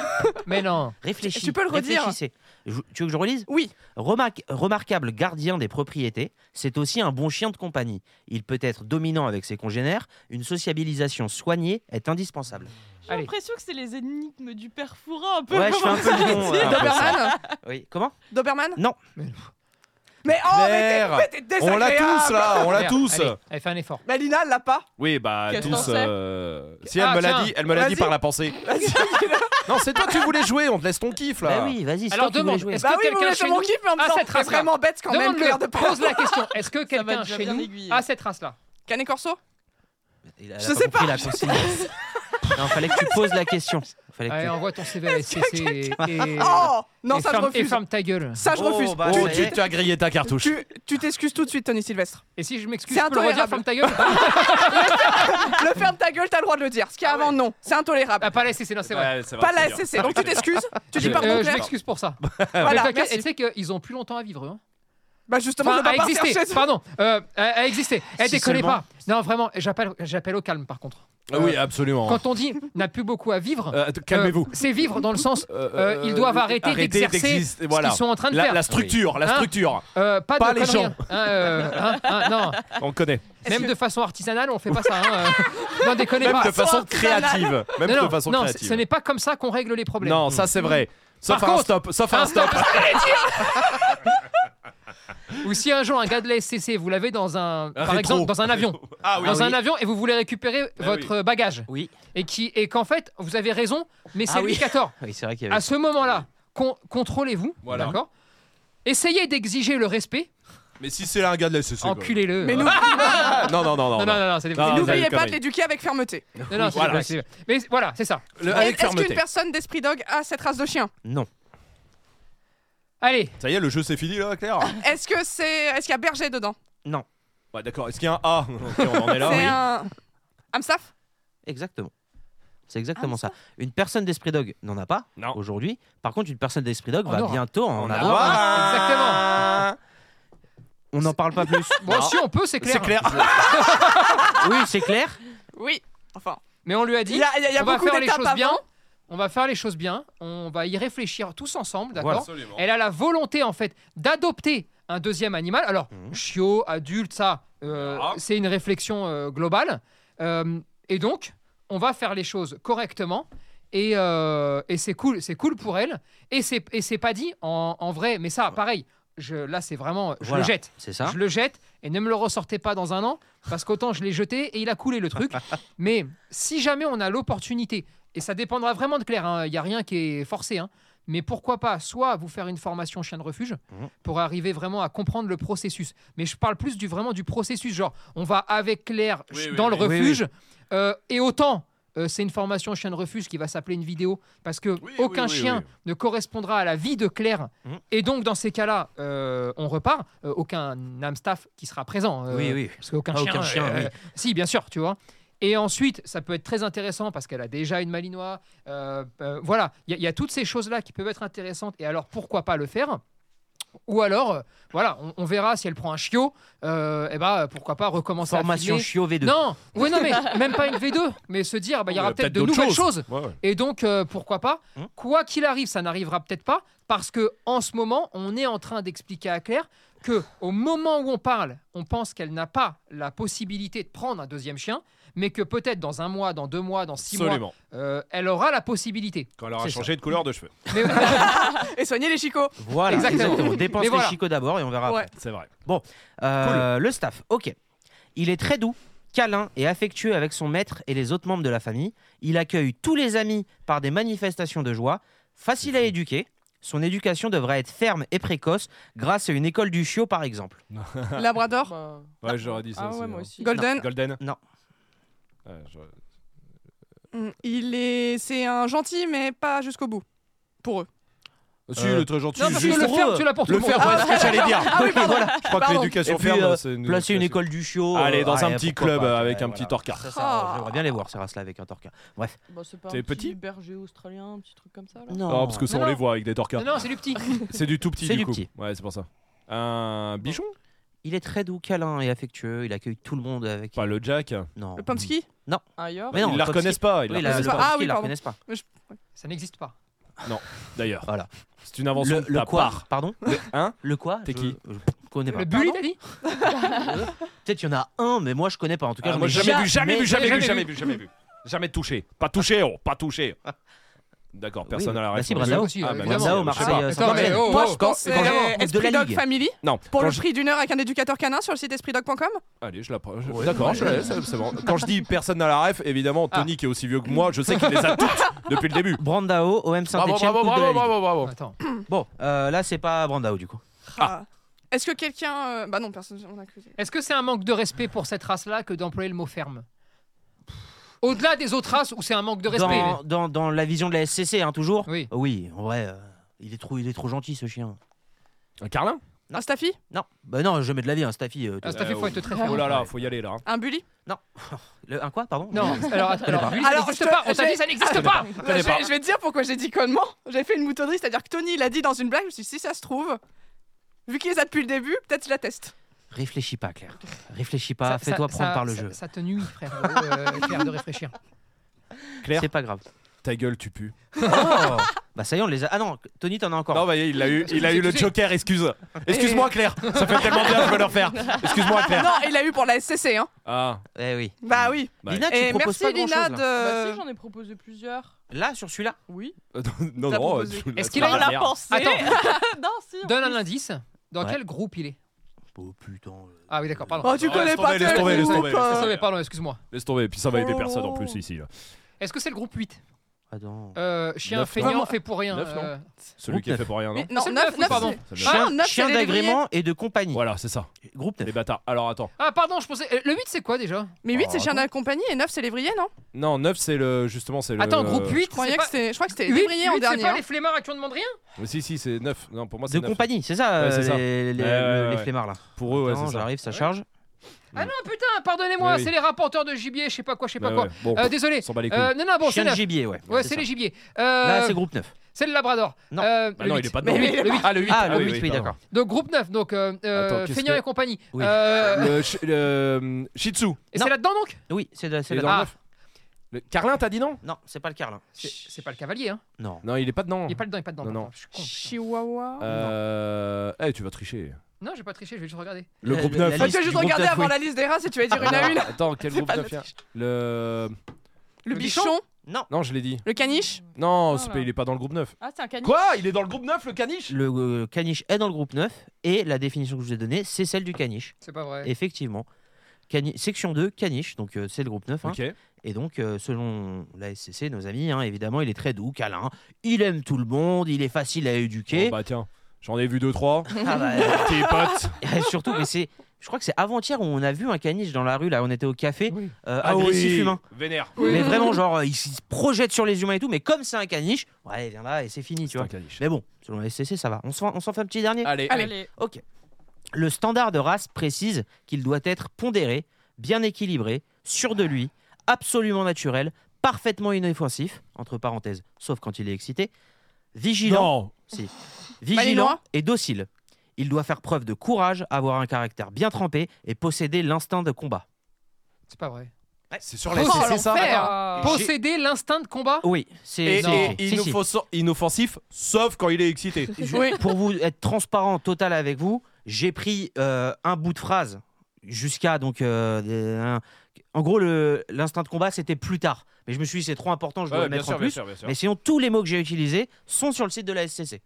Speaker 9: Mais non.
Speaker 4: Réfléchis.
Speaker 3: Tu peux le redire.
Speaker 4: réfléchissez. Je- tu veux que je relise
Speaker 3: Oui
Speaker 4: Remarque- remarquable gardien des propriétés, c'est aussi un bon chien de compagnie. Il peut être dominant avec ses congénères. Une sociabilisation soignée est indispensable.
Speaker 8: J'ai
Speaker 9: Allez.
Speaker 8: l'impression que c'est les énigmes du père Fourin un peu.
Speaker 4: Ouais, je fais un peu le bon. euh, un peu ça.
Speaker 3: Doberman
Speaker 4: Oui, comment
Speaker 3: Doberman oh,
Speaker 4: Non.
Speaker 3: Mais oh, mais
Speaker 2: Claire,
Speaker 3: t'es- mais t'es
Speaker 2: On l'a
Speaker 3: désagréable
Speaker 2: tous là, on l'a
Speaker 9: Merde.
Speaker 2: tous.
Speaker 9: Allez, allez, fais un effort.
Speaker 3: Malina, elle l'a pas
Speaker 2: Oui, bah
Speaker 8: Qu'est-ce qu'on
Speaker 2: tous.
Speaker 8: sait
Speaker 2: euh, Si elle
Speaker 9: Ah,
Speaker 2: me l'a
Speaker 9: tiens,
Speaker 2: dit, elle me l'a dit
Speaker 3: vas-y.
Speaker 2: par la pensée.
Speaker 3: Vas-y.
Speaker 2: Non, c'est toi qui voulais jouer, on te laisse ton kiff là.
Speaker 4: Bah oui, vas-y. c'est toi
Speaker 9: Alors,
Speaker 4: qui voulais
Speaker 9: demande,
Speaker 4: jouer.
Speaker 9: est-ce-
Speaker 3: Bah
Speaker 9: que
Speaker 3: oui, vous
Speaker 9: quelqu'un
Speaker 3: laissez
Speaker 9: chez
Speaker 3: mon
Speaker 9: nous
Speaker 3: kiff, mais en même
Speaker 9: Ah,
Speaker 3: temps,
Speaker 9: cette
Speaker 3: c'est
Speaker 9: race-là.
Speaker 3: vraiment bête quand même, Claire de
Speaker 9: Demande-le.
Speaker 3: Pose
Speaker 9: Pose la question. Est-ce que quelqu'un
Speaker 8: déjà
Speaker 9: chez
Speaker 8: bien
Speaker 9: nous
Speaker 8: aiguillé.
Speaker 9: a cette race-là
Speaker 3: Canet Corso
Speaker 4: Il
Speaker 3: Eh
Speaker 4: a- elle
Speaker 3: ben, je
Speaker 4: a
Speaker 3: sais
Speaker 4: compris
Speaker 3: pas,
Speaker 4: la consigne. non, fallait que tu poses la question. Fallait que
Speaker 9: Allez,
Speaker 4: tu-
Speaker 9: envoie ton CV à la SCC et, et- euh,
Speaker 3: Oh
Speaker 9: et
Speaker 3: Non, ça je
Speaker 9: ferme, et
Speaker 3: refuse
Speaker 9: ferme ta gueule.
Speaker 3: Ça je
Speaker 4: Oh,
Speaker 3: refuse
Speaker 4: bah,
Speaker 3: Tu-
Speaker 4: ouais.
Speaker 2: Tu, tu as grillé ta cartouche.
Speaker 3: Tu tu t'excuses tout de suite, Tony Sylvestre.
Speaker 9: Et si je m'excuse,
Speaker 3: C'est Bah,
Speaker 9: je peux le redire,
Speaker 3: intolérable.
Speaker 9: ferme ta gueule
Speaker 3: Le ferme ta gueule, t'as le droit de le dire. Ce qui est avant, non. C'est intolérable.
Speaker 9: Ah, pas la SCC, non, c'est vrai.
Speaker 2: Ouais, c'est vrai,
Speaker 3: Pas la
Speaker 2: c'est dur.
Speaker 3: SCC. Donc tu t'excuses, tu dis
Speaker 9: Euh,
Speaker 3: bah, pardon,
Speaker 9: je
Speaker 3: Claire.
Speaker 9: m'excuse pour ça. Mais
Speaker 3: Voilà,
Speaker 9: t'inquiète, et
Speaker 3: merci.
Speaker 9: tu sais qu'ils ont plus longtemps à vivre. eux, hein.
Speaker 3: Bah justement,
Speaker 9: Enfin,
Speaker 3: je vais
Speaker 9: a
Speaker 3: pas
Speaker 9: existé,
Speaker 3: partir chez eux.
Speaker 9: pardon, euh, a a existé. Elle
Speaker 4: Si
Speaker 9: décollait
Speaker 4: seulement.
Speaker 9: pas. Non, vraiment, j'appelle j'appelle au calme par contre.
Speaker 2: Ah oui,
Speaker 3: Oh.
Speaker 2: absolument.
Speaker 9: Quand on dit n'a plus beaucoup à vivre,
Speaker 5: Euh, att- Calmez-vous.
Speaker 9: euh, c'est vivre dans le sens
Speaker 2: Euh,
Speaker 9: euh, ils doivent arrêter d'exercer
Speaker 2: d'exister,
Speaker 9: ce
Speaker 2: voilà.
Speaker 9: qu'ils sont en train de
Speaker 2: La,
Speaker 9: faire.
Speaker 2: la structure, la
Speaker 9: Hein
Speaker 2: structure,
Speaker 9: Euh, pas,
Speaker 2: pas
Speaker 9: de
Speaker 2: les
Speaker 9: conneries,
Speaker 2: gens.
Speaker 9: hein. Hein, euh, hein, hein, non,
Speaker 2: on connaît.
Speaker 9: même de façon artisanale, on fait pas ça. hein, euh. Non, déconnez
Speaker 2: Même
Speaker 9: pas.
Speaker 2: de façon créative. Même
Speaker 9: non,
Speaker 2: de façon
Speaker 9: non,
Speaker 2: créative.
Speaker 9: ce n'est pas comme ça qu'on règle les problèmes.
Speaker 2: Non, ça c'est vrai. Sauf
Speaker 9: Par
Speaker 2: un
Speaker 9: contre-
Speaker 2: stop, sauf
Speaker 9: Ah,
Speaker 2: un stop.
Speaker 9: stop, j'allais dire. Ou si un jour un gars de la SCC vous l'avez dans un, par
Speaker 2: rétro.
Speaker 9: exemple, dans un avion,
Speaker 2: Ah oui.
Speaker 9: dans un avion et vous voulez récupérer
Speaker 2: Ah
Speaker 9: votre bagage
Speaker 4: Oui,
Speaker 9: et qui et qu'en fait vous avez raison, mais c'est
Speaker 4: Ah
Speaker 9: lui
Speaker 4: oui.
Speaker 9: qui a tort.
Speaker 4: oui c'est vrai qu'il y avait.
Speaker 9: À ce moment-là, con- contrôlez-vous,
Speaker 2: Voilà.
Speaker 9: d'accord. Essayez d'exiger le respect,
Speaker 2: Mais si c'est là un gars de la SCC. quoi.
Speaker 9: enculez-le.
Speaker 3: Mais nous-
Speaker 2: Ah, Non, non, non, non.
Speaker 9: non, non,
Speaker 2: non.
Speaker 9: non, non, c'est des-
Speaker 2: Non,
Speaker 9: c'est des-
Speaker 2: vous avez
Speaker 3: N'oubliez pas
Speaker 2: conneries.
Speaker 3: de l'éduquer avec fermeté.
Speaker 9: non, non, c'est des-
Speaker 2: voilà.
Speaker 9: c'est des- Mais c'est- voilà, c'est ça.
Speaker 2: Le-
Speaker 3: Et
Speaker 2: Avec
Speaker 3: Est-ce qu'une
Speaker 2: fermeté.
Speaker 3: personne d'esprit dog a cette race de chien
Speaker 4: Non.
Speaker 9: Allez,
Speaker 2: Ça y est, le jeu c'est fini là, Claire
Speaker 3: Est-ce que c'est est-ce qu'il y a berger dedans
Speaker 2: Ouais, d'accord. Est-ce qu'il y a un A Ok, on en est là.
Speaker 3: C'est
Speaker 2: oui.
Speaker 3: un Amsaf
Speaker 4: Exactement. C'est
Speaker 3: Ah,
Speaker 4: exactement ça. Une personne d'esprit dog n'en a pas
Speaker 2: Non.
Speaker 4: aujourd'hui. Par contre, une personne d'esprit dog
Speaker 3: Oh,
Speaker 9: En
Speaker 4: va
Speaker 9: aura.
Speaker 4: bientôt en
Speaker 2: On a-
Speaker 4: avoir.
Speaker 9: Exactement.
Speaker 4: On n'en parle pas plus.
Speaker 9: bon, si on peut, c'est clair.
Speaker 2: C'est clair.
Speaker 4: oui, c'est clair.
Speaker 3: Oui. Enfin,
Speaker 9: Mais on lui a
Speaker 3: il
Speaker 9: dit,
Speaker 3: y a, il y a- il y a
Speaker 9: on va
Speaker 3: beaucoup
Speaker 9: faire les
Speaker 3: d'étapes
Speaker 9: choses bien.
Speaker 3: avant.
Speaker 9: On va faire les choses bien. On va y réfléchir tous ensemble, d'accord
Speaker 2: Absolument.
Speaker 9: Elle a la volonté en fait d'adopter un deuxième animal. Alors,
Speaker 4: Mhm.
Speaker 9: chiot, adulte, ça, euh,
Speaker 2: Mmh. Ah.
Speaker 9: c'est une réflexion euh, globale. Euh, et donc, on va faire les choses correctement. Et, euh, et c'est cool, c'est cool pour elle. Et c'est et c'est pas dit en, en vrai, mais ça, pareil. Je, là, c'est vraiment, je
Speaker 4: Voilà.
Speaker 9: le jette,
Speaker 4: C'est ça.
Speaker 9: je le jette, et ne me le ressortez pas dans un an, parce qu'autant je l'ai jeté et il a coulé le truc. mais si jamais on a l'opportunité, et ça dépendra vraiment de Claire, il n'y a rien qui est forcé, hein, mais pourquoi pas soit vous faire une formation chien de refuge
Speaker 4: Mhm.
Speaker 9: pour arriver vraiment à comprendre le processus. Mais je parle plus du vraiment du processus, genre on va avec Claire
Speaker 2: Oui,
Speaker 9: ch-
Speaker 2: oui,
Speaker 9: dans
Speaker 2: oui.
Speaker 9: le
Speaker 4: Oui, oui.
Speaker 9: refuge euh, et autant. euh, c'est une formation chien de refuge qui va s'appeler une vidéo parce que
Speaker 2: oui,
Speaker 9: aucun
Speaker 2: oui,
Speaker 9: chien
Speaker 2: oui.
Speaker 9: ne correspondra à la vie de Claire
Speaker 4: Mhm.
Speaker 9: et donc dans ces cas-là euh, on repart Euh, aucun amstaff qui sera présent euh,
Speaker 4: Oui, oui.
Speaker 9: parce qu'aucun
Speaker 4: Ah,
Speaker 9: chien. euh,
Speaker 4: aucun chien, oui.
Speaker 9: Si, bien sûr, tu vois. Et ensuite, ça peut être très intéressant parce qu'elle a déjà une malinois. euh, euh, voilà, il y a- il y, a toutes ces choses-là qui peuvent être intéressantes. Et alors, pourquoi pas le faire Ou alors, euh, voilà, on, on verra si elle prend un chiot. euh, eh ben, pourquoi pas recommencer
Speaker 4: Formation
Speaker 9: à filmer.
Speaker 4: chiot V2.
Speaker 9: Non, ouais, non, mais même pas une V2, mais se dire, bah, il y aura peut-être de
Speaker 2: Euh, d'autres
Speaker 9: nouvelles choses.
Speaker 2: Ouais, ouais.
Speaker 9: Et donc, euh, pourquoi pas
Speaker 2: Mmh.
Speaker 4: Hmm.
Speaker 9: Quoi qu'il arrive, ça n'arrivera peut-être pas, parce que en ce moment, on est en train d'expliquer à Claire que au moment où on parle, on pense qu'elle n'a pas la possibilité de prendre un deuxième chien, mais que peut-être dans un mois, dans deux mois, dans six mois,
Speaker 2: Absolument.
Speaker 9: euh, elle aura la possibilité.
Speaker 2: Quand elle aura
Speaker 9: C'est ça.
Speaker 2: changé de couleur de cheveux.
Speaker 9: Mais,
Speaker 3: Et soigner les chicots.
Speaker 4: Voilà.
Speaker 9: Exactement.
Speaker 4: Dépense
Speaker 9: Mais
Speaker 4: les
Speaker 9: voilà.
Speaker 4: chicots d'abord et on verra.
Speaker 3: Ouais.
Speaker 4: après.
Speaker 2: C'est vrai.
Speaker 4: Euh, Le staff. Ok. Il est très doux, câlin et affectueux avec son maître et les autres membres de la famille. Il accueille tous les amis par des manifestations de joie. Facile à éduquer. Son éducation devrait être ferme et précoce grâce à une école du chiot, par exemple.
Speaker 3: Labrador,
Speaker 8: Bah,
Speaker 5: Ouais, j'aurais dit ça.
Speaker 8: ah
Speaker 5: aussi,
Speaker 8: ouais,
Speaker 5: non.
Speaker 8: moi aussi.
Speaker 3: Golden.
Speaker 2: Golden
Speaker 4: Non.
Speaker 2: Ouais, j'aurais-
Speaker 3: Mm, Il est c'est un gentil mais pas jusqu'au bout pour eux.
Speaker 2: Si,
Speaker 4: Euh,
Speaker 2: il est très gentil.
Speaker 9: non, parce que
Speaker 2: juste-
Speaker 9: le
Speaker 4: pour
Speaker 9: ferme,
Speaker 4: eux.
Speaker 9: tu l'as pour tout
Speaker 2: Le
Speaker 9: le monde. Ah,
Speaker 2: faire, ouais, c'est ce que j'allais dire.
Speaker 4: voilà.
Speaker 2: Je crois que
Speaker 3: Ah Pardon.
Speaker 2: l'éducation
Speaker 4: Et puis,
Speaker 2: ferme,
Speaker 4: euh,
Speaker 2: c'est une
Speaker 4: Placer une
Speaker 2: éducation.
Speaker 4: école du chiot.
Speaker 2: Allez, dans un petit
Speaker 4: pourquoi
Speaker 2: club,
Speaker 4: pas,
Speaker 2: avec
Speaker 4: ouais,
Speaker 2: un petit orca.
Speaker 4: Ça, ça,
Speaker 3: Oh.
Speaker 4: J'aimerais bien les voir, ces races-là, avec un torca. Bref.
Speaker 8: Bah, c'est pas
Speaker 2: T'es
Speaker 8: un petit
Speaker 2: petit
Speaker 8: berger australien, un petit truc comme ça là.
Speaker 4: Non,
Speaker 2: Non, parce que ça,
Speaker 9: Non,
Speaker 2: on les
Speaker 9: non.
Speaker 2: voit avec des torcas.
Speaker 9: Non, non, c'est du petit.
Speaker 2: C'est du tout petit,
Speaker 4: C'est
Speaker 2: du
Speaker 4: du
Speaker 2: coup.
Speaker 4: petit.
Speaker 2: Ouais, c'est pour ça. Un bichon
Speaker 4: Il est très doux, câlin et affectueux. Il accueille tout le monde avec.
Speaker 2: Pas le Jack.
Speaker 4: Non.
Speaker 3: Le Pomsky
Speaker 8: Un York.
Speaker 4: Mais non,
Speaker 2: ils la
Speaker 4: Topsy-
Speaker 2: reconnaissent pas, ils
Speaker 4: Oui,
Speaker 2: la
Speaker 4: la,
Speaker 2: reconnaissent
Speaker 3: pas.
Speaker 2: pas.
Speaker 3: Ah oui,
Speaker 4: ils la
Speaker 3: pardon.
Speaker 4: reconnaissent pas.
Speaker 9: Ça n'existe pas.
Speaker 2: D'ailleurs.
Speaker 4: Voilà.
Speaker 2: C'est une invention
Speaker 4: Le,
Speaker 2: de
Speaker 4: le
Speaker 2: ta
Speaker 4: quoi
Speaker 2: part.
Speaker 4: Pardon
Speaker 2: Hein
Speaker 4: Le quoi
Speaker 2: T'es
Speaker 4: Je-
Speaker 2: qui
Speaker 4: Je,
Speaker 2: Eh
Speaker 4: connais
Speaker 2: ben,
Speaker 4: pas.
Speaker 9: Le bully, t'as dit
Speaker 4: Peut-être il y en a un, mais moi je connais pas. En tout cas,
Speaker 2: Ah,
Speaker 4: j'en
Speaker 2: moi,
Speaker 4: ai
Speaker 2: jamais vu, jamais
Speaker 4: jamais-
Speaker 2: vu, jamais vu,
Speaker 9: jamais
Speaker 2: jamais vu, jamais vu. Jamais touché. Pas touché, oh, pas touché. D'accord, personne
Speaker 4: oui.
Speaker 2: à la
Speaker 4: Bah si,
Speaker 2: réponse.
Speaker 4: Brandao.
Speaker 9: Aussi,
Speaker 2: Ah, bah,
Speaker 9: évidemment.
Speaker 4: Brandao,
Speaker 2: je sais
Speaker 4: Marseille,
Speaker 2: pas.
Speaker 4: euh,
Speaker 9: Attends, mais
Speaker 4: Saint-Etienne.
Speaker 9: oh,
Speaker 3: Moi
Speaker 9: oh,
Speaker 3: je pense
Speaker 4: quand- quand-
Speaker 3: c'est
Speaker 4: de
Speaker 3: Esprit
Speaker 4: la
Speaker 3: Dog
Speaker 4: Ligue.
Speaker 3: Family
Speaker 2: Non,
Speaker 3: pour
Speaker 2: quand
Speaker 3: le
Speaker 2: je-
Speaker 3: prix d'une heure avec un éducateur canin sur le site espritdog.com.
Speaker 2: Allez, je la prends. Je-
Speaker 4: Ouais.
Speaker 2: D'accord, je la laisse, c'est bon. Quand je dis personne à la ref, évidemment, Tony qui est aussi vieux que moi, je sais qu'il les a toutes depuis le début.
Speaker 4: Brandao, OM
Speaker 2: Bravo,
Speaker 4: Saint-Etienne,
Speaker 2: bravo,
Speaker 4: Coupe de la
Speaker 2: bravo, bravo,
Speaker 4: Ligue.
Speaker 2: bravo.
Speaker 9: Attends.
Speaker 4: Bon, euh, là c'est pas Brandao du coup.
Speaker 3: Ah. Est-ce que quelqu'un euh, bah non personne on a accusé.
Speaker 9: Est-ce que c'est un manque de respect pour cette race-là que d'employer le mot ferme Au-delà des autres races où c'est un manque de respect.
Speaker 2: Ah,
Speaker 4: Dans, dans, dans la vision de la SCC, hein, toujours
Speaker 9: Oui.
Speaker 4: Oui, en vrai, euh, il, est trop, il est trop gentil ce chien.
Speaker 2: Un carlin
Speaker 4: Non.
Speaker 3: Un Ah, staffy,
Speaker 4: Non, bah non, jamais de la vie, un Staffy. euh, tu-
Speaker 9: Ah, c'est à fait, faut être très ferme.
Speaker 2: Oh là là, faut y aller là. hein.
Speaker 3: un bully.
Speaker 4: Le- un quoi, pardon
Speaker 9: Non, alors, attends, alors, lui, ça
Speaker 3: Alors,
Speaker 9: n'existe
Speaker 3: je te-
Speaker 9: pas. On t'a
Speaker 3: j'ai-
Speaker 9: dit, ça n'existe pas.
Speaker 3: Je, vais- je vais te dire pourquoi j'ai dit connement. J'ai fait une moutonnerie, c'est-à-dire que Tony l'a dit dans une blague, je me suis dit si ça se trouve Vu qu'il les a depuis le début, peut-être il la teste.
Speaker 4: Réfléchis pas, Claire. Réfléchis
Speaker 9: Ça-
Speaker 4: pas, fais-toi
Speaker 9: ça-
Speaker 4: prendre
Speaker 9: ça-
Speaker 4: par le
Speaker 9: ça-
Speaker 4: jeu.
Speaker 9: Ça te nuit, frère, euh, Claire, de réfléchir.
Speaker 5: Claire.
Speaker 4: C'est pas grave.
Speaker 5: Ta gueule, tu pues.
Speaker 4: Bah ça y est, on les a. Ah non, Tony, t'en as encore.
Speaker 5: Non, bah, il a eu,
Speaker 9: Excusez,
Speaker 5: il a eu le
Speaker 9: excusez.
Speaker 5: Joker, excuse. Excuse-moi, Claire. Ça fait tellement bien, je vais le refaire. Excuse-moi, Claire.
Speaker 3: Non, il l'a eu pour la SCC. Hein.
Speaker 11: Ah,
Speaker 4: Eh oui.
Speaker 3: Bah oui.
Speaker 11: Bah,
Speaker 4: Lina, tu
Speaker 9: Eh,
Speaker 3: Et
Speaker 4: proposes
Speaker 3: merci
Speaker 4: pas grand-chose
Speaker 3: Lina
Speaker 4: là.
Speaker 8: Bah
Speaker 3: de.
Speaker 8: si, j'en ai proposé plusieurs.
Speaker 4: Là, sur celui-là.
Speaker 8: Oui.
Speaker 5: Euh, non,
Speaker 3: T'as
Speaker 5: non.
Speaker 3: proposé.
Speaker 5: euh,
Speaker 9: Est-ce qu'il a
Speaker 11: Par
Speaker 9: une-
Speaker 11: la
Speaker 8: pensée.
Speaker 9: Attends,
Speaker 8: non, si. en
Speaker 9: donne un
Speaker 8: plus.
Speaker 9: indice. Dans
Speaker 4: Ouais.
Speaker 9: quel groupe il est
Speaker 4: Oh putain.
Speaker 9: Ah oui, d'accord, pardon.
Speaker 3: Oh, tu
Speaker 5: Ah,
Speaker 3: connais
Speaker 5: laisse
Speaker 3: pas
Speaker 5: tomber, laisse
Speaker 3: tel
Speaker 5: tomber, laisse
Speaker 3: groupe,
Speaker 5: tomber, laisse
Speaker 3: euh.
Speaker 9: Désolé, pardon, excuse-moi.
Speaker 11: laisse tomber, puis ça va aider
Speaker 3: Oh
Speaker 11: personne en
Speaker 3: non.
Speaker 11: plus ici. là.
Speaker 9: Est-ce que c'est le groupe 8
Speaker 4: Attends.
Speaker 9: Euh, Chien
Speaker 11: Neuf,
Speaker 9: feignant
Speaker 11: non.
Speaker 9: fait pour rien.
Speaker 11: Neuf, non.
Speaker 9: euh,
Speaker 11: Celui qui est
Speaker 4: neuf.
Speaker 11: fait pour rien, non
Speaker 3: Mais Non,
Speaker 9: C'est le
Speaker 3: neuf,
Speaker 9: neuf,
Speaker 3: neuf,
Speaker 9: pardon.
Speaker 3: c'est-
Speaker 11: Celle-là.
Speaker 4: Chien,
Speaker 3: non, neuf,
Speaker 4: chien
Speaker 3: c'est les
Speaker 4: d'agrément et de compagnie.
Speaker 11: Voilà, c'est ça.
Speaker 4: Groupe
Speaker 11: Les
Speaker 4: 9.
Speaker 11: bâtards. Alors attends.
Speaker 9: Ah, pardon, je pensais. euh, Le 8, c'est quoi déjà
Speaker 3: Mais 8,
Speaker 11: Oh,
Speaker 3: c'est chien de compagnie et 9, c'est lévrier, non
Speaker 5: Non, 9, c'est le. Justement, c'est le.
Speaker 9: Attends, groupe 8,
Speaker 3: Je
Speaker 9: c'est
Speaker 3: croyais
Speaker 9: pas...
Speaker 3: que c'était- je crois que c'était
Speaker 9: 8,
Speaker 3: lévrier en
Speaker 9: 8, c'est
Speaker 3: dernier.
Speaker 9: pas
Speaker 3: hein.
Speaker 9: les flemmards à qui on demande rien
Speaker 5: Mais si, si, c'est 9. Non, pour moi, c'est
Speaker 4: De
Speaker 5: 9.
Speaker 4: compagnie, c'est ça,
Speaker 5: Ouais,
Speaker 4: euh,
Speaker 5: c'est ça.
Speaker 4: les, les-
Speaker 5: Ouais, ouais,
Speaker 4: les
Speaker 5: ouais.
Speaker 4: flemmards là.
Speaker 5: Pour eux, ouais,
Speaker 4: Attends,
Speaker 5: c'est ça.
Speaker 4: j'arrive, ça charge.
Speaker 9: Ah
Speaker 5: Ouais.
Speaker 9: non, putain, pardonnez-moi,
Speaker 5: Oui, oui.
Speaker 9: c'est les rapporteurs de gibier, je sais pas quoi, je sais pas
Speaker 11: Ouais,
Speaker 9: quoi.
Speaker 11: ouais. Bon,
Speaker 9: Euh, désolé.
Speaker 5: on s'en bat les couilles.
Speaker 9: Euh, non, non, bon, c'est
Speaker 4: chien de
Speaker 9: neuf.
Speaker 4: gibier, ouais.
Speaker 9: Ouais, c'est
Speaker 4: ça.
Speaker 9: les gibiers.
Speaker 4: Là,
Speaker 9: Euh,
Speaker 4: c'est groupe 9.
Speaker 9: c'est le labrador.
Speaker 4: Non.
Speaker 9: Euh,
Speaker 11: Bah
Speaker 9: le
Speaker 11: non, il
Speaker 9: huit.
Speaker 11: est pas
Speaker 9: Mais
Speaker 11: dedans.
Speaker 9: oui, le huit.
Speaker 11: Ah, le 8.
Speaker 4: Ah, le 8, oui, d'accord.
Speaker 9: Donc groupe 9, donc euh, euh,
Speaker 5: Attends, qu'est-ce
Speaker 9: feignant
Speaker 5: que-
Speaker 9: et compagnie.
Speaker 4: Oui.
Speaker 9: Euh,
Speaker 5: Le, ch- le- Shih Tzu.
Speaker 9: et
Speaker 4: Non.
Speaker 9: c'est là-dedans donc
Speaker 4: Oui, c'est de- c'est
Speaker 5: Il est
Speaker 4: la. Ah,
Speaker 5: dans le
Speaker 9: Ah.
Speaker 5: 9. Le- Carlin, t'as dit non
Speaker 4: Non, c'est pas le Carlin.
Speaker 9: C'est c'est pas le cavalier, hein.
Speaker 4: Non.
Speaker 5: Non, il est pas dedans.
Speaker 9: Il est pas dedans, il est pas dedans.
Speaker 5: Non,
Speaker 9: pardon,
Speaker 5: non.
Speaker 9: je suis con.
Speaker 3: Chihuahua.
Speaker 5: Euh. Eh, tu vas tricher.
Speaker 9: Non, j'ai pas triché, je vais juste regarder.
Speaker 5: Le
Speaker 4: La-
Speaker 5: groupe
Speaker 4: Euh, la-
Speaker 5: 9.
Speaker 4: la
Speaker 3: Faut que tu
Speaker 4: liste
Speaker 3: as
Speaker 4: du
Speaker 3: juste
Speaker 4: groupe
Speaker 3: regarder
Speaker 4: neuf,
Speaker 3: avant
Speaker 4: oui.
Speaker 3: la liste des races et tu vas
Speaker 5: Ah,
Speaker 3: dire une à une.
Speaker 5: Attends, quel
Speaker 3: C'est
Speaker 5: groupe
Speaker 3: pas
Speaker 5: de
Speaker 3: notre
Speaker 5: fiers Le.
Speaker 3: Le
Speaker 9: Le
Speaker 3: bichon,
Speaker 5: Non, je l'ai dit.
Speaker 3: le caniche.
Speaker 5: Non, c'est
Speaker 8: Voilà.
Speaker 5: pas, il est pas dans le groupe 9.
Speaker 8: Ah, c'est un caniche.
Speaker 5: Quoi Il est dans le groupe 9, le caniche
Speaker 4: Le euh, caniche est dans le groupe 9 et la définition que je vous ai donnée, c'est celle du caniche.
Speaker 9: C'est pas vrai.
Speaker 4: Effectivement. Cani- Section 2, caniche, donc euh, c'est le groupe 9. hein.
Speaker 5: Ok.
Speaker 4: Et donc, euh, selon la SCC, nos amis, hein, évidemment, il est très doux, câlin, il aime tout le monde, il est facile à éduquer.
Speaker 5: Bon, bah tiens, j'en ai vu 2-3.
Speaker 4: Ah bah,
Speaker 5: Tes potes.
Speaker 4: euh, surtout, mais c'est, je crois que c'est avant-hier où on a vu un caniche dans la rue, là, on était au café,
Speaker 5: Oui.
Speaker 4: euh, agressif humain.
Speaker 5: Vénère.
Speaker 4: Mais vraiment, genre, euh, il se projette sur les humains et tout, mais comme c'est un caniche, ouais, viens là et c'est fini, tu
Speaker 5: C'est un
Speaker 4: vois.
Speaker 5: caniche.
Speaker 4: Mais bon, selon la SCC, ça va. On s'en on s'en fait un petit dernier
Speaker 5: Allez,
Speaker 3: Allez.
Speaker 8: Allez. ah.
Speaker 4: Ok. Le standard de race précise qu'il doit être pondéré, bien équilibré, sûr de lui, absolument naturel, parfaitement inoffensif, entre parenthèses, sauf quand il est excité, vigilant,
Speaker 5: Non
Speaker 4: si,
Speaker 3: Malinois
Speaker 4: vigilant et docile. Il doit faire preuve de courage, avoir un caractère bien trempé et posséder l'instinct de combat.
Speaker 9: C'est pas vrai.
Speaker 5: C'est sur
Speaker 3: Oh,
Speaker 5: la c'est
Speaker 3: l'enfer.
Speaker 5: ça
Speaker 8: Ah.
Speaker 9: Posséder l'instinct de combat
Speaker 4: Oui, c'est
Speaker 5: Et,
Speaker 4: c'est
Speaker 5: et
Speaker 4: écrit. Si, si.
Speaker 5: inoffensif, inoffensif, sauf quand il est excité.
Speaker 4: Je-
Speaker 3: Oui.
Speaker 4: Pour vous être transparent total avec vous, j'ai pris euh, un bout de phrase jusqu'à donc euh, des- un- en gros le- l'instinct de combat c'était plus tard. Mais je me suis dit c'est trop important, je dois le mettre en plus.
Speaker 5: bien sûr.
Speaker 4: Mais sinon tous les mots que j'ai utilisés sont sur le site de la SCC.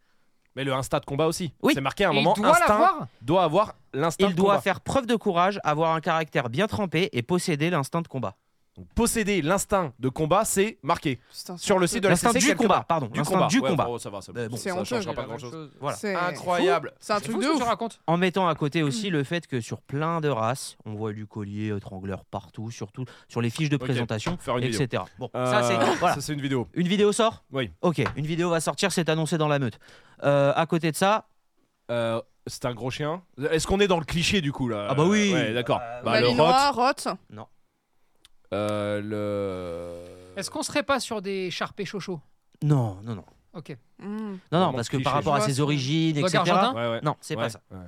Speaker 5: Mais le instinct de combat aussi.
Speaker 4: Oui.
Speaker 5: C'est marqué à un
Speaker 9: Et
Speaker 5: moment.
Speaker 9: il doit
Speaker 5: instinct
Speaker 9: l'avoir
Speaker 5: doit avoir l'instinct
Speaker 4: Il
Speaker 5: de
Speaker 4: doit
Speaker 5: combat.
Speaker 4: faire preuve de courage, avoir un caractère bien trempé et posséder l'instinct de combat.
Speaker 5: Donc, posséder l'instinct de combat, c'est marqué.
Speaker 3: Putain,
Speaker 5: Sur le site de la
Speaker 4: L'instinct
Speaker 5: CC,
Speaker 4: du
Speaker 5: quelque
Speaker 4: combat,
Speaker 5: part.
Speaker 4: pardon.
Speaker 5: Du
Speaker 4: L'instinct
Speaker 5: combat.
Speaker 4: du
Speaker 5: Ouais,
Speaker 4: combat.
Speaker 5: bon, ça va, ça,
Speaker 4: Mais bon,
Speaker 3: C'est
Speaker 5: ça
Speaker 3: honteux,
Speaker 5: changera
Speaker 3: j'ai
Speaker 5: pas
Speaker 8: la même
Speaker 5: grand-chose.
Speaker 8: chose.
Speaker 4: Voilà.
Speaker 3: c'est
Speaker 5: Ah, Incroyable.
Speaker 3: C'est un
Speaker 9: C'est
Speaker 3: truc
Speaker 9: fou ce
Speaker 3: de
Speaker 9: que
Speaker 3: ouf.
Speaker 9: tu racontes.
Speaker 4: En mettant à côté aussi le fait que sur plein de races, on voit du collier, étrangleur partout, surtout sur les fiches de
Speaker 5: Ok.
Speaker 4: présentation,
Speaker 5: Faire une vidéo.
Speaker 4: etc. Bon, ça c'est
Speaker 5: Euh,
Speaker 4: voilà.
Speaker 5: ça, c'est une vidéo.
Speaker 4: Une vidéo sort
Speaker 5: Oui.
Speaker 4: Ok, une vidéo va sortir, c'est annoncé dans la meute. Euh, à côté de ça,
Speaker 5: Euh, c'est un gros chien. Est-ce qu'on est dans le cliché du coup là
Speaker 4: Ah bah oui.
Speaker 5: Ouais, d'accord.
Speaker 4: Euh,
Speaker 5: bah, le rot.
Speaker 3: Malinois, Roth.
Speaker 5: Euh, le.
Speaker 9: Est-ce qu'on serait pas sur des charpés chochos
Speaker 4: non, non, non.
Speaker 9: Ok.
Speaker 3: Hmm.
Speaker 4: Non, non,
Speaker 5: Vraiment
Speaker 4: parce que
Speaker 5: cliché.
Speaker 4: par rapport à
Speaker 3: Je vois,
Speaker 4: ses
Speaker 3: c'est-
Speaker 4: origines,
Speaker 9: Dog
Speaker 4: etc.
Speaker 9: argentin
Speaker 5: Ouais, ouais.
Speaker 4: Non, c'est
Speaker 5: Ouais,
Speaker 4: pas ça.
Speaker 5: ouais.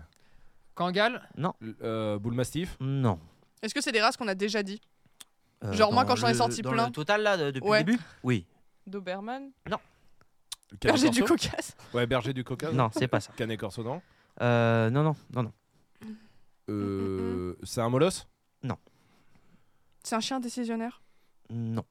Speaker 9: Kangal
Speaker 5: L- euh, boule mastiff.
Speaker 4: Non.
Speaker 3: Est-ce que c'est des races qu'on a déjà dit
Speaker 4: Euh,
Speaker 3: Genre, moi,
Speaker 4: dans
Speaker 3: quand j'en ai
Speaker 4: le-
Speaker 3: sorti
Speaker 4: dans
Speaker 3: plein.
Speaker 4: Le total, là, de- depuis
Speaker 3: Ouais.
Speaker 4: le début Oui.
Speaker 8: Doberman.
Speaker 3: Berger
Speaker 5: Canet
Speaker 3: du
Speaker 5: Corso
Speaker 3: Caucase.
Speaker 5: Ouais, berger du coca.
Speaker 4: Non, c'est pas ça.
Speaker 5: Canet Corso, non.
Speaker 4: Euh, non, non, non, non. Mm,
Speaker 5: Euh, c'est un molosse
Speaker 3: C'est un chien décisionnaire.
Speaker 4: Non.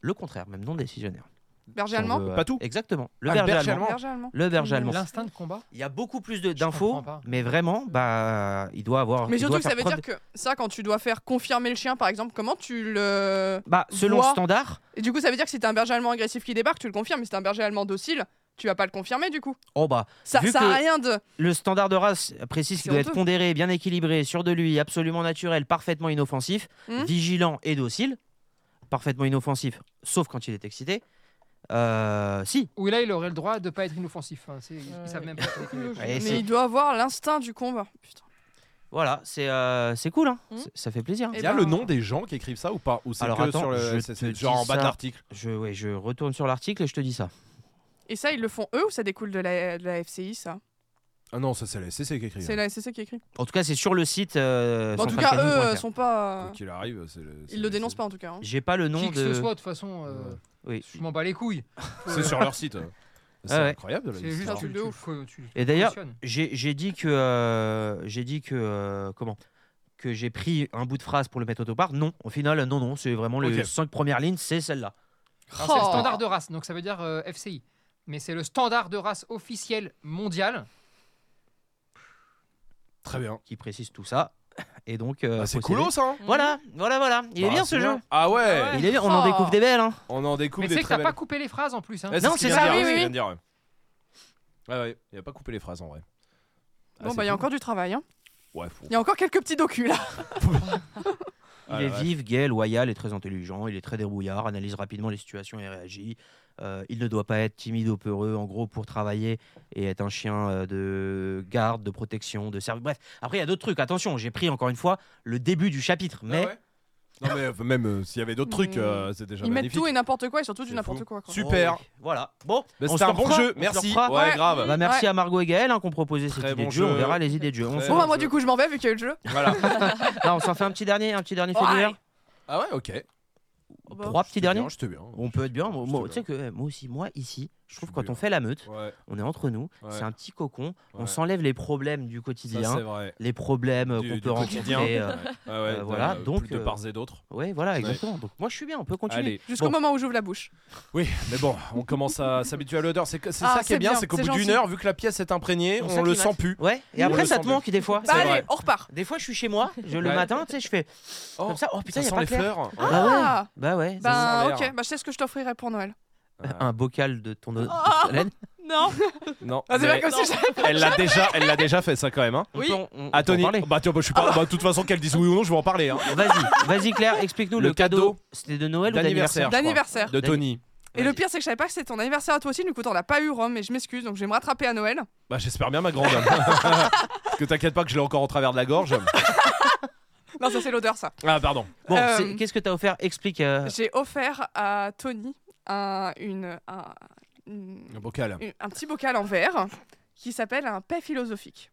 Speaker 4: Le contraire, même non décisionnaire.
Speaker 3: Berger
Speaker 4: Si on
Speaker 3: allemand
Speaker 4: veut, euh,
Speaker 5: Patou
Speaker 4: Exactement. Le
Speaker 5: Ah, le
Speaker 4: berger,
Speaker 5: berger
Speaker 4: allemand.
Speaker 5: allemand.
Speaker 3: Berger allemand.
Speaker 4: Le berger allemand.
Speaker 9: L'instinct de combat
Speaker 4: Il y a beaucoup plus de-
Speaker 9: comprends
Speaker 4: d'infos,
Speaker 9: pas.
Speaker 4: mais vraiment, bah, il doit avoir.
Speaker 3: Mais
Speaker 4: il doit
Speaker 3: surtout que
Speaker 4: faire
Speaker 3: ça veut
Speaker 4: preuve
Speaker 3: dire que ça, quand tu dois faire confirmer le chien, par exemple, comment tu le.
Speaker 4: de- Bah, selon
Speaker 3: voit-
Speaker 4: le standard,
Speaker 3: Et du coup, ça veut dire que si t'as un berger allemand agressif qui débarque, tu le confirmes. Mais si t'as un berger allemand docile, tu vas pas le confirmer du coup.
Speaker 4: oh bah,
Speaker 3: Ça,
Speaker 4: Vu
Speaker 3: ça
Speaker 4: que-
Speaker 3: a rien de.
Speaker 4: Le standard de race précise
Speaker 3: C'est
Speaker 4: qu'il doit être
Speaker 3: honteux.
Speaker 4: pondéré, bien équilibré, sûr de lui, absolument naturel, parfaitement inoffensif,
Speaker 3: Hmm.
Speaker 4: vigilant et docile. Parfaitement inoffensif, sauf quand il est excité. Euh, si,
Speaker 9: Où là, il aurait le droit de pas être inoffensif. hein, c'est- Ils
Speaker 8: Ouais.
Speaker 9: savent même pas.
Speaker 4: Et
Speaker 3: Mais
Speaker 4: c'est-
Speaker 3: il doit avoir l'instinct du combat. Putain.
Speaker 4: voilà, c'est euh, c'est cool, hein.
Speaker 8: Hmm.
Speaker 4: C'est- ça fait plaisir.
Speaker 3: Et
Speaker 5: Il y a
Speaker 3: ben-
Speaker 5: le nom des gens qui écrivent ça ou pas Ou c'est
Speaker 4: Alors,
Speaker 5: que
Speaker 4: attends,
Speaker 5: sur
Speaker 4: je
Speaker 5: le.
Speaker 4: te
Speaker 5: c'est- c'est
Speaker 4: dis
Speaker 5: genre en bas de
Speaker 4: ça.
Speaker 5: l'article.
Speaker 4: Je, ouais, je retourne sur l'article et je te dis ça.
Speaker 3: Et ça, ils le font eux ou ça découle de la, de la FCI ça
Speaker 5: Ah non, ça c'est la SCC qui écrit.
Speaker 3: C'est la SCC qui écrit.
Speaker 4: En tout cas, c'est sur le site. euh,
Speaker 3: en tout cas,
Speaker 4: centralcanoun.fr.
Speaker 3: eux euh, sont pas.
Speaker 4: Hein.
Speaker 5: Quoi qu'il arrive, c'est le- c'est
Speaker 3: Ils
Speaker 5: la
Speaker 3: le dénoncent
Speaker 5: SCC.
Speaker 3: pas en tout cas. hein.
Speaker 4: J'ai pas le nom
Speaker 9: Qui que ce
Speaker 4: de.
Speaker 9: soit, de toute façon, euh,
Speaker 4: Oui.
Speaker 9: je m'en bats les couilles. Euh,
Speaker 5: C'est sur leur site. C'est
Speaker 4: Ah ouais.
Speaker 5: incroyable. la
Speaker 9: C'est
Speaker 5: liste. hein.
Speaker 9: juste
Speaker 3: un
Speaker 9: tu,
Speaker 3: truc de
Speaker 9: tu-
Speaker 3: ouf.
Speaker 9: tu- tu-
Speaker 4: Et d'ailleurs,
Speaker 9: fonctionnes.
Speaker 4: J'ai j'ai dit que. euh, j'ai dit que. euh, comment que j'ai pris un bout de phrase pour le mettre au part. Non, au final, non, non, c'est vraiment les
Speaker 5: Ok.
Speaker 4: cinq premières lignes, c'est celle-là.
Speaker 9: Alors, c'est le
Speaker 3: Oh.
Speaker 9: standard de race, donc ça veut dire euh, FCI. Mais c'est le standard de race officiel mondial.
Speaker 5: Très bien.
Speaker 4: qui précise tout ça. Et donc. euh,
Speaker 5: Ah, c'est
Speaker 4: faut essayer.
Speaker 5: cool ça. hein
Speaker 4: Voilà, voilà, voilà. Il est
Speaker 5: Bah,
Speaker 4: bien
Speaker 5: c'est
Speaker 4: ce jeu.
Speaker 5: Ah ouais.
Speaker 4: Il est bien. On en
Speaker 3: Oh.
Speaker 4: découvre des belles. Hein.
Speaker 5: On en
Speaker 9: Mais
Speaker 5: découvre
Speaker 9: tu
Speaker 5: des
Speaker 9: sais que
Speaker 5: très
Speaker 9: t'as
Speaker 5: belles.
Speaker 9: pas coupé les phrases en plus. Hein.
Speaker 5: Ouais,
Speaker 4: Non,
Speaker 5: ce qu'il
Speaker 4: c'est
Speaker 5: vient
Speaker 4: ça,
Speaker 5: de dire,
Speaker 3: oui,
Speaker 5: c'est ce
Speaker 3: oui,
Speaker 5: qu'il vient de dire, ouais. Ouais, ouais, il a pas coupé les phrases en vrai. Ah,
Speaker 3: Bon,
Speaker 5: c'est
Speaker 3: bah, il y a
Speaker 5: cool.
Speaker 3: encore du travail. hein.
Speaker 5: Ouais, faut-
Speaker 3: Il y a encore quelques petits docus là.
Speaker 4: Il
Speaker 5: Ah,
Speaker 4: est
Speaker 5: ouais.
Speaker 4: vif, gai, loyal et très intelligent. Il est très débrouillard, analyse rapidement les situations et réagit. Euh, il ne doit pas être timide ou peureux, en gros, pour travailler et être un chien euh, de garde, de protection, de service. Bref, après, il y a d'autres trucs. Attention, j'ai pris encore une fois le début du chapitre.
Speaker 5: Ah
Speaker 4: Mais
Speaker 5: ouais Non, mais euh, même euh, s'il y avait d'autres trucs,
Speaker 3: Mm.
Speaker 5: euh, c'est déjà
Speaker 3: Ils mettent
Speaker 5: magnifique.
Speaker 3: tout et n'importe quoi et surtout du
Speaker 5: C'est
Speaker 3: n'importe
Speaker 5: fou.
Speaker 3: quoi. quoi.
Speaker 5: Super.
Speaker 4: Oh, oui. Voilà. Bon,
Speaker 5: Bah,
Speaker 4: on
Speaker 5: C'était
Speaker 4: se le
Speaker 5: un bon
Speaker 4: refera,
Speaker 5: jeu,
Speaker 4: on se le
Speaker 5: merci.
Speaker 4: refera.
Speaker 5: Ouais,
Speaker 3: Ouais.
Speaker 5: grave.
Speaker 4: Bah, merci à Margot et Gaël hein, qui ont proposé cette
Speaker 5: Très
Speaker 4: idée
Speaker 5: bon
Speaker 4: de jeu. On
Speaker 5: jeu.
Speaker 4: verra les idées de jeu. On
Speaker 5: Très
Speaker 4: se-
Speaker 3: Bon, bah,
Speaker 5: bon
Speaker 3: moi,
Speaker 5: jeu.
Speaker 3: du coup, je m'en vais vu qu'il y a eu le jeu.
Speaker 5: Voilà.
Speaker 4: Non, on s'en fait un petit dernier, un petit dernier fait
Speaker 3: Ouais.
Speaker 4: divers.
Speaker 5: Ah ouais, ok.
Speaker 3: bah,
Speaker 4: Trois petits derniers.
Speaker 5: Je te bien.
Speaker 4: On peut être bien. Moi,
Speaker 5: Je
Speaker 4: moi,
Speaker 5: te
Speaker 4: tu sais que eh, moi aussi, moi ici, je trouve
Speaker 5: suis
Speaker 4: quand
Speaker 5: bien.
Speaker 4: on fait la meute,
Speaker 5: Ouais,
Speaker 4: on est entre nous,
Speaker 5: Ouais.
Speaker 4: c'est un petit cocon. On
Speaker 5: Ouais.
Speaker 4: s'enlève les problèmes du
Speaker 5: ça
Speaker 4: quotidien,
Speaker 5: c'est vrai.
Speaker 4: les problèmes euh,
Speaker 5: Du-
Speaker 4: qu'on
Speaker 5: du
Speaker 4: peut
Speaker 5: quotidien.
Speaker 4: rencontrer. euh,
Speaker 5: Ouais, ouais,
Speaker 4: euh, voilà,
Speaker 5: euh,
Speaker 4: donc,
Speaker 5: plus de
Speaker 4: euh,
Speaker 5: parts et d'autres.
Speaker 4: ouais, voilà,
Speaker 5: Ouais.
Speaker 4: exactement. Donc moi, je suis bien. On peut continuer.
Speaker 5: Allez.
Speaker 3: Jusqu'au
Speaker 4: Bon.
Speaker 3: moment où j'ouvre la bouche.
Speaker 5: Oui, mais bon, on commence à s'habituer à l'odeur. C'est que- c'est ça
Speaker 3: Ah,
Speaker 5: qui est
Speaker 3: c'est
Speaker 5: bien,
Speaker 3: bien,
Speaker 5: c'est qu'au
Speaker 3: c'est
Speaker 5: bout d'une
Speaker 3: gentil.
Speaker 5: heure, vu que la pièce est imprégnée,
Speaker 4: On
Speaker 5: on, le
Speaker 4: s'acclimate.
Speaker 5: sent plus.
Speaker 4: Ouais. Et
Speaker 5: On
Speaker 4: après,
Speaker 5: le
Speaker 4: ça
Speaker 5: sent
Speaker 4: te manque des fois.
Speaker 3: Bah,
Speaker 5: C'est
Speaker 3: allez,
Speaker 5: vrai.
Speaker 3: on repart.
Speaker 4: Des fois, je suis chez moi, je, le
Speaker 5: Ouais.
Speaker 4: matin, tu sais, je fais
Speaker 5: Oh,
Speaker 4: comme ça. Oh
Speaker 5: ça
Speaker 4: putain, il y a
Speaker 5: sent
Speaker 4: pas
Speaker 5: les
Speaker 4: clair.
Speaker 5: fleurs.
Speaker 4: Ah
Speaker 3: Ah,
Speaker 4: Bah ouais. ça-
Speaker 5: Ça
Speaker 3: bah,
Speaker 5: sent l'air.
Speaker 3: ok, bah, je sais ce que je t'offrirai pour Noël.
Speaker 5: Euh, Bah. Ah.
Speaker 4: Un bocal de ton eau.
Speaker 3: Ah. Non,
Speaker 5: Non,
Speaker 3: Ah, c'est
Speaker 5: mais
Speaker 3: pas comme si j'avais.
Speaker 5: elle l'a déjà, elle l'a déjà fait ça quand même. Hein.
Speaker 4: On peut en- on- on peut en
Speaker 5: Ah Tony,
Speaker 4: parler.
Speaker 5: bah tiens, bah, je suis pas, bah, de toute façon qu'elle dise oui ou non, je vais en parler. Hein.
Speaker 4: Vas-y, vas-y Claire, explique-nous le,
Speaker 5: Le
Speaker 4: cadeau.
Speaker 5: cadeau
Speaker 4: C'était de Noël ou d'anniversaire
Speaker 5: D'anniversaire.
Speaker 3: D'anniversaire.
Speaker 5: De Tony.
Speaker 3: Et le pire, c'est que je savais pas que c'était ton anniversaire à toi aussi, du coup, t'en as pas eu, Rome, mais je m'excuse, donc je vais me rattraper à Noël.
Speaker 5: Bah j'espère bien ma grande. Parce que t'inquiète pas que je l'ai encore au travers de la gorge.
Speaker 3: Non, ça, c'est l'odeur, ça.
Speaker 5: Ah pardon.
Speaker 4: Bon,
Speaker 3: Euh,
Speaker 4: c'est- qu'est-ce que t'as offert Explique. euh,
Speaker 3: J'ai offert à Tony un, une, un, une-
Speaker 5: Un bocal.
Speaker 3: une- un petit bocal en verre qui s'appelle un paix philosophique.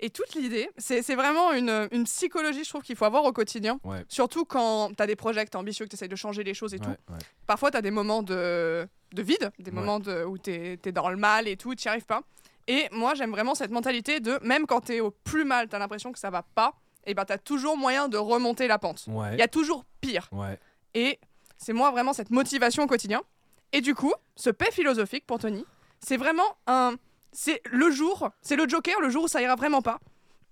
Speaker 3: Et toute l'idée, c'est c'est vraiment une, une psychologie, je trouve, qu'il faut avoir au quotidien.
Speaker 5: Ouais.
Speaker 3: Surtout quand t'as des projets, que t'es ambitieux, que t'essayes de changer les choses et tout.
Speaker 5: Ouais, ouais.
Speaker 3: Parfois, t'as des moments de, de vide, des
Speaker 5: Ouais.
Speaker 3: moments de, où t'es es dans le mal et tout, t'y arrives pas. Et moi, j'aime vraiment cette mentalité de même quand t'es au plus mal, t'as l'impression que ça va pas, et ben t'as toujours moyen de remonter la pente. Il y
Speaker 5: Ouais.
Speaker 3: a toujours pire.
Speaker 5: Ouais.
Speaker 3: Et c'est moi vraiment cette motivation au quotidien. Et du coup, ce paix philosophique pour Tony, c'est vraiment un. C'est le jour, c'est le joker, le jour où ça ira vraiment pas.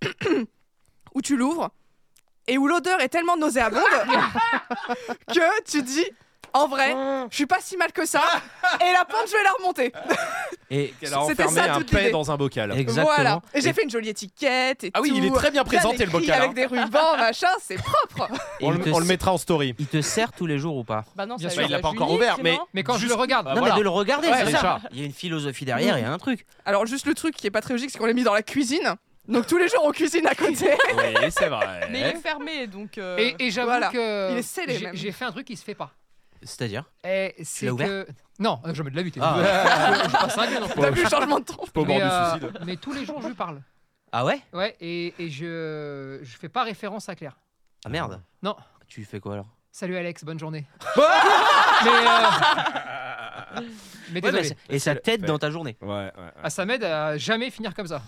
Speaker 3: où tu l'ouvres et où l'odeur est tellement nauséabonde que tu dis en vrai,
Speaker 5: Mm.
Speaker 3: je suis pas si mal que ça et la pente, je vais la remonter.
Speaker 4: Et
Speaker 5: Qu'elle a
Speaker 3: C'était
Speaker 5: enfermé
Speaker 3: ça,
Speaker 5: un
Speaker 3: toute
Speaker 5: paix
Speaker 3: l'idée.
Speaker 5: dans un bocal.
Speaker 4: exactement.
Speaker 3: Voilà. Et j'ai
Speaker 4: Et-
Speaker 3: fait une jolie étiquette et
Speaker 5: Ah oui,
Speaker 3: tout.
Speaker 5: il est très bien
Speaker 3: Bien
Speaker 5: présenté le
Speaker 3: écrit,
Speaker 5: bocal.
Speaker 3: Avec
Speaker 5: hein.
Speaker 3: des rubans, machin, c'est propre.
Speaker 4: et
Speaker 5: On
Speaker 4: il
Speaker 5: le-
Speaker 4: te-
Speaker 5: on le mettra en story.
Speaker 4: Il te sert tous les jours ou pas
Speaker 8: Bah non,
Speaker 9: Bien
Speaker 8: ça
Speaker 9: sûr.
Speaker 8: lui
Speaker 9: Il l'a
Speaker 8: a
Speaker 5: pas
Speaker 8: Julie,
Speaker 5: encore ouvert,
Speaker 8: c'est
Speaker 5: mais-
Speaker 8: marrant.
Speaker 9: Mais quand je le regarde,
Speaker 5: Ah,
Speaker 4: Non,
Speaker 5: voilà.
Speaker 4: mais de le regarder,
Speaker 5: Ouais,
Speaker 4: c'est ça.
Speaker 5: déjà.
Speaker 4: Il y a une philosophie derrière, il y a un truc.
Speaker 3: Alors juste le truc qui est pas très logique, c'est qu'on l'a mis dans la cuisine. Donc tous les jours on cuisine à côté.
Speaker 5: Oui, c'est vrai.
Speaker 8: Mais il est fermé, donc. euh,
Speaker 9: et, et j'avoue
Speaker 3: Voilà.
Speaker 9: que
Speaker 3: Il est scellé,
Speaker 9: j'ai-
Speaker 3: même.
Speaker 9: j'ai fait un truc qui se fait pas.
Speaker 4: C'est-à-dire
Speaker 9: Et c'est
Speaker 4: l'as ouvert
Speaker 9: que non, euh, jamais de la vue. t'es-
Speaker 4: Ah.
Speaker 9: Je passe un gueule, non.
Speaker 3: T'as vu le changement de ton
Speaker 5: Pas au bord
Speaker 9: Mais,
Speaker 5: du
Speaker 9: euh,
Speaker 5: suicide.
Speaker 9: mais tous les jours je lui parle.
Speaker 4: Ah ouais
Speaker 9: Ouais, et, et je je fais pas référence à Claire.
Speaker 4: Ah merde.
Speaker 9: Non.
Speaker 4: Tu fais quoi alors
Speaker 9: Salut Alex, bonne journée. mais euh, mais
Speaker 4: Ouais,
Speaker 9: désolé.
Speaker 4: mais c'est- Et ça t'aide dans ta journée.
Speaker 5: Ouais, ouais, ouais. Ah,
Speaker 9: Ah, ça m'aide à jamais finir comme ça.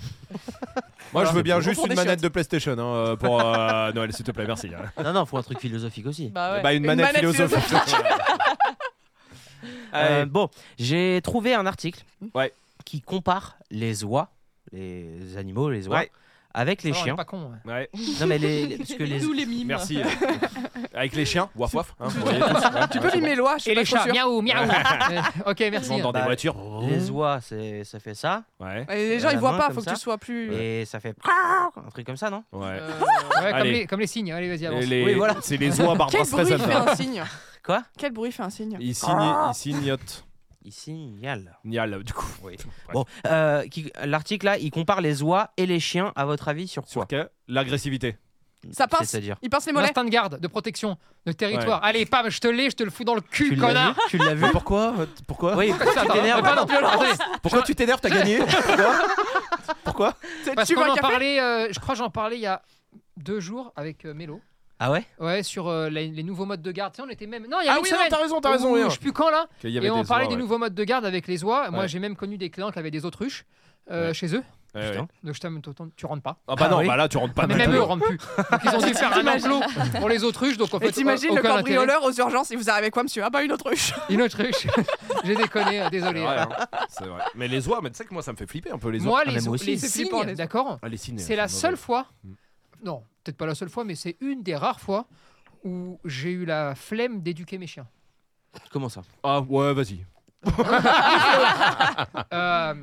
Speaker 5: Moi, je veux bien
Speaker 3: Au
Speaker 5: juste
Speaker 3: fond
Speaker 5: une
Speaker 3: des
Speaker 5: manette
Speaker 3: chiottes.
Speaker 5: de PlayStation hein, euh, pour euh, Noël, s'il te plaît, merci. hein.
Speaker 4: Non, non, faut un truc philosophique aussi.
Speaker 8: Bah ouais.
Speaker 5: Bah, une, manette,
Speaker 3: manette
Speaker 5: philosophique.
Speaker 4: Euh,
Speaker 5: Allez.
Speaker 4: bon, j'ai trouvé un article
Speaker 5: Ouais.
Speaker 4: qui compare les oies, les animaux, les oies,
Speaker 5: Ouais.
Speaker 4: avec les
Speaker 9: Ça va, on est
Speaker 4: chiens.
Speaker 9: Pas con. ouais.
Speaker 5: Ouais,
Speaker 4: Non, mais les, les- parce que les,
Speaker 8: Nous les mimes.
Speaker 5: merci. Avec les chiens, waf waf. hein, vous voyez tous, hein.
Speaker 3: Tu peux mimer loi, je suis
Speaker 9: Et
Speaker 3: pas
Speaker 9: les
Speaker 3: trop
Speaker 9: chats,
Speaker 3: sûre.
Speaker 9: miaou, miaou. Ouais, ok,
Speaker 5: Ils
Speaker 9: merci.
Speaker 5: vont dans
Speaker 4: Bah,
Speaker 5: des voitures.
Speaker 4: les oies, c'est- ça fait ça.
Speaker 5: Ouais,
Speaker 3: Et les
Speaker 4: Euh,
Speaker 3: gens ils
Speaker 4: la
Speaker 3: voient
Speaker 4: main
Speaker 3: pas,
Speaker 4: comme
Speaker 3: faut que
Speaker 4: ça.
Speaker 3: tu sois plus.
Speaker 4: Et ça fait un truc comme ça, non
Speaker 5: ouais.
Speaker 8: Euh,
Speaker 9: Ouais, comme,
Speaker 5: Allez.
Speaker 9: les, comme les signes. Allez, vas-y, avance.
Speaker 5: Et les-
Speaker 4: Oui, voilà.
Speaker 5: C'est les oies
Speaker 3: Quel
Speaker 5: Barbara
Speaker 3: bruit fait
Speaker 5: Streisand.
Speaker 3: un signe
Speaker 4: Quoi
Speaker 3: Quel bruit fait un signe
Speaker 5: Ils
Speaker 9: Ah.
Speaker 5: signent, ils signotent.
Speaker 4: Il signale.
Speaker 5: Nial, du coup.
Speaker 4: Oui.
Speaker 5: Bref.
Speaker 4: Bon, euh, qui- l'article là, il compare les oies et les chiens. À votre avis, sur
Speaker 5: Sur
Speaker 4: quoi
Speaker 5: que L'agressivité.
Speaker 3: Ça pince
Speaker 4: C'est-à-dire
Speaker 3: Il pince les mollets
Speaker 9: L'instinct de garde, de protection, de territoire. Allez, pam, je te l'ai, je te le fous dans le cul, connard.
Speaker 4: vu Tu l'as vu
Speaker 5: Ah, Pourquoi Pourquoi
Speaker 4: Oui, pourquoi tu t'énerves
Speaker 9: Attends, attends, attends, attends,
Speaker 5: Pourquoi tu t'énerves T'as gagné
Speaker 2: Pourquoi
Speaker 3: C'est-
Speaker 9: Parce
Speaker 3: tu
Speaker 9: qu'on
Speaker 3: vois
Speaker 9: en
Speaker 3: café
Speaker 9: parlait, euh, je crois que j'en parlais il y a deux jours avec euh, Mélo.
Speaker 4: Ah ouais
Speaker 9: Ouais, sur euh, les, les nouveaux modes de garde. Tu sais, on était même. Non, il y a
Speaker 2: Ah
Speaker 9: une
Speaker 2: oui, non,
Speaker 9: semaine.
Speaker 2: t'as raison, t'as
Speaker 9: Ou
Speaker 2: raison. rien.
Speaker 9: Je sais plus quand là.
Speaker 5: Qu'il y avait
Speaker 9: Et on
Speaker 5: des
Speaker 9: parlait
Speaker 5: oies,
Speaker 9: des
Speaker 5: ouais.
Speaker 9: nouveaux modes de garde avec les oies. Moi,
Speaker 5: Ouais.
Speaker 9: j'ai même connu des clients qui avaient des autruches euh,
Speaker 5: Ouais.
Speaker 9: chez eux.
Speaker 5: Ouais, ouais.
Speaker 4: Putain.
Speaker 9: Donc je t'amène t'entends- tu rentres pas.
Speaker 2: Ah bah
Speaker 4: Ah
Speaker 2: non,
Speaker 4: oui.
Speaker 2: bah là, tu rentres pas
Speaker 9: mais
Speaker 2: du
Speaker 9: même
Speaker 2: tout.
Speaker 9: eux rentrent plus. Donc ils ont dû faire un enclos pour les autruches. Donc en fait,
Speaker 3: Et t'imagines
Speaker 9: euh,
Speaker 3: le
Speaker 9: aucun intérêt.
Speaker 3: cambrioleur aux urgences et vous arrivez quoi, monsieur Ah bah une autruche.
Speaker 9: Une autruche. j'ai déconné, euh,
Speaker 5: C'est
Speaker 9: désolé.
Speaker 5: vrai, hein. C'est vrai. Mais les oies, mais tu sais que moi ça me fait flipper un peu les oies.
Speaker 9: Moi,
Speaker 4: Ah, mais
Speaker 9: les,
Speaker 4: moi aussi.
Speaker 9: les
Speaker 3: C'est flippant,
Speaker 9: cygnes,
Speaker 3: les-
Speaker 9: d'accord
Speaker 2: Ah, les cygnes,
Speaker 9: C'est la
Speaker 2: mauvais.
Speaker 9: seule fois.
Speaker 5: Mm.
Speaker 9: Non, peut-être pas la seule fois, mais c'est une des rares fois où j'ai eu la flemme d'éduquer mes chiens.
Speaker 4: Comment ça
Speaker 2: Ah ouais, vas-y.
Speaker 5: Ah.
Speaker 9: Euh,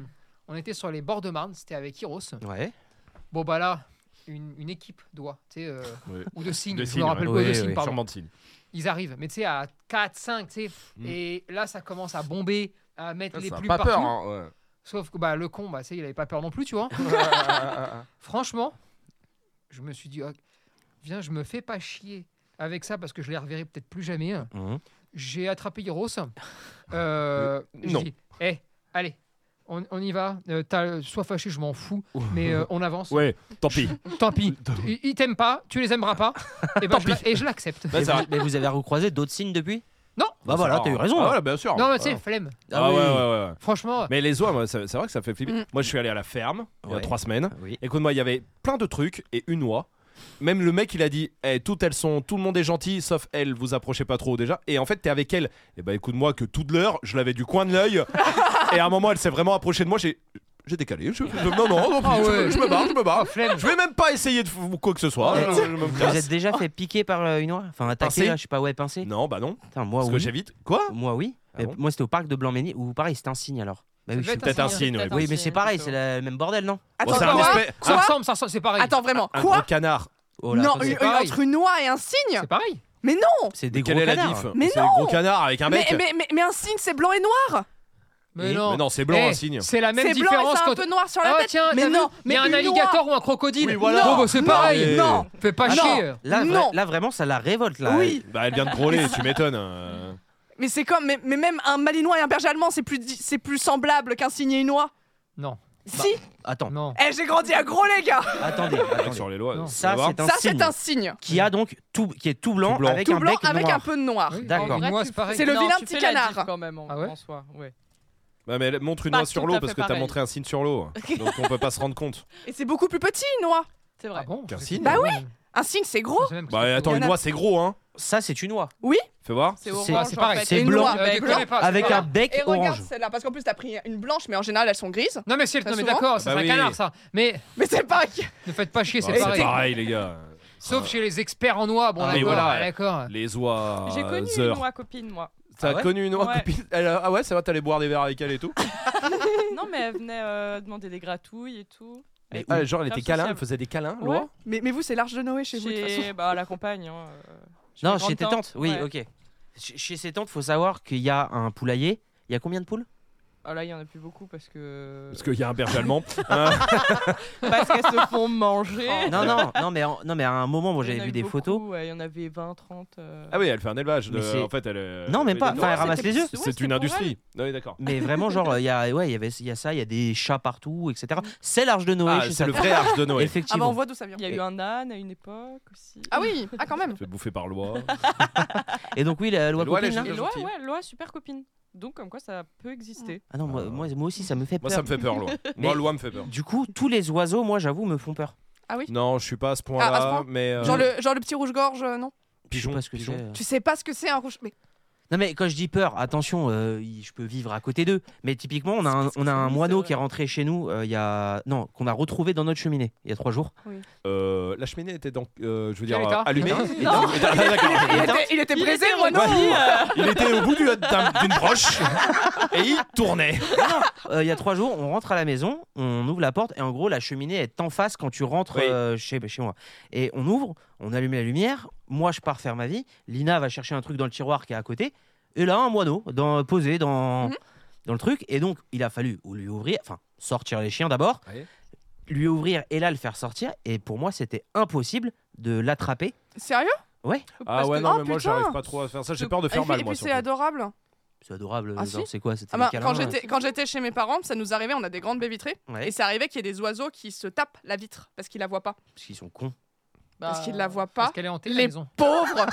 Speaker 9: on était sur les bords de Marne, c'était avec Iros.
Speaker 4: Ouais.
Speaker 9: Bon, bah là, une, une équipe d'oies, tu sais, euh,
Speaker 5: Ouais.
Speaker 9: ou de cygnes,
Speaker 5: De
Speaker 9: je
Speaker 5: cygnes,
Speaker 9: me rappelle
Speaker 4: ouais.
Speaker 9: pas, de
Speaker 4: Oui,
Speaker 9: cygnes,
Speaker 4: oui,
Speaker 9: pardon.
Speaker 5: Sûrement de signes.
Speaker 9: Ils arrivent, mais tu sais, à 4, 5, tu sais,
Speaker 5: Mm.
Speaker 9: et là, ça commence à bomber, à mettre
Speaker 5: Ça,
Speaker 9: les
Speaker 5: ça a
Speaker 9: plus
Speaker 5: pas
Speaker 9: partout.
Speaker 5: peur. hein,
Speaker 9: Sauf que bah, le con, bah, tu sais, il avait pas peur non plus, tu vois.
Speaker 5: ouais.
Speaker 9: Franchement, je me suis dit, Ah, viens, je me fais pas chier avec ça parce que je les reverrai peut-être plus jamais. hein.
Speaker 5: Mmh.
Speaker 4: Mhm.
Speaker 9: J'ai attrapé Hiros. Euh, je
Speaker 5: Non.
Speaker 9: dis, Eh, allez, on, on y va. Euh, t'as- sois fâché, je m'en fous, mais euh, on avance.
Speaker 5: Ouais, tant pis.
Speaker 9: Tant pis. Ils ils t'aiment pas, tu les aimeras pas. Et, ben, je la- et je l'accepte.
Speaker 5: Bah,
Speaker 4: Et
Speaker 5: ça-
Speaker 4: vous- mais vous avez recroisé d'autres signes depuis
Speaker 9: Non.
Speaker 4: Bah voilà,
Speaker 5: Ça
Speaker 4: t'as
Speaker 5: va.
Speaker 4: eu raison.
Speaker 5: Ah
Speaker 4: là.
Speaker 5: ouais, bien sûr.
Speaker 9: Non, mais tu sais,
Speaker 5: Ah.
Speaker 9: flemme.
Speaker 5: Ah ouais,
Speaker 4: oui.
Speaker 5: ouais, ouais.
Speaker 9: Franchement,
Speaker 5: Mais les oies, moi, ça- c'est vrai que ça fait flipper.
Speaker 3: Mm.
Speaker 5: Moi, je suis allé à la ferme il y a
Speaker 4: Ouais.
Speaker 5: trois semaines.
Speaker 4: Ah Oui.
Speaker 5: Écoute-moi, il y avait plein de trucs et une oie. Même le mec, il a dit Eh, toutes elles sont, tout le monde est gentil, sauf elle, vous approchez pas trop déjà. Et en fait, t'es avec elle. Et bah, écoute-moi, que toute l'heure, je l'avais du coin de l'œil. et à un moment, elle s'est vraiment approchée de moi. J'ai, j'ai décalé. Je, je- non, non, non,
Speaker 9: Ah
Speaker 5: je-
Speaker 9: ouais.
Speaker 5: je, me barre, je me barre.
Speaker 9: flemme.
Speaker 5: Je vais même pas essayer de f- quoi que ce soit. Je- je me
Speaker 4: Vous
Speaker 5: casse.
Speaker 4: êtes déjà fait piquer par euh, une oie Enfin,
Speaker 5: Pincé
Speaker 4: attaqué, là, je sais pas, ouais, pincé
Speaker 5: Non, bah non.
Speaker 4: Putain, moi,
Speaker 5: Parce que
Speaker 4: Ah oui.
Speaker 5: j'évite. Quoi
Speaker 4: Moi, oui.
Speaker 5: Ah
Speaker 4: Mais
Speaker 5: bon
Speaker 4: Moi, c'était au parc de Blanc-Ménil, où pareil, c'était un signe alors. Bah oui,
Speaker 9: Ça devait
Speaker 4: je suis
Speaker 9: être un
Speaker 5: Peut-être un
Speaker 9: signe.
Speaker 5: signe. ouais.
Speaker 4: Oui, mais c'est pareil, c'est la- le même bordel, non
Speaker 5: Bon,
Speaker 3: Attends,
Speaker 5: c'est un
Speaker 3: quoi
Speaker 5: espèce-
Speaker 9: Ça
Speaker 3: Quoi
Speaker 9: ressemble, ça ressemble, c'est pareil.
Speaker 3: Attends vraiment.
Speaker 5: un
Speaker 3: Quoi
Speaker 5: gros canard.
Speaker 4: Oh là,
Speaker 3: Non,
Speaker 4: attendez.
Speaker 3: une-
Speaker 9: c'est pareil.
Speaker 3: entre une oie et un cygne
Speaker 9: C'est pareil.
Speaker 3: Mais non
Speaker 4: c'est des
Speaker 5: Quelle
Speaker 4: gros
Speaker 5: est la
Speaker 4: canards.
Speaker 5: diff
Speaker 3: Mais
Speaker 5: C'est
Speaker 3: non
Speaker 5: gros canard avec un
Speaker 3: mais,
Speaker 5: bec.
Speaker 3: mais, mais, mais un cygne c'est blanc et noir
Speaker 9: Mais
Speaker 4: Et-
Speaker 9: non.
Speaker 5: Mais non, c'est blanc,
Speaker 9: Eh,
Speaker 5: un signe.
Speaker 9: C'est la même
Speaker 3: C'est blanc et
Speaker 9: différence
Speaker 3: c'est un
Speaker 9: quand.
Speaker 3: peu noir sur la
Speaker 9: Ah
Speaker 3: tête
Speaker 9: tiens,
Speaker 3: Mais
Speaker 9: t'as
Speaker 3: non
Speaker 9: vu Il
Speaker 3: mais
Speaker 9: y a un
Speaker 3: une
Speaker 9: alligator ou un crocodile.
Speaker 5: Oui, voilà.
Speaker 9: Bon, bah, c'est
Speaker 3: Non,
Speaker 9: pareil.
Speaker 5: mais-
Speaker 3: Non
Speaker 9: Fais pas
Speaker 3: Ah,
Speaker 9: chier.
Speaker 3: non.
Speaker 4: Là, vra-
Speaker 3: Non.
Speaker 4: là, vraiment, ça la révolte, là.
Speaker 3: Oui
Speaker 5: Bah, elle vient de grôler, tu m'étonnes. euh.
Speaker 3: Mais c'est comme mais, mais même un malinois et un berger allemand c'est plus di- c'est plus semblable qu'un cygne et une oie
Speaker 9: Non.
Speaker 3: Si
Speaker 4: Attends,
Speaker 9: Non.
Speaker 3: Eh j'ai grandi à gros les gars
Speaker 4: attendez,
Speaker 5: Avec
Speaker 4: attendez.
Speaker 5: sur les lois.
Speaker 9: Non.
Speaker 5: tu
Speaker 4: Ça,
Speaker 5: vas voir.
Speaker 4: c'est un
Speaker 3: Ça
Speaker 4: signe
Speaker 3: c'est un cygne
Speaker 4: qui a donc tout, qui est tout blanc,
Speaker 5: Tout blanc.
Speaker 4: avec
Speaker 3: Tout
Speaker 4: un
Speaker 3: blanc
Speaker 4: bec
Speaker 3: avec
Speaker 4: noir.
Speaker 3: un peu de noir
Speaker 9: Oui,
Speaker 4: D'accord.
Speaker 9: en vrai, Moi, c'est pareil.
Speaker 3: C'est le
Speaker 8: Non,
Speaker 3: vilain
Speaker 8: tu
Speaker 3: petit
Speaker 8: fais la
Speaker 3: canard.
Speaker 8: diff quand même en,
Speaker 9: Ah ouais
Speaker 8: en soi, ouais.
Speaker 5: Bah, mais elle montre une
Speaker 8: Pas
Speaker 5: oie sur
Speaker 8: tout
Speaker 5: l'eau
Speaker 8: à
Speaker 5: parce
Speaker 8: fait
Speaker 5: que t'as
Speaker 8: pareil.
Speaker 5: montré un signe sur l'eau. Donc on peut pas se rendre compte.
Speaker 3: Et c'est beaucoup plus petit une oie
Speaker 8: C'est
Speaker 9: Ah
Speaker 8: vrai.
Speaker 9: bon
Speaker 5: Qu'un signe.
Speaker 3: Bah
Speaker 9: oui.
Speaker 3: Un cygne c'est gros
Speaker 5: Bah
Speaker 3: Il
Speaker 5: attends,
Speaker 3: y en
Speaker 5: une
Speaker 3: a-
Speaker 5: oie c'est gros hein.
Speaker 4: Ça, c'est une oie.
Speaker 5: Fais voir.
Speaker 8: C'est
Speaker 4: C'est-
Speaker 8: orange.
Speaker 4: c'est
Speaker 8: en
Speaker 9: pareil,
Speaker 8: fait.
Speaker 4: c'est
Speaker 8: Et
Speaker 4: blanc.
Speaker 8: noir,
Speaker 9: Euh,
Speaker 8: avec
Speaker 9: déconnez
Speaker 8: blanc.
Speaker 9: pas, c'est
Speaker 4: Avec
Speaker 9: pas
Speaker 4: un
Speaker 9: grave.
Speaker 4: bec
Speaker 3: Et regarde
Speaker 4: orange.
Speaker 3: celle-là parce qu'en plus t'as pris une blanche mais en général elles sont grises
Speaker 9: Non mais c'est
Speaker 3: Très
Speaker 9: non mais
Speaker 3: souvent.
Speaker 9: d'accord, c'est
Speaker 5: Bah
Speaker 9: un
Speaker 5: oui.
Speaker 9: canard ça. Mais
Speaker 3: Mais c'est pas
Speaker 9: ne faites pas chier,
Speaker 5: Ah,
Speaker 9: c'est pareil.
Speaker 5: les gars.
Speaker 9: Sauf chez les experts en noix, bon
Speaker 5: Ah, mais
Speaker 9: d'accord,
Speaker 5: voilà.
Speaker 9: ah, d'accord.
Speaker 5: Les oies.
Speaker 8: J'ai connu une
Speaker 5: heures.
Speaker 8: noix copine, moi.
Speaker 5: T'as
Speaker 4: Ah ouais
Speaker 5: connu une oie
Speaker 8: Ouais.
Speaker 5: copine Elle a- Ah ouais, ça va, t'allais boire des verres avec elle et tout.
Speaker 8: Non, mais elle venait euh, demander des gratouilles et tout.
Speaker 4: Mais
Speaker 5: Ah, genre elle
Speaker 8: Grave
Speaker 5: était câlin, elle
Speaker 8: sociable.
Speaker 5: faisait des câlins,
Speaker 8: Ouais.
Speaker 5: l'oie.
Speaker 3: Mais, mais vous c'est l'arche de Noé chez vous de toute façon
Speaker 8: Chez bah, la compagne. hein, euh, chez
Speaker 4: Non,
Speaker 8: mes
Speaker 4: chez tes
Speaker 8: grandes
Speaker 4: tantes. Oui,
Speaker 8: ouais.
Speaker 4: ok. Chez- Chez ses tantes, faut savoir qu'il y a un poulailler. Il y a combien de poules
Speaker 8: Ah là, il y en a plus beaucoup parce que.
Speaker 5: Parce qu'il y a un berger allemand. Hein
Speaker 8: Parce qu'elles se font manger.
Speaker 4: Non, non, non, mais en- non, mais à un moment, Oh, moi,
Speaker 8: Il y en
Speaker 4: j'avais
Speaker 8: a
Speaker 4: vu
Speaker 8: eu
Speaker 4: des
Speaker 8: beaucoup,
Speaker 4: photos.
Speaker 8: ouais, Il y en avait 20, 30. euh.
Speaker 5: ah oui, elle fait un élevage. de-
Speaker 4: Mais c'est-
Speaker 5: En fait, elle. euh,
Speaker 4: Non, même pas.
Speaker 5: des-
Speaker 4: Enfin, elle ramasse
Speaker 8: c'était
Speaker 4: les œufs.
Speaker 8: plus- ouais,
Speaker 5: C'est
Speaker 8: c'était
Speaker 5: une
Speaker 8: pour
Speaker 5: industrie. Ah Oui, d'accord.
Speaker 4: Mais vraiment, genre, euh, il y a, ouais, il y avait, il y a ça, il y a des chats partout, etc.
Speaker 8: Mm.
Speaker 4: C'est l'arche de Noé.
Speaker 5: Ah,
Speaker 4: chez
Speaker 5: c'est
Speaker 4: sa
Speaker 5: le
Speaker 4: tante.
Speaker 5: vrai arche de Noé.
Speaker 3: Ah bah on
Speaker 4: Effectivement.
Speaker 3: voit d'où ça vient
Speaker 8: Il y a eu un âne à une époque aussi.
Speaker 3: Ah oui Ah quand même
Speaker 5: Fait bouffer par l'oie.
Speaker 4: Et donc oui, la loi
Speaker 5: Loi
Speaker 4: copine, là.
Speaker 5: légère.
Speaker 8: Et Loa,
Speaker 5: gentil.
Speaker 8: ouais, Loa, super copine. Donc, comme quoi, ça peut exister.
Speaker 4: Ah non, moi,
Speaker 5: Ah.
Speaker 4: moi, moi aussi, ça me fait
Speaker 5: Moi,
Speaker 4: peur.
Speaker 5: ça me fait peur, l'oie. Moi,
Speaker 4: Mais-
Speaker 5: l'oie me fait peur.
Speaker 4: Du coup, tous les oiseaux, moi, j'avoue, me font peur.
Speaker 5: Non, je suis pas à ce
Speaker 3: Ah, à ce
Speaker 5: point-là,
Speaker 3: point
Speaker 5: mais. euh,
Speaker 3: genre, le, genre le petit rouge-gorge euh, non
Speaker 5: Pigeon.
Speaker 4: je sais pas ce que
Speaker 5: pigeon.
Speaker 4: c'est, euh.
Speaker 3: Tu sais pas ce que c'est un rouge mais
Speaker 4: Non mais quand je dis peur, attention, euh, il- je peux vivre à côté d'eux. Mais typiquement, on a un, on a un
Speaker 8: c'est
Speaker 4: moineau
Speaker 8: vrai.
Speaker 4: qui est rentré chez nous euh, il y a non qu'on a retrouvé dans notre cheminée il y a trois jours.
Speaker 5: Euh, la cheminée était donc, euh, je veux dire,
Speaker 9: Quel état
Speaker 5: euh, allumée.
Speaker 4: Éteinte.
Speaker 5: Éteinte. Ah, d'accord.
Speaker 3: il était, il était brisé moi non euh.
Speaker 5: Il était au bout du- d'un- d'une broche et il tournait.
Speaker 4: Euh, il y a trois jours, on rentre à la maison, on ouvre la porte et en gros la cheminée est en face quand tu rentres
Speaker 5: Oui.
Speaker 4: euh, chez, chez moi. Et on ouvre, on allume la lumière, moi je pars faire ma vie, Lina va chercher un truc dans le tiroir qui est à côté, et là un moineau dans, posé dans,
Speaker 3: Mhm.
Speaker 4: dans le truc, et donc il a fallu ou lui ouvrir, enfin sortir les chiens d'abord,
Speaker 5: Oui.
Speaker 4: lui ouvrir et là le faire sortir, et pour moi c'était impossible de l'attraper.
Speaker 3: Sérieux
Speaker 5: Ah ouais,
Speaker 3: que-
Speaker 5: non,
Speaker 3: Oh,
Speaker 5: mais moi
Speaker 3: putain.
Speaker 5: j'arrive pas trop à faire ça. J'ai peur de
Speaker 3: Et
Speaker 5: faire
Speaker 3: puis,
Speaker 5: mal,
Speaker 3: et
Speaker 5: moi.
Speaker 3: puis c'est
Speaker 5: surtout.
Speaker 3: adorable
Speaker 4: C'est adorable.
Speaker 3: Ah,
Speaker 4: genre,
Speaker 3: si.
Speaker 4: C'est quoi C'était
Speaker 3: Ah
Speaker 4: des
Speaker 3: bah,
Speaker 4: câlins,
Speaker 3: quand
Speaker 4: euh.
Speaker 3: j'étais quand j'étais chez mes parents, ça nous arrivait, on a des grandes baies vitrées
Speaker 4: Ouais.
Speaker 3: et ça arrivait qu'il y ait des oiseaux qui se tapent la vitre parce qu'ils la voient pas,
Speaker 4: Parce qu'ils sont cons.
Speaker 5: Ah.
Speaker 3: parce qu'ils la voient
Speaker 9: Parce
Speaker 3: pas.
Speaker 9: qu'elle est hantée,
Speaker 3: Les-
Speaker 9: la maison.
Speaker 3: Pauvre.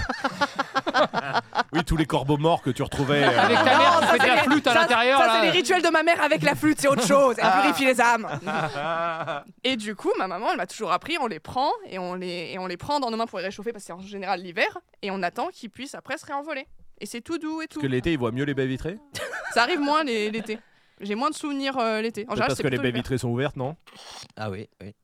Speaker 5: Oui, tous les corbeaux morts que tu retrouvais. euh,
Speaker 9: Avec ta mère,
Speaker 3: Non,
Speaker 9: tu
Speaker 3: ça,
Speaker 9: fais de la
Speaker 3: c'est les-
Speaker 9: flûte à
Speaker 3: ça,
Speaker 9: l'intérieur.
Speaker 3: Ça, c'est
Speaker 9: là. euh,
Speaker 3: les rituels de ma mère avec la flûte, c'est autre chose. Elle purifie les âmes. et du coup, ma maman, elle m'a toujours appris, on les prend et on les, et on les prend dans nos mains pour les réchauffer parce que c'est en général l'hiver et on attend qu'ils puissent après se réenvoler. Et c'est tout doux et tout.
Speaker 5: Parce que l'été, ils voient mieux les baies vitrées.
Speaker 3: Ça arrive moins les- l'été. J'ai moins de souvenirs euh, l'été. En général,
Speaker 5: parce
Speaker 3: c'est
Speaker 5: que les
Speaker 3: plutôt
Speaker 5: baies
Speaker 3: l'hiver.
Speaker 5: vitrées sont ouvertes, non
Speaker 4: Ah oui, oui.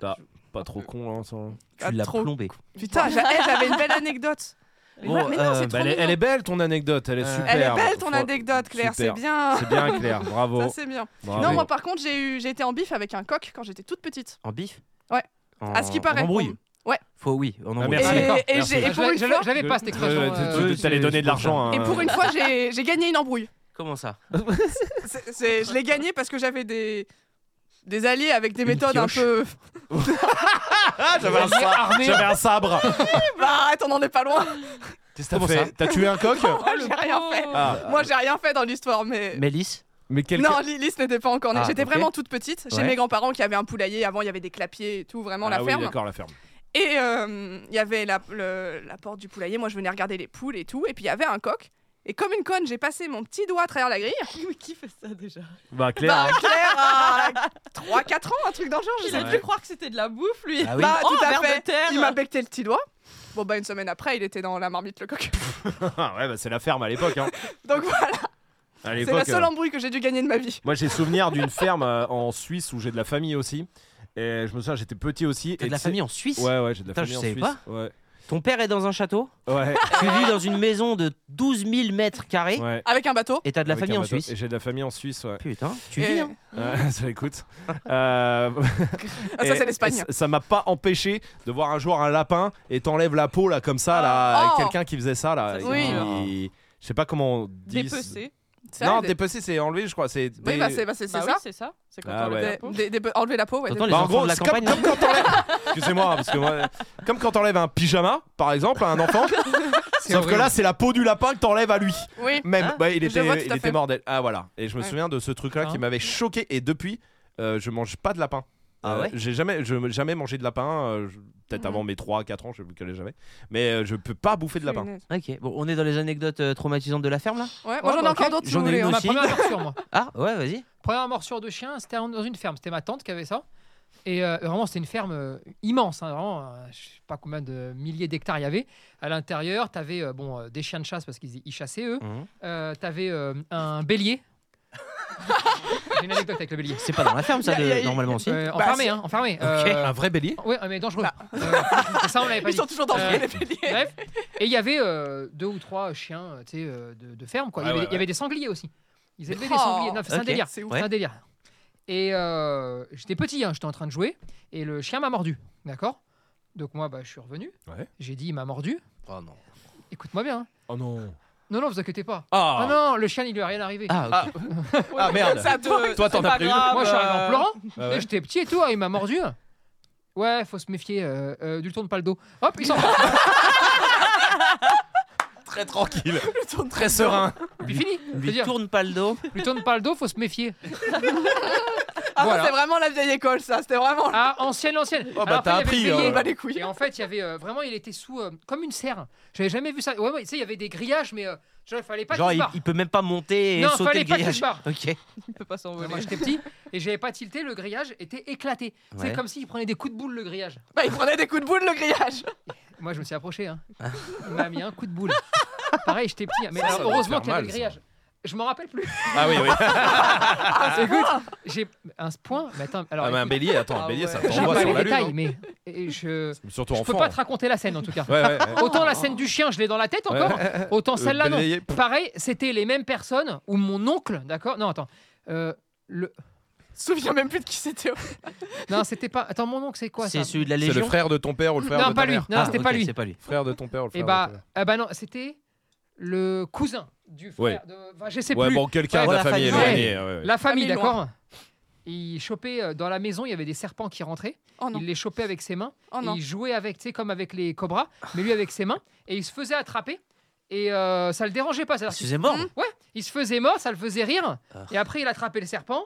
Speaker 5: Pas trop hein, con, là. ça.
Speaker 3: Ah,
Speaker 4: Tu l'as
Speaker 3: trop.
Speaker 4: plombé.
Speaker 3: Putain, j'a- eh, j'avais une belle anecdote. Mais,
Speaker 4: Bon,
Speaker 3: ouais, mais non,
Speaker 4: euh,
Speaker 3: c'est
Speaker 5: Bah,
Speaker 3: trop
Speaker 5: elle, est,
Speaker 3: mignon.
Speaker 5: elle est belle ton anecdote, elle est
Speaker 4: Euh,
Speaker 5: super.
Speaker 3: Elle est belle ton
Speaker 5: Faut-
Speaker 3: anecdote, Claire, c'est
Speaker 5: Super.
Speaker 3: bien.
Speaker 5: C'est Ah bien Claire, bravo.
Speaker 3: Ça, c'est bien.
Speaker 5: bravo.
Speaker 3: non, moi, par contre, j'ai eu- j'ai été en bif avec un coq quand j'étais toute petite.
Speaker 4: En bif
Speaker 3: Ouais.
Speaker 4: En-
Speaker 3: À ce qui paraît.
Speaker 4: En embrouille
Speaker 3: Ouais.
Speaker 4: Faut, oui, en embrouille.
Speaker 5: Ah, merci.
Speaker 3: Et-
Speaker 5: d'accord,
Speaker 3: et
Speaker 5: merci.
Speaker 3: j'ai- et
Speaker 9: Je
Speaker 3: pour
Speaker 9: l'ai-
Speaker 3: une
Speaker 9: je
Speaker 3: fois-
Speaker 9: l'avais pas cette expression.
Speaker 5: Euh,
Speaker 9: euh,
Speaker 5: tu-
Speaker 4: euh,
Speaker 5: tu- T'allais
Speaker 4: je-
Speaker 5: donner
Speaker 4: je
Speaker 5: de l'argent.
Speaker 3: Et
Speaker 5: hein.
Speaker 3: pour une fois, j'ai j'ai gagné une embrouille.
Speaker 4: Comment ça
Speaker 3: C'est- c'est- je l'ai gagné parce que j'avais des, des alliés avec des
Speaker 4: Une
Speaker 3: méthodes un
Speaker 4: pioche.
Speaker 3: peu.
Speaker 5: Ah, j'avais un sabre. J'avais un sabre.
Speaker 3: Bah arrête, on en est pas loin.
Speaker 5: Qu'est-ce
Speaker 2: Comment ça
Speaker 5: T'as tué un coq
Speaker 8: Oh,
Speaker 3: Moi, j'ai rien fait.
Speaker 5: Oh, Ah.
Speaker 3: Moi, j'ai rien fait dans l'histoire, mais.
Speaker 4: Mélisse
Speaker 5: Mais quelqu'un.
Speaker 3: Non, Li- Lys n'était pas encore née.
Speaker 4: Ah,
Speaker 3: J'étais
Speaker 4: ok.
Speaker 3: vraiment toute petite chez
Speaker 4: Ouais.
Speaker 3: mes grands-parents qui avaient un poulailler. Avant, il y avait des clapiers et tout, vraiment
Speaker 5: Ah
Speaker 3: la
Speaker 5: oui,
Speaker 3: ferme.
Speaker 5: d'accord, la ferme.
Speaker 3: Et euh, il y avait la, le- la porte du poulailler. Moi, je venais regarder les poules et tout. Et puis, il y avait un coq. Et comme une conne, j'ai passé mon petit doigt à travers la grille.
Speaker 8: Mais qui fait ça déjà
Speaker 5: Bah, Claire.
Speaker 3: Bah, Claire à 3-4 ans, un truc dans le genre. je
Speaker 8: Il
Speaker 3: sais
Speaker 8: a
Speaker 3: plus.
Speaker 8: dû croire que c'était de la bouffe, lui.
Speaker 4: Ah oui.
Speaker 3: Bah,
Speaker 8: Oh,
Speaker 3: tout à
Speaker 8: verre de
Speaker 3: fait.
Speaker 8: terre.
Speaker 3: Il m'a becté le petit doigt. Bon, bah, une semaine après, il était dans la marmite, le coq.
Speaker 5: Ah ouais, bah, c'est la ferme à l'époque. hein.
Speaker 3: Donc voilà,
Speaker 5: À
Speaker 3: c'est la
Speaker 5: l'époque.
Speaker 3: seule
Speaker 5: euh,
Speaker 3: embrouille que j'ai dû gagner de ma vie.
Speaker 5: Moi, j'ai souvenir d'une ferme euh, en Suisse où j'ai de la famille aussi. Et je me souviens, j'étais petit aussi.
Speaker 4: T'as
Speaker 5: et
Speaker 4: de la
Speaker 5: tu sais-
Speaker 4: famille en Suisse
Speaker 5: Ouais, ouais, j'ai de la
Speaker 4: Putain,
Speaker 5: famille
Speaker 4: je
Speaker 5: en
Speaker 4: savais
Speaker 5: Suisse.
Speaker 4: pas.
Speaker 5: Ouais.
Speaker 4: Ton père est dans un château,
Speaker 5: Ouais.
Speaker 4: tu vis dans une maison de 12 000 mètres carrés
Speaker 5: ouais.
Speaker 3: Avec un bateau.
Speaker 4: et t'as de la
Speaker 5: Avec
Speaker 4: famille
Speaker 5: un
Speaker 4: en
Speaker 5: bateau.
Speaker 4: Suisse.
Speaker 5: Et J'ai de la famille en Suisse, ouais.
Speaker 4: Putain, tu
Speaker 3: Et-
Speaker 4: vis. hein.
Speaker 5: Ouais, ça écoute. Euh,
Speaker 3: Ah, ça,
Speaker 5: et-
Speaker 3: c'est l'Espagne.
Speaker 5: et ça- Ça m'a pas empêché de voir un jour un lapin et t'enlèves la peau là comme ça là, avec
Speaker 3: Oh.
Speaker 5: quelqu'un qui faisait ça là.
Speaker 8: Ça,
Speaker 5: et
Speaker 8: c'est
Speaker 3: Oui.
Speaker 5: qui- Je sais pas comment on dit.
Speaker 8: Dépecé.
Speaker 3: Ça,
Speaker 5: Non,
Speaker 3: des-
Speaker 5: dépecé c'est enlevé je crois. C'est.
Speaker 3: Oui,
Speaker 5: des-
Speaker 3: bah, c'est bah, c'est- c'est
Speaker 8: Bah oui,
Speaker 3: ça.
Speaker 8: c'est ça. C'est quand
Speaker 5: Ah
Speaker 8: on
Speaker 5: ouais.
Speaker 8: lève la
Speaker 3: Des-
Speaker 8: peau.
Speaker 3: des- des- be- enlever la peau, ouais.
Speaker 4: T'entends
Speaker 3: des-
Speaker 4: les
Speaker 5: Bah, en
Speaker 4: enfants
Speaker 5: gros,
Speaker 4: de la
Speaker 5: c'est comme-
Speaker 4: campagne
Speaker 5: comme,
Speaker 4: là
Speaker 5: quand t'enlèves- Excusez-moi, parce que moi, comme quand t'enlèves un pyjama, par exemple, à un enfant,
Speaker 9: C'est
Speaker 5: sauf que
Speaker 9: horrible.
Speaker 5: là, c'est la peau du lapin que t'enlèves à lui.
Speaker 3: Oui.
Speaker 5: Même,
Speaker 4: Ah,
Speaker 5: bah, il
Speaker 3: je
Speaker 5: était,
Speaker 3: vois tout à
Speaker 5: il était
Speaker 3: fait.
Speaker 5: mort d'elle. Ah voilà. Et je me
Speaker 3: Ouais.
Speaker 5: souviens de ce truc-là qui
Speaker 9: Putain.
Speaker 5: m'avait choqué. Et depuis, euh, je mange pas de lapin. Euh,
Speaker 4: Ah ouais
Speaker 5: J'ai jamais, je jamais mangé de lapin. euh, je- Peut-être
Speaker 3: Mhm.
Speaker 5: avant mes 3-4 ans, je me connais jamais. Mais euh, je peux pas bouffer de lapin.
Speaker 3: Punaise.
Speaker 4: Ah, Ok, bon, on est dans les anecdotes euh, traumatisantes de la ferme là
Speaker 3: Ouais, moi,
Speaker 9: Ouais,
Speaker 3: j'en ai
Speaker 9: bah,
Speaker 3: encore
Speaker 9: ok.
Speaker 3: d'autres si
Speaker 4: J'en
Speaker 3: vous
Speaker 4: ai
Speaker 3: voulez.
Speaker 4: une
Speaker 9: Ma
Speaker 4: aussi.
Speaker 9: première morsure, moi.
Speaker 4: Ah ouais, vas-y.
Speaker 9: Première morsure de chien, c'était en- dans une ferme. C'était ma tante qui avait ça. Et euh, vraiment, c'était une ferme euh, immense. hein, vraiment, euh, je sais pas combien de milliers d'hectares il y avait. À l'intérieur, tu avais bon, euh, des chiens de chasse parce qu'ils ils chassaient eux.
Speaker 4: Mhm.
Speaker 9: tu avais un bélier. J'ai une anecdote avec le bélier.
Speaker 4: C'est pas dans la ferme ça,
Speaker 3: Il y a- il y
Speaker 4: de-
Speaker 3: a-
Speaker 4: normalement aussi.
Speaker 9: Euh,
Speaker 3: Bah,
Speaker 9: enfermé,
Speaker 3: c'est-
Speaker 9: hein, enfermé.
Speaker 5: Un vrai bélier
Speaker 9: Oui, mais dangereux. Euh, ça, on l'avait pas
Speaker 3: Ils
Speaker 9: dit.
Speaker 3: sont toujours dans
Speaker 9: Euh,
Speaker 3: les béliers.
Speaker 9: Bref, et il y avait euh, deux ou trois chiens euh, tu sais, euh, de, de ferme. Quoi. Il, y
Speaker 5: Ah
Speaker 9: avait,
Speaker 5: ouais,
Speaker 9: il y avait des sangliers aussi. Ils élevaient
Speaker 3: Oh,
Speaker 9: des sangliers. Non, c'est un
Speaker 4: ok.
Speaker 9: délire.
Speaker 3: C'est
Speaker 4: ouf.
Speaker 9: C'est un délire. Et euh, j'étais petit, hein, j'étais en train de jouer, et le chien m'a mordu. D'accord Donc moi, bah, je suis revenu.
Speaker 5: Ouais.
Speaker 9: J'ai dit, il m'a mordu.
Speaker 4: Oh non.
Speaker 9: Écoute-moi bien. hein.
Speaker 5: Oh non.
Speaker 9: Non, non, vous inquiétez pas. Ah
Speaker 5: Ah,
Speaker 9: non, le chien, il lui a rien arrivé.
Speaker 4: Ah, ok.
Speaker 5: Ah, merde.
Speaker 8: Ça te-
Speaker 5: Toi, t'en
Speaker 8: c'est
Speaker 5: as
Speaker 8: pas
Speaker 5: pris une.
Speaker 8: grave,
Speaker 9: Moi, je suis arrivé en
Speaker 8: euh,
Speaker 9: pleurant.
Speaker 5: Ah ouais.
Speaker 9: Et J'étais petit et tout, hein, il m'a mordu. Ouais, faut se méfier, euh, euh, du tourne pas le dos. Hop, il s'en va.
Speaker 5: Très tranquille. Très serein.
Speaker 9: Puis fini.
Speaker 4: lui
Speaker 9: C'est-à-dire,
Speaker 4: tourne pas le dos.
Speaker 9: lui tourne pas le dos, faut se méfier.
Speaker 3: Ah,
Speaker 9: Voilà.
Speaker 3: c'est vraiment la vieille école, ça. C'était vraiment.
Speaker 9: Ah, ancienne, ancienne.
Speaker 5: Oh, bah,
Speaker 9: Alors,
Speaker 5: t'as
Speaker 9: après, il
Speaker 5: appris,
Speaker 9: y avait le
Speaker 5: hein.
Speaker 9: bélier.
Speaker 3: Bah, les couilles.
Speaker 9: Et en fait, il y avait euh, vraiment, il était sous euh, comme une serre. J'avais jamais vu ça. Ouais, ouais, tu sais, il y avait des grillages, mais euh, genre, il fallait pas
Speaker 4: Genre,
Speaker 9: qu'il se
Speaker 4: il,
Speaker 9: barre.
Speaker 4: il peut même pas monter et
Speaker 9: Non,
Speaker 4: sauter
Speaker 9: fallait
Speaker 4: le
Speaker 9: pas qu'il
Speaker 4: grillage.
Speaker 9: se barre.
Speaker 4: Ok.
Speaker 8: Il peut pas
Speaker 9: Ouais, Moi,
Speaker 8: s'envoler.
Speaker 9: j'étais petit et j'avais pas tilté. Le grillage était éclaté.
Speaker 4: Ouais.
Speaker 9: C'est comme s'il prenait des coups de boule le grillage.
Speaker 3: Bah, ils prenaient des coups de boule, le grillage.
Speaker 9: Moi, je me suis approché. Hein. Il m'a mis un coup de boule. Pareil, j'étais petit. hein. Mais alors,
Speaker 5: ça doit faire
Speaker 9: heureusement qu'il y avait
Speaker 5: mal,
Speaker 9: le
Speaker 5: ça.
Speaker 9: grillage. Je m'en rappelle plus.
Speaker 5: Ah oui, oui.
Speaker 9: Écoute, j'ai un point. Mais attends, alors.
Speaker 5: Ah, mais un
Speaker 9: écoute,
Speaker 5: bélier, attends, un
Speaker 8: Ah
Speaker 5: bélier, ça
Speaker 8: ouais.
Speaker 9: j'ai
Speaker 5: t'envoie
Speaker 9: pas
Speaker 5: sur
Speaker 9: les
Speaker 5: la lune.
Speaker 9: détails,
Speaker 5: hein.
Speaker 9: mais et je,
Speaker 5: Surtout
Speaker 9: je
Speaker 5: enfant. hein.
Speaker 9: peux pas te raconter la scène en tout cas.
Speaker 5: Ouais, ouais, ouais.
Speaker 9: Autant la scène du chien, je l'ai dans la tête encore.
Speaker 5: Ouais.
Speaker 9: Autant celle-là,
Speaker 5: Euh,
Speaker 9: non.
Speaker 5: bélier.
Speaker 9: Pareil, c'était les mêmes personnes ou mon oncle, d'accord Non, attends. Euh, le...
Speaker 3: Je me souviens même plus de qui c'était.
Speaker 9: Non, c'était pas. Attends, mon oncle, c'est quoi ça
Speaker 4: C'est celui de la
Speaker 5: C'est le
Speaker 4: Légion.
Speaker 5: frère de ton père ou le frère
Speaker 9: Non,
Speaker 5: de ta
Speaker 9: pas lui.
Speaker 5: mère
Speaker 9: Non,
Speaker 4: Ah,
Speaker 9: c'était
Speaker 4: ok,
Speaker 9: pas lui.
Speaker 4: C'est pas lui.
Speaker 5: Frère de ton père ou le frère
Speaker 9: Et
Speaker 5: de
Speaker 9: bah,
Speaker 5: ta mère
Speaker 9: ah bah non, c'était le cousin du frère. De... Enfin, je sais
Speaker 5: Ouais,
Speaker 9: plus.
Speaker 5: bon, quelqu'un
Speaker 4: Ouais,
Speaker 5: de la
Speaker 4: voilà,
Speaker 5: famille
Speaker 4: famille.
Speaker 5: éloignée. ouais, ouais.
Speaker 9: La famille,
Speaker 3: Famille
Speaker 9: d'accord Il chopait euh, dans la maison, il y avait des serpents qui rentraient.
Speaker 3: Oh non,
Speaker 9: Il les chopait avec ses mains.
Speaker 3: oh
Speaker 9: et
Speaker 3: non.
Speaker 9: il jouait avec, tu sais, comme avec les cobras, mais lui avec ses mains. Et il se faisait attraper. Et euh, ça le dérangeait pas. c'est-à-dire
Speaker 5: Ah,
Speaker 4: Excusez-moi.
Speaker 3: Hmm.
Speaker 9: Ouais, Il se faisait mort, ça le faisait rire. Et après, il attrapait le serpent.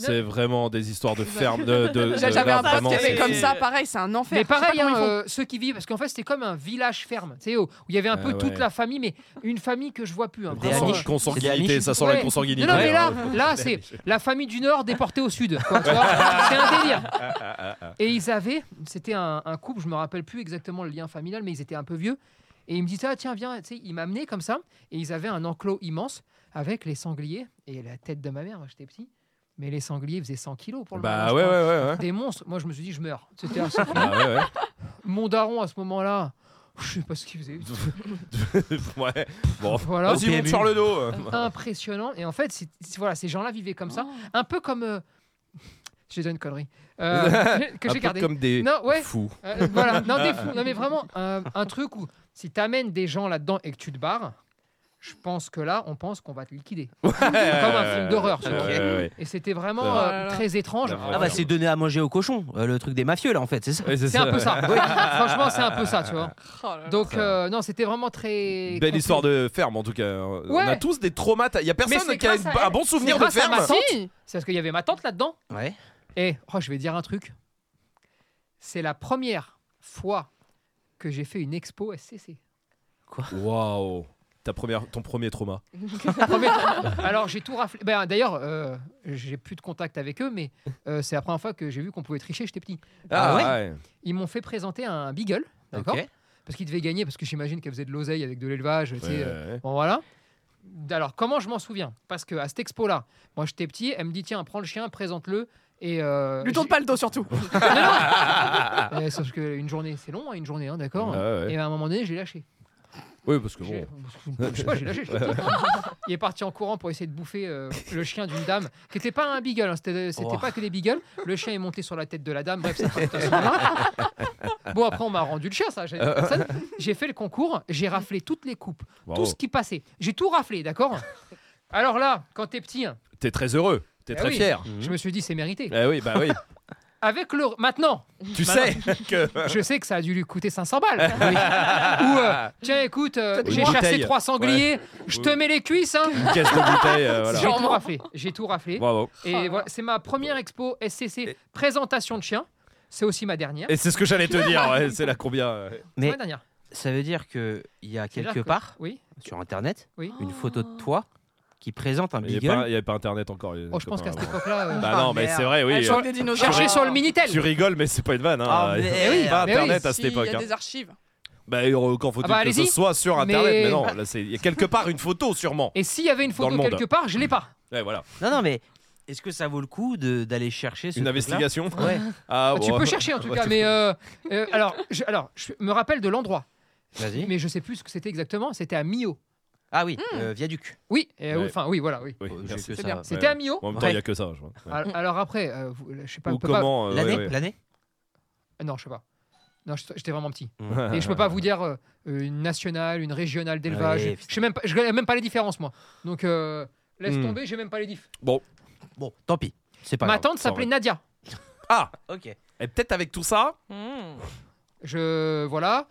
Speaker 5: C'est vraiment des histoires de ferme. De, de, de-
Speaker 3: J'avais
Speaker 5: là,
Speaker 3: un pote
Speaker 5: vraiment,
Speaker 3: qui
Speaker 5: c'est-
Speaker 3: était comme ça, pareil, c'est un enfer.
Speaker 9: Mais pareil,
Speaker 3: Je sais pas
Speaker 9: hein,
Speaker 3: comment ils font.
Speaker 9: euh, ceux qui vivent, parce qu'en fait, c'était comme un village ferme, tu sais, où où il y avait un
Speaker 5: Ah
Speaker 9: peu toute
Speaker 5: ouais.
Speaker 9: la famille, mais une famille que je vois plus. hein,
Speaker 5: Consang-
Speaker 9: vraiment.
Speaker 4: Amish. C'est
Speaker 5: Consanguinité,
Speaker 4: des
Speaker 5: ça sent
Speaker 9: Ouais.
Speaker 5: la consanguinité.
Speaker 9: Non, non, mais là,
Speaker 5: hein.
Speaker 9: là c'est la famille du Nord déportée au Sud. quoi, tu vois. c'est un délire. Et ils avaient, c'était un, un couple, je me rappelle plus exactement le lien familial, mais ils étaient un peu vieux. Et ils me disaient, ah tiens, viens, tu sais, ils m'amenaient comme ça. Et ils avaient un enclos immense avec les sangliers. Et la tête de ma mère, moi j'étais petit. Mais les sangliers faisaient 100 kilos pour le moment,
Speaker 5: Bah
Speaker 9: je
Speaker 5: ouais, ouais,
Speaker 9: crois.
Speaker 5: ouais. ouais.
Speaker 9: Des monstres. Moi, je me suis dit, je meurs. C'était un sacrifice.
Speaker 5: Ah ouais, ouais.
Speaker 9: Mon daron, à ce moment-là, je sais pas ce qu'il faisait.
Speaker 5: ouais. Bon,
Speaker 9: Voilà.
Speaker 5: vas-y, monte sur le
Speaker 9: Euh,
Speaker 5: dos.
Speaker 9: impressionnant. Et en fait, c'est- c'est- voilà, ces gens-là vivaient comme ça, un peu comme. euh, J'ai donné une connerie Euh, que
Speaker 5: Un peu
Speaker 9: j'ai gardée.
Speaker 5: comme des
Speaker 9: Non, ouais.
Speaker 5: fous.
Speaker 9: Euh, voilà, non, des fous. Non, mais vraiment, un, un truc où si t'amènes des gens là-dedans et que tu te barres, je pense que là, on pense qu'on va te liquider. Comme un film d'horreur, ce
Speaker 5: Ouais,
Speaker 9: qui est.
Speaker 5: ouais, ouais.
Speaker 9: Et c'était vraiment
Speaker 5: C'est vrai.
Speaker 9: euh, très étrange.
Speaker 5: Ah
Speaker 4: Ah bah c'est donner à manger aux cochons, euh, le truc des mafieux là en fait, c'est ça.
Speaker 5: Ouais,
Speaker 9: C'est un peu ça. Oui, Franchement, c'est un peu ça, tu vois.
Speaker 3: Oh là là.
Speaker 9: Donc, euh, non, c'était vraiment très.
Speaker 5: Belle histoire de ferme en tout cas. On a
Speaker 9: Ouais.
Speaker 5: tous des traumates. Il y a personne
Speaker 9: c'est
Speaker 5: qui a
Speaker 9: grâce
Speaker 5: une-
Speaker 9: à
Speaker 5: un bon souvenir
Speaker 9: C'est
Speaker 5: de
Speaker 9: grâce à
Speaker 5: ferme.
Speaker 9: ma tante.
Speaker 3: Si.
Speaker 9: C'est parce qu'il y avait ma tante là-dedans.
Speaker 4: Ouais.
Speaker 9: Et oh, je vais dire un truc. C'est la première fois que j'ai fait une expo SCC.
Speaker 5: Waouh. Ta première, ton premier trauma.
Speaker 9: Première- Alors j'ai tout raflé. Ben, D'ailleurs, euh, j'ai plus de contact avec eux, mais euh, c'est la première fois que j'ai vu qu'on pouvait tricher. J'étais petit.
Speaker 4: Ah ouais
Speaker 9: Ils m'ont fait présenter un beagle, d'accord
Speaker 4: Ok.
Speaker 9: Parce qu'ils devaient gagner, parce que j'imagine qu'elle faisait de l'oseille avec de l'élevage. tu sais,
Speaker 5: Ouais,
Speaker 9: euh,
Speaker 5: ouais.
Speaker 9: Bon, voilà. Alors, comment je m'en souviens Parce que à cette expo-là, moi j'étais petit, elle me dit tiens, prends le chien, présente-le. Et euh,
Speaker 3: Lui tourne pas le dos surtout.
Speaker 9: j'ai- euh, sauf qu'une journée, c'est long, hein, une journée, hein, d'accord
Speaker 5: Ah ouais.
Speaker 9: Et à un moment donné, j'ai lâché.
Speaker 5: Oui, parce que bon.
Speaker 9: J'ai- Je sais pas, j'ai lâché. j'étais petit. Il est parti en courant pour essayer de bouffer euh, le chien d'une dame qui n'était pas un beagle. hein, C'était c'était
Speaker 4: Oh.
Speaker 9: pas que des beagles. Le chien est monté sur la tête de la dame. Bref, c'était tout un scandale. Bon, après, on m'a rendu le chien, ça. j'ai- personne. J'ai fait le concours, j'ai raflé toutes les coupes,
Speaker 5: Bravo.
Speaker 9: tout ce qui passait. J'ai tout raflé, d'accord Alors là, quand t'es petit, hein,
Speaker 5: T'es très heureux. T'es
Speaker 9: Eh
Speaker 5: très
Speaker 9: oui.
Speaker 5: fier.
Speaker 9: je me suis dit, c'est mérité.
Speaker 5: Eh oui, bah oui.
Speaker 9: Avec le. Maintenant,
Speaker 5: tu
Speaker 9: Bah
Speaker 5: sais que.
Speaker 9: je sais que ça a dû lui coûter 500 balles. Ou, euh, tiens, écoute, euh,
Speaker 3: Peut-être
Speaker 9: j'ai
Speaker 5: une
Speaker 9: chassé
Speaker 5: bouteille.
Speaker 9: trois sangliers, je te
Speaker 5: Oui.
Speaker 9: mets les cuisses, hein
Speaker 5: Une caisse de bouteille. euh,
Speaker 9: J'ai
Speaker 5: voilà.
Speaker 3: Genre-
Speaker 9: tout raflé. J'ai tout raflé.
Speaker 5: Bravo.
Speaker 3: Oh
Speaker 9: Et
Speaker 3: là
Speaker 9: voilà, c'est ma première expo SCC présentation de chiens. C'est aussi ma dernière.
Speaker 5: Et c'est ce que j'allais te dire. ouais, c'est la combien. euh,
Speaker 9: C'est
Speaker 4: Mais-
Speaker 9: ma dernière.
Speaker 4: Ça veut dire que il y a
Speaker 9: C'est-à-dire
Speaker 4: quelque
Speaker 9: que-
Speaker 4: part
Speaker 9: Oui.
Speaker 4: sur internet
Speaker 9: Oui. Ah.
Speaker 4: une photo de toi qui présente un
Speaker 5: Il n'y
Speaker 4: beagle.
Speaker 5: avait, pas- il y avait pas internet encore. les
Speaker 9: Oh, je pense
Speaker 5: copains,
Speaker 9: qu'à cette
Speaker 5: avant.
Speaker 9: époque-là. euh,
Speaker 5: Bah non, mais
Speaker 4: merde.
Speaker 5: c'est vrai, oui.
Speaker 3: Elle chante des dinosaures.
Speaker 9: Chercher sur le minitel.
Speaker 5: Tu rigoles, mais c'est pas une vanne. Hein.
Speaker 4: Ah,
Speaker 5: Il y
Speaker 4: mais-
Speaker 5: avait pas
Speaker 9: mais oui,
Speaker 5: internet à
Speaker 3: Si,
Speaker 5: cette époque.
Speaker 3: Il y a
Speaker 5: hein.
Speaker 3: des archives.
Speaker 5: Bah, encore faut-il
Speaker 9: Ah bah,
Speaker 5: que ce
Speaker 9: allez-y.
Speaker 5: soit sur internet.
Speaker 9: Mais- bah
Speaker 5: Mais non, là, c'est- il y a quelque part une photo, sûrement.
Speaker 9: Et s'il y avait une
Speaker 5: Dans le
Speaker 9: photo
Speaker 5: monde.
Speaker 9: quelque part, je l'ai pas.
Speaker 5: Ouais, voilà.
Speaker 4: Non non mais est-ce que ça vaut le coup de- d'aller chercher ce
Speaker 5: Une
Speaker 4: truc-là
Speaker 5: investigation.
Speaker 4: Ouais.
Speaker 5: Ah,
Speaker 9: tu
Speaker 5: ouais.
Speaker 9: peux chercher en tout
Speaker 5: Ouais,
Speaker 9: cas,
Speaker 5: tu-
Speaker 9: mais euh, euh, alors, je, alors, je me rappelle de l'endroit,
Speaker 4: Vas-y.
Speaker 9: mais Hmm. je sais plus ce que c'était exactement. C'était à Mio.
Speaker 4: Ah oui, euh, viaduc.
Speaker 9: Oui. euh,
Speaker 5: Ouais.
Speaker 9: Enfin, oui, voilà, oui.
Speaker 5: Oui,
Speaker 4: Euh, j'ai
Speaker 5: merci.
Speaker 4: que ça.
Speaker 3: bien.
Speaker 9: C'était à Mio.
Speaker 5: En même temps, il n'y a que ça, je crois. Ouais.
Speaker 9: Alors, alors après, euh, vous- je sais pas.
Speaker 5: Ou
Speaker 9: on peut pas- Euh,
Speaker 5: comment. euh,
Speaker 4: L'année,
Speaker 5: ouais, ouais.
Speaker 4: l'année.
Speaker 9: Non, je sais pas. Non, je- j'étais vraiment petit. Et je peux pas vous dire euh, une nationale, une régionale d'élevage.
Speaker 4: Ouais,
Speaker 9: je sais même pas, je connais même pas les différences moi. Donc euh, laisse
Speaker 5: Hmm.
Speaker 9: tomber, j'ai même pas les diff.
Speaker 4: Bon, tant pis. C'est pas
Speaker 9: Ma
Speaker 4: grave.
Speaker 9: tante s'appelait Nadia.
Speaker 5: Ah,
Speaker 4: Ok.
Speaker 5: et peut-être avec tout ça.
Speaker 9: Je voilà.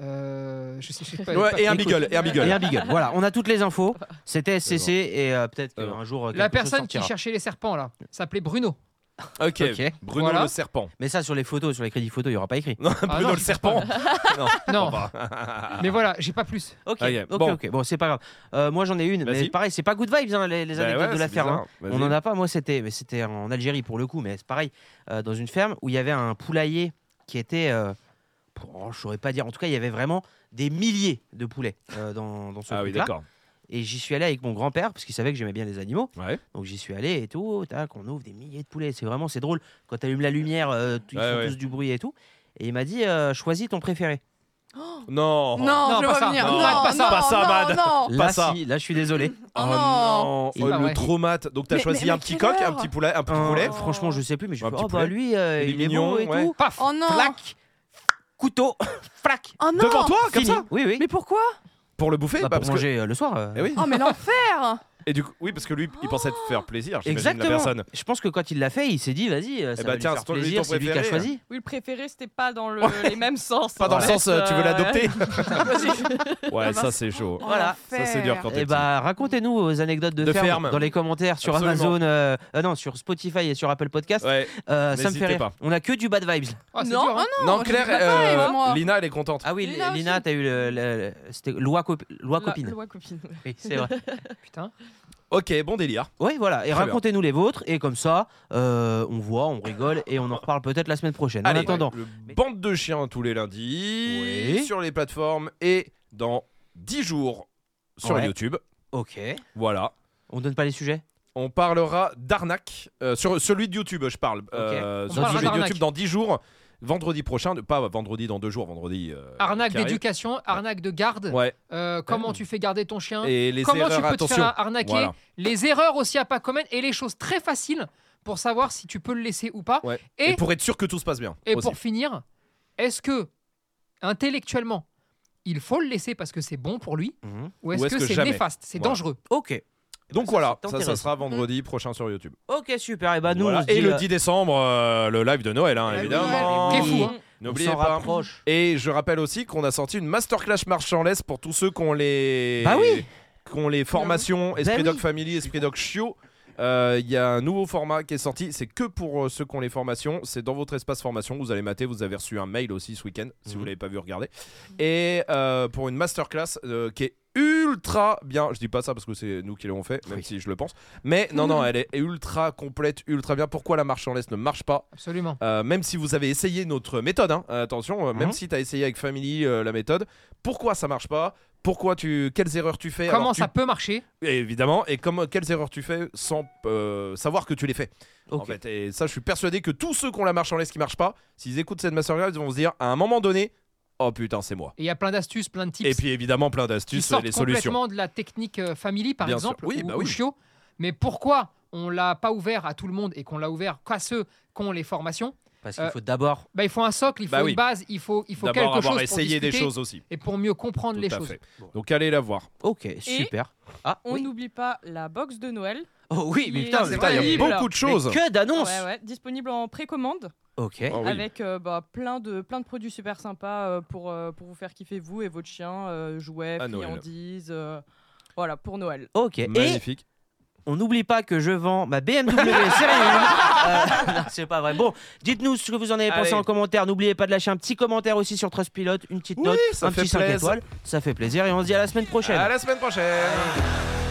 Speaker 9: Euh, je sais, je sais pas.
Speaker 5: Ouais,
Speaker 9: pas-
Speaker 5: et un
Speaker 4: écoute.
Speaker 5: beagle. Et un
Speaker 4: Et
Speaker 5: beagle.
Speaker 4: un beagle. Voilà, on a toutes les infos. C'était SCC et euh, peut-être
Speaker 5: D'accord.
Speaker 4: qu'un jour. euh,
Speaker 9: La
Speaker 4: quelque chose
Speaker 9: personne qui
Speaker 4: sortira.
Speaker 9: cherchait les serpents là s'appelait Bruno.
Speaker 5: Ok.
Speaker 4: Ok.
Speaker 5: Bruno
Speaker 9: Voilà.
Speaker 5: le serpent.
Speaker 4: Mais ça, sur les photos, sur les crédits photos, il n'y aura pas écrit.
Speaker 5: Non,
Speaker 9: Ah
Speaker 5: Bruno
Speaker 9: non,
Speaker 5: le
Speaker 9: je sais
Speaker 5: serpent. non.
Speaker 9: Non,
Speaker 5: pas.
Speaker 9: mais voilà, j'ai pas plus.
Speaker 4: Ok,
Speaker 5: Ah, yeah.
Speaker 4: ok,
Speaker 5: Bon.
Speaker 4: ok. Bon, c'est pas grave. Euh, moi, j'en ai une.
Speaker 5: Vas-y.
Speaker 4: Mais pareil, c'est pas good vibes, hein, les, les
Speaker 5: Bah
Speaker 4: anecdotes
Speaker 5: ouais,
Speaker 4: de la
Speaker 5: c'est
Speaker 4: ferme. hein.
Speaker 5: bizarre.
Speaker 4: On
Speaker 5: Vas-y.
Speaker 4: en a pas. Moi, c'était mais c'était en Algérie pour le coup, mais c'est pareil. euh, dans une ferme où il y avait un poulailler qui était. euh, oh, je saurais pas dire. En tout cas, il y avait vraiment des milliers de poulets euh, dans, dans ce
Speaker 5: Ah oui,
Speaker 4: truc-là.
Speaker 5: d'accord.
Speaker 4: Et j'y suis allé avec mon grand-père parce qu'il savait que j'aimais bien les animaux.
Speaker 5: Ouais.
Speaker 4: Donc j'y suis allé et tout, Oh, tac, on ouvre des milliers de poulets. C'est vraiment, c'est drôle. Quand tu allumes la lumière, euh, t- ils
Speaker 5: Ouais,
Speaker 4: font
Speaker 5: ouais.
Speaker 4: tous du bruit et tout. Et il m'a dit, euh, choisis ton préféré.
Speaker 5: Non.
Speaker 3: Non, je
Speaker 9: non, pas
Speaker 3: vois
Speaker 9: ça.
Speaker 3: venir.
Speaker 5: Non,
Speaker 3: Non,
Speaker 5: pas ça,
Speaker 3: non,
Speaker 5: Oh, pas ça,
Speaker 3: non,
Speaker 5: Mad.
Speaker 3: non.
Speaker 4: là,
Speaker 5: ça.
Speaker 4: si, là, je suis désolé.
Speaker 3: Oh non.
Speaker 5: non.
Speaker 9: C'est
Speaker 5: Oh,
Speaker 9: pas
Speaker 5: le
Speaker 9: vrai.
Speaker 5: traumate. Donc t'as
Speaker 3: Mais-
Speaker 5: choisi
Speaker 3: mais-
Speaker 5: un
Speaker 3: mais
Speaker 5: petit
Speaker 3: quelle
Speaker 5: coq, un
Speaker 3: heure
Speaker 5: petit poulet, un petit
Speaker 4: Un-
Speaker 5: poulet.
Speaker 4: Oh. franchement, je sais plus, mais je
Speaker 5: Un
Speaker 4: fais,
Speaker 5: petit
Speaker 4: oh, bah
Speaker 5: poulet.
Speaker 4: lui, euh,
Speaker 5: Il est
Speaker 4: il est
Speaker 5: mignon,
Speaker 4: beau et
Speaker 5: ouais.
Speaker 4: tout.
Speaker 9: Paf.
Speaker 3: Oh non.
Speaker 4: Flac, couteau, flac.
Speaker 3: Oh non.
Speaker 5: Devant toi, comme
Speaker 4: Fini.
Speaker 5: ça
Speaker 4: Oui, oui.
Speaker 3: Mais pourquoi
Speaker 5: Pour le bouffer
Speaker 4: Bah,
Speaker 5: bah,
Speaker 4: pour
Speaker 5: parce que-
Speaker 4: manger euh, le soir. euh.
Speaker 5: Eh oui.
Speaker 3: Oh mais l'enfer
Speaker 5: Et du coup, oui, parce que lui, il pensait te faire plaisir, j'imagine, la
Speaker 4: Exactement.
Speaker 5: personne.
Speaker 4: Je pense que quand il l'a fait, il s'est dit, vas-y, euh, ça
Speaker 5: bah
Speaker 4: va lui
Speaker 5: tiens,
Speaker 4: faire
Speaker 5: c'est ton- lui,
Speaker 4: plaisir,
Speaker 5: ton
Speaker 4: c'est lui qui a
Speaker 5: préféré. hein,
Speaker 4: choisi.
Speaker 8: Oui, le préféré, c'était pas dans le- les mêmes sens.
Speaker 5: Pas dans
Speaker 8: en
Speaker 5: le
Speaker 8: fait,
Speaker 5: sens, euh, tu veux
Speaker 8: euh,
Speaker 5: l'adopter
Speaker 3: Vas-y.
Speaker 5: Ouais,
Speaker 3: Ah bah,
Speaker 5: ça c'est chaud.
Speaker 4: Voilà.
Speaker 5: Ça c'est dur quand t'es
Speaker 4: Et bah, racontez-nous vos anecdotes de,
Speaker 5: De
Speaker 4: ferme,
Speaker 5: ferme.
Speaker 4: dans les commentaires sur
Speaker 5: Absolument.
Speaker 4: Amazon, euh, euh, non, sur Spotify et sur Apple
Speaker 5: petit.
Speaker 4: Podcast.
Speaker 5: Ouais.
Speaker 4: Euh, ça me fait
Speaker 5: N'hésitez
Speaker 4: rire.
Speaker 5: pas.
Speaker 4: On a que du bad vibes.
Speaker 9: Ah, c'est
Speaker 3: Non,
Speaker 9: dur, hein.
Speaker 5: Non,
Speaker 3: moi, je
Speaker 5: Claire,
Speaker 3: dis pas,
Speaker 5: euh,
Speaker 3: et moi.
Speaker 5: Lina, elle est contente.
Speaker 4: Ah oui,
Speaker 8: Lina
Speaker 4: Lina,
Speaker 8: aussi.
Speaker 4: t'as eu le, le- le- c'était loi, cop- loi
Speaker 8: la-
Speaker 4: copine.
Speaker 8: loi copine. ouais.
Speaker 4: Oui, c'est vrai.
Speaker 9: Putain.
Speaker 5: Ok, bon délire.
Speaker 4: Oui, voilà. Et
Speaker 5: Très
Speaker 4: racontez-nous les vôtres et comme ça, euh, on voit, on rigole et on en reparle peut-être la semaine prochaine.
Speaker 5: Allez,
Speaker 4: en attendant,
Speaker 5: le bande de chiens tous les lundis
Speaker 4: Oui.
Speaker 5: sur les plateformes et dans 10 jours sur
Speaker 4: Ouais.
Speaker 5: YouTube.
Speaker 4: ok.
Speaker 5: Voilà.
Speaker 4: On donne pas les sujets.
Speaker 5: On parlera d'arnaque euh, sur celui de YouTube, je parle. Euh,
Speaker 9: On
Speaker 5: sur
Speaker 9: parlera
Speaker 5: celui de
Speaker 9: d'arnaque.
Speaker 5: YouTube dans 10 jours, vendredi prochain, pas vendredi dans deux jours, vendredi. euh,
Speaker 9: Arnaque
Speaker 5: qui arrive.
Speaker 9: d'éducation, arnaque de garde.
Speaker 5: Ouais.
Speaker 9: Euh, comment tu fais garder ton chien
Speaker 5: Et les
Speaker 9: Comment
Speaker 5: erreurs,
Speaker 9: tu peux te
Speaker 5: attention.
Speaker 9: faire arnaquer
Speaker 5: Voilà.
Speaker 9: Les erreurs aussi à pas commettre et les choses très faciles pour savoir si tu peux le laisser ou pas.
Speaker 5: Ouais.
Speaker 9: Et-
Speaker 5: Et, pour être sûr que tout se passe bien.
Speaker 9: Et
Speaker 5: aussi.
Speaker 9: pour finir, est-ce que intellectuellement, il faut le laisser parce que c'est bon pour lui
Speaker 4: Mhm.
Speaker 9: ou est-ce que, c'est
Speaker 5: jamais.
Speaker 9: néfaste, c'est
Speaker 5: Voilà.
Speaker 9: dangereux
Speaker 4: Ok.
Speaker 5: Donc
Speaker 4: Eh ben, ça,
Speaker 5: voilà,
Speaker 4: c'est
Speaker 5: ça, ça
Speaker 4: intéressant.
Speaker 9: Mm.
Speaker 5: sera vendredi prochain sur YouTube.
Speaker 4: Ok, super. Et bah nous,
Speaker 5: Voilà.
Speaker 4: on se
Speaker 5: Et
Speaker 4: dit,
Speaker 5: le
Speaker 4: euh,
Speaker 5: 10 décembre, euh, le live de Noël, hein,
Speaker 9: Ah oui,
Speaker 5: évidemment.
Speaker 9: Qui
Speaker 4: oui,
Speaker 9: est
Speaker 4: oui.
Speaker 9: fou, hein.
Speaker 4: on
Speaker 5: N'oubliez
Speaker 4: s'en
Speaker 5: pas.
Speaker 4: rapproche.
Speaker 5: Et je rappelle aussi qu'on a sorti une masterclass marchandise pour tous ceux qui ont les.
Speaker 4: Bah oui. Bah
Speaker 5: qui ont les formations Esprit
Speaker 4: oui.
Speaker 5: Dog Family, Esprit Dog Chiot. Euh, Il y a un nouveau format qui est sorti, c'est que pour euh, ceux qui ont les formations, c'est dans votre espace formation, vous allez mater, vous avez reçu un mail aussi ce week-end, si
Speaker 4: Mhm.
Speaker 5: vous l'avez pas vu, regardez. Et euh, pour une masterclass euh, qui est ultra bien, je dis pas ça parce que c'est nous qui l'avons fait, même
Speaker 4: Oui.
Speaker 5: si je le pense, mais non, non, elle est ultra complète, ultra bien. Pourquoi la marchandise ne marche pas
Speaker 9: Absolument.
Speaker 5: euh, même si vous avez essayé notre méthode, hein, euh, attention, euh, même
Speaker 4: Mhm.
Speaker 5: si tu as essayé avec Family euh, la méthode, pourquoi ça marche pas pourquoi tu quelles erreurs tu fais
Speaker 9: Comment
Speaker 5: alors tu-
Speaker 9: ça peut marcher
Speaker 5: évidemment et comment quelles erreurs tu fais sans euh, savoir que tu les fais
Speaker 4: Ok.
Speaker 5: en fait et ça je suis persuadé que tous ceux qui ont la marche en laisse qui marche pas s'ils écoutent cette masterclass ils vont se dire à un moment donné oh putain c'est moi
Speaker 9: Et il y a plein d'astuces, plein de tips.
Speaker 5: et puis évidemment plein
Speaker 9: qui
Speaker 5: d'astuces et
Speaker 9: sortent
Speaker 5: les solutions
Speaker 9: complètement de la technique euh, family par
Speaker 5: Bien sûr.
Speaker 9: exemple
Speaker 5: Oui,
Speaker 9: ou,
Speaker 5: bah
Speaker 9: ou
Speaker 5: oui.
Speaker 9: chiot. mais pourquoi on l'a pas ouvert à tout le monde et qu'on l'a ouvert qu'à ceux qui ont les formations
Speaker 4: Parce qu'il
Speaker 9: Euh,
Speaker 4: faut d'abord.
Speaker 9: bah, il faut un socle il faut
Speaker 5: Bah oui.
Speaker 9: une base il faut il faut quelque
Speaker 5: d'abord
Speaker 9: chose
Speaker 5: avoir
Speaker 9: pour
Speaker 5: essayé des
Speaker 9: discuter
Speaker 5: choses aussi
Speaker 9: et pour mieux comprendre
Speaker 5: Tout
Speaker 9: les
Speaker 5: à
Speaker 9: choses
Speaker 5: fait. donc allez la voir
Speaker 4: Ok, super. Ah
Speaker 8: On
Speaker 4: oui.
Speaker 8: n'oublie pas la box de Noël.
Speaker 4: Oh oui, mais
Speaker 8: Il
Speaker 4: putain,
Speaker 8: est
Speaker 4: mais
Speaker 5: Putain, il y a
Speaker 8: disponible.
Speaker 5: beaucoup de choses
Speaker 4: que d'annonces.
Speaker 8: Ouais, ouais, disponible en précommande
Speaker 4: Ok.
Speaker 5: Ah oui.
Speaker 8: avec euh, bah, plein, de, plein de produits super sympas euh, pour, euh, pour vous faire kiffer, vous et votre chien, euh, jouets,
Speaker 5: À Noël.
Speaker 8: friandises. euh, voilà, pour Noël.
Speaker 4: Ok. Et
Speaker 5: magnifique
Speaker 4: On n'oublie pas que je vends ma BMW Série 1. Euh, non, c'est pas vrai. Bon, dites-nous ce que vous en avez pensé
Speaker 5: Allez.
Speaker 4: en commentaire. N'oubliez pas de lâcher un petit commentaire aussi sur Trustpilot, une petite
Speaker 5: Oui,
Speaker 4: note,
Speaker 5: ça
Speaker 4: un
Speaker 5: fait
Speaker 4: petit 5
Speaker 5: plaisir.
Speaker 4: étoiles. Ça fait plaisir et on se dit à la semaine prochaine.
Speaker 5: à la semaine prochaine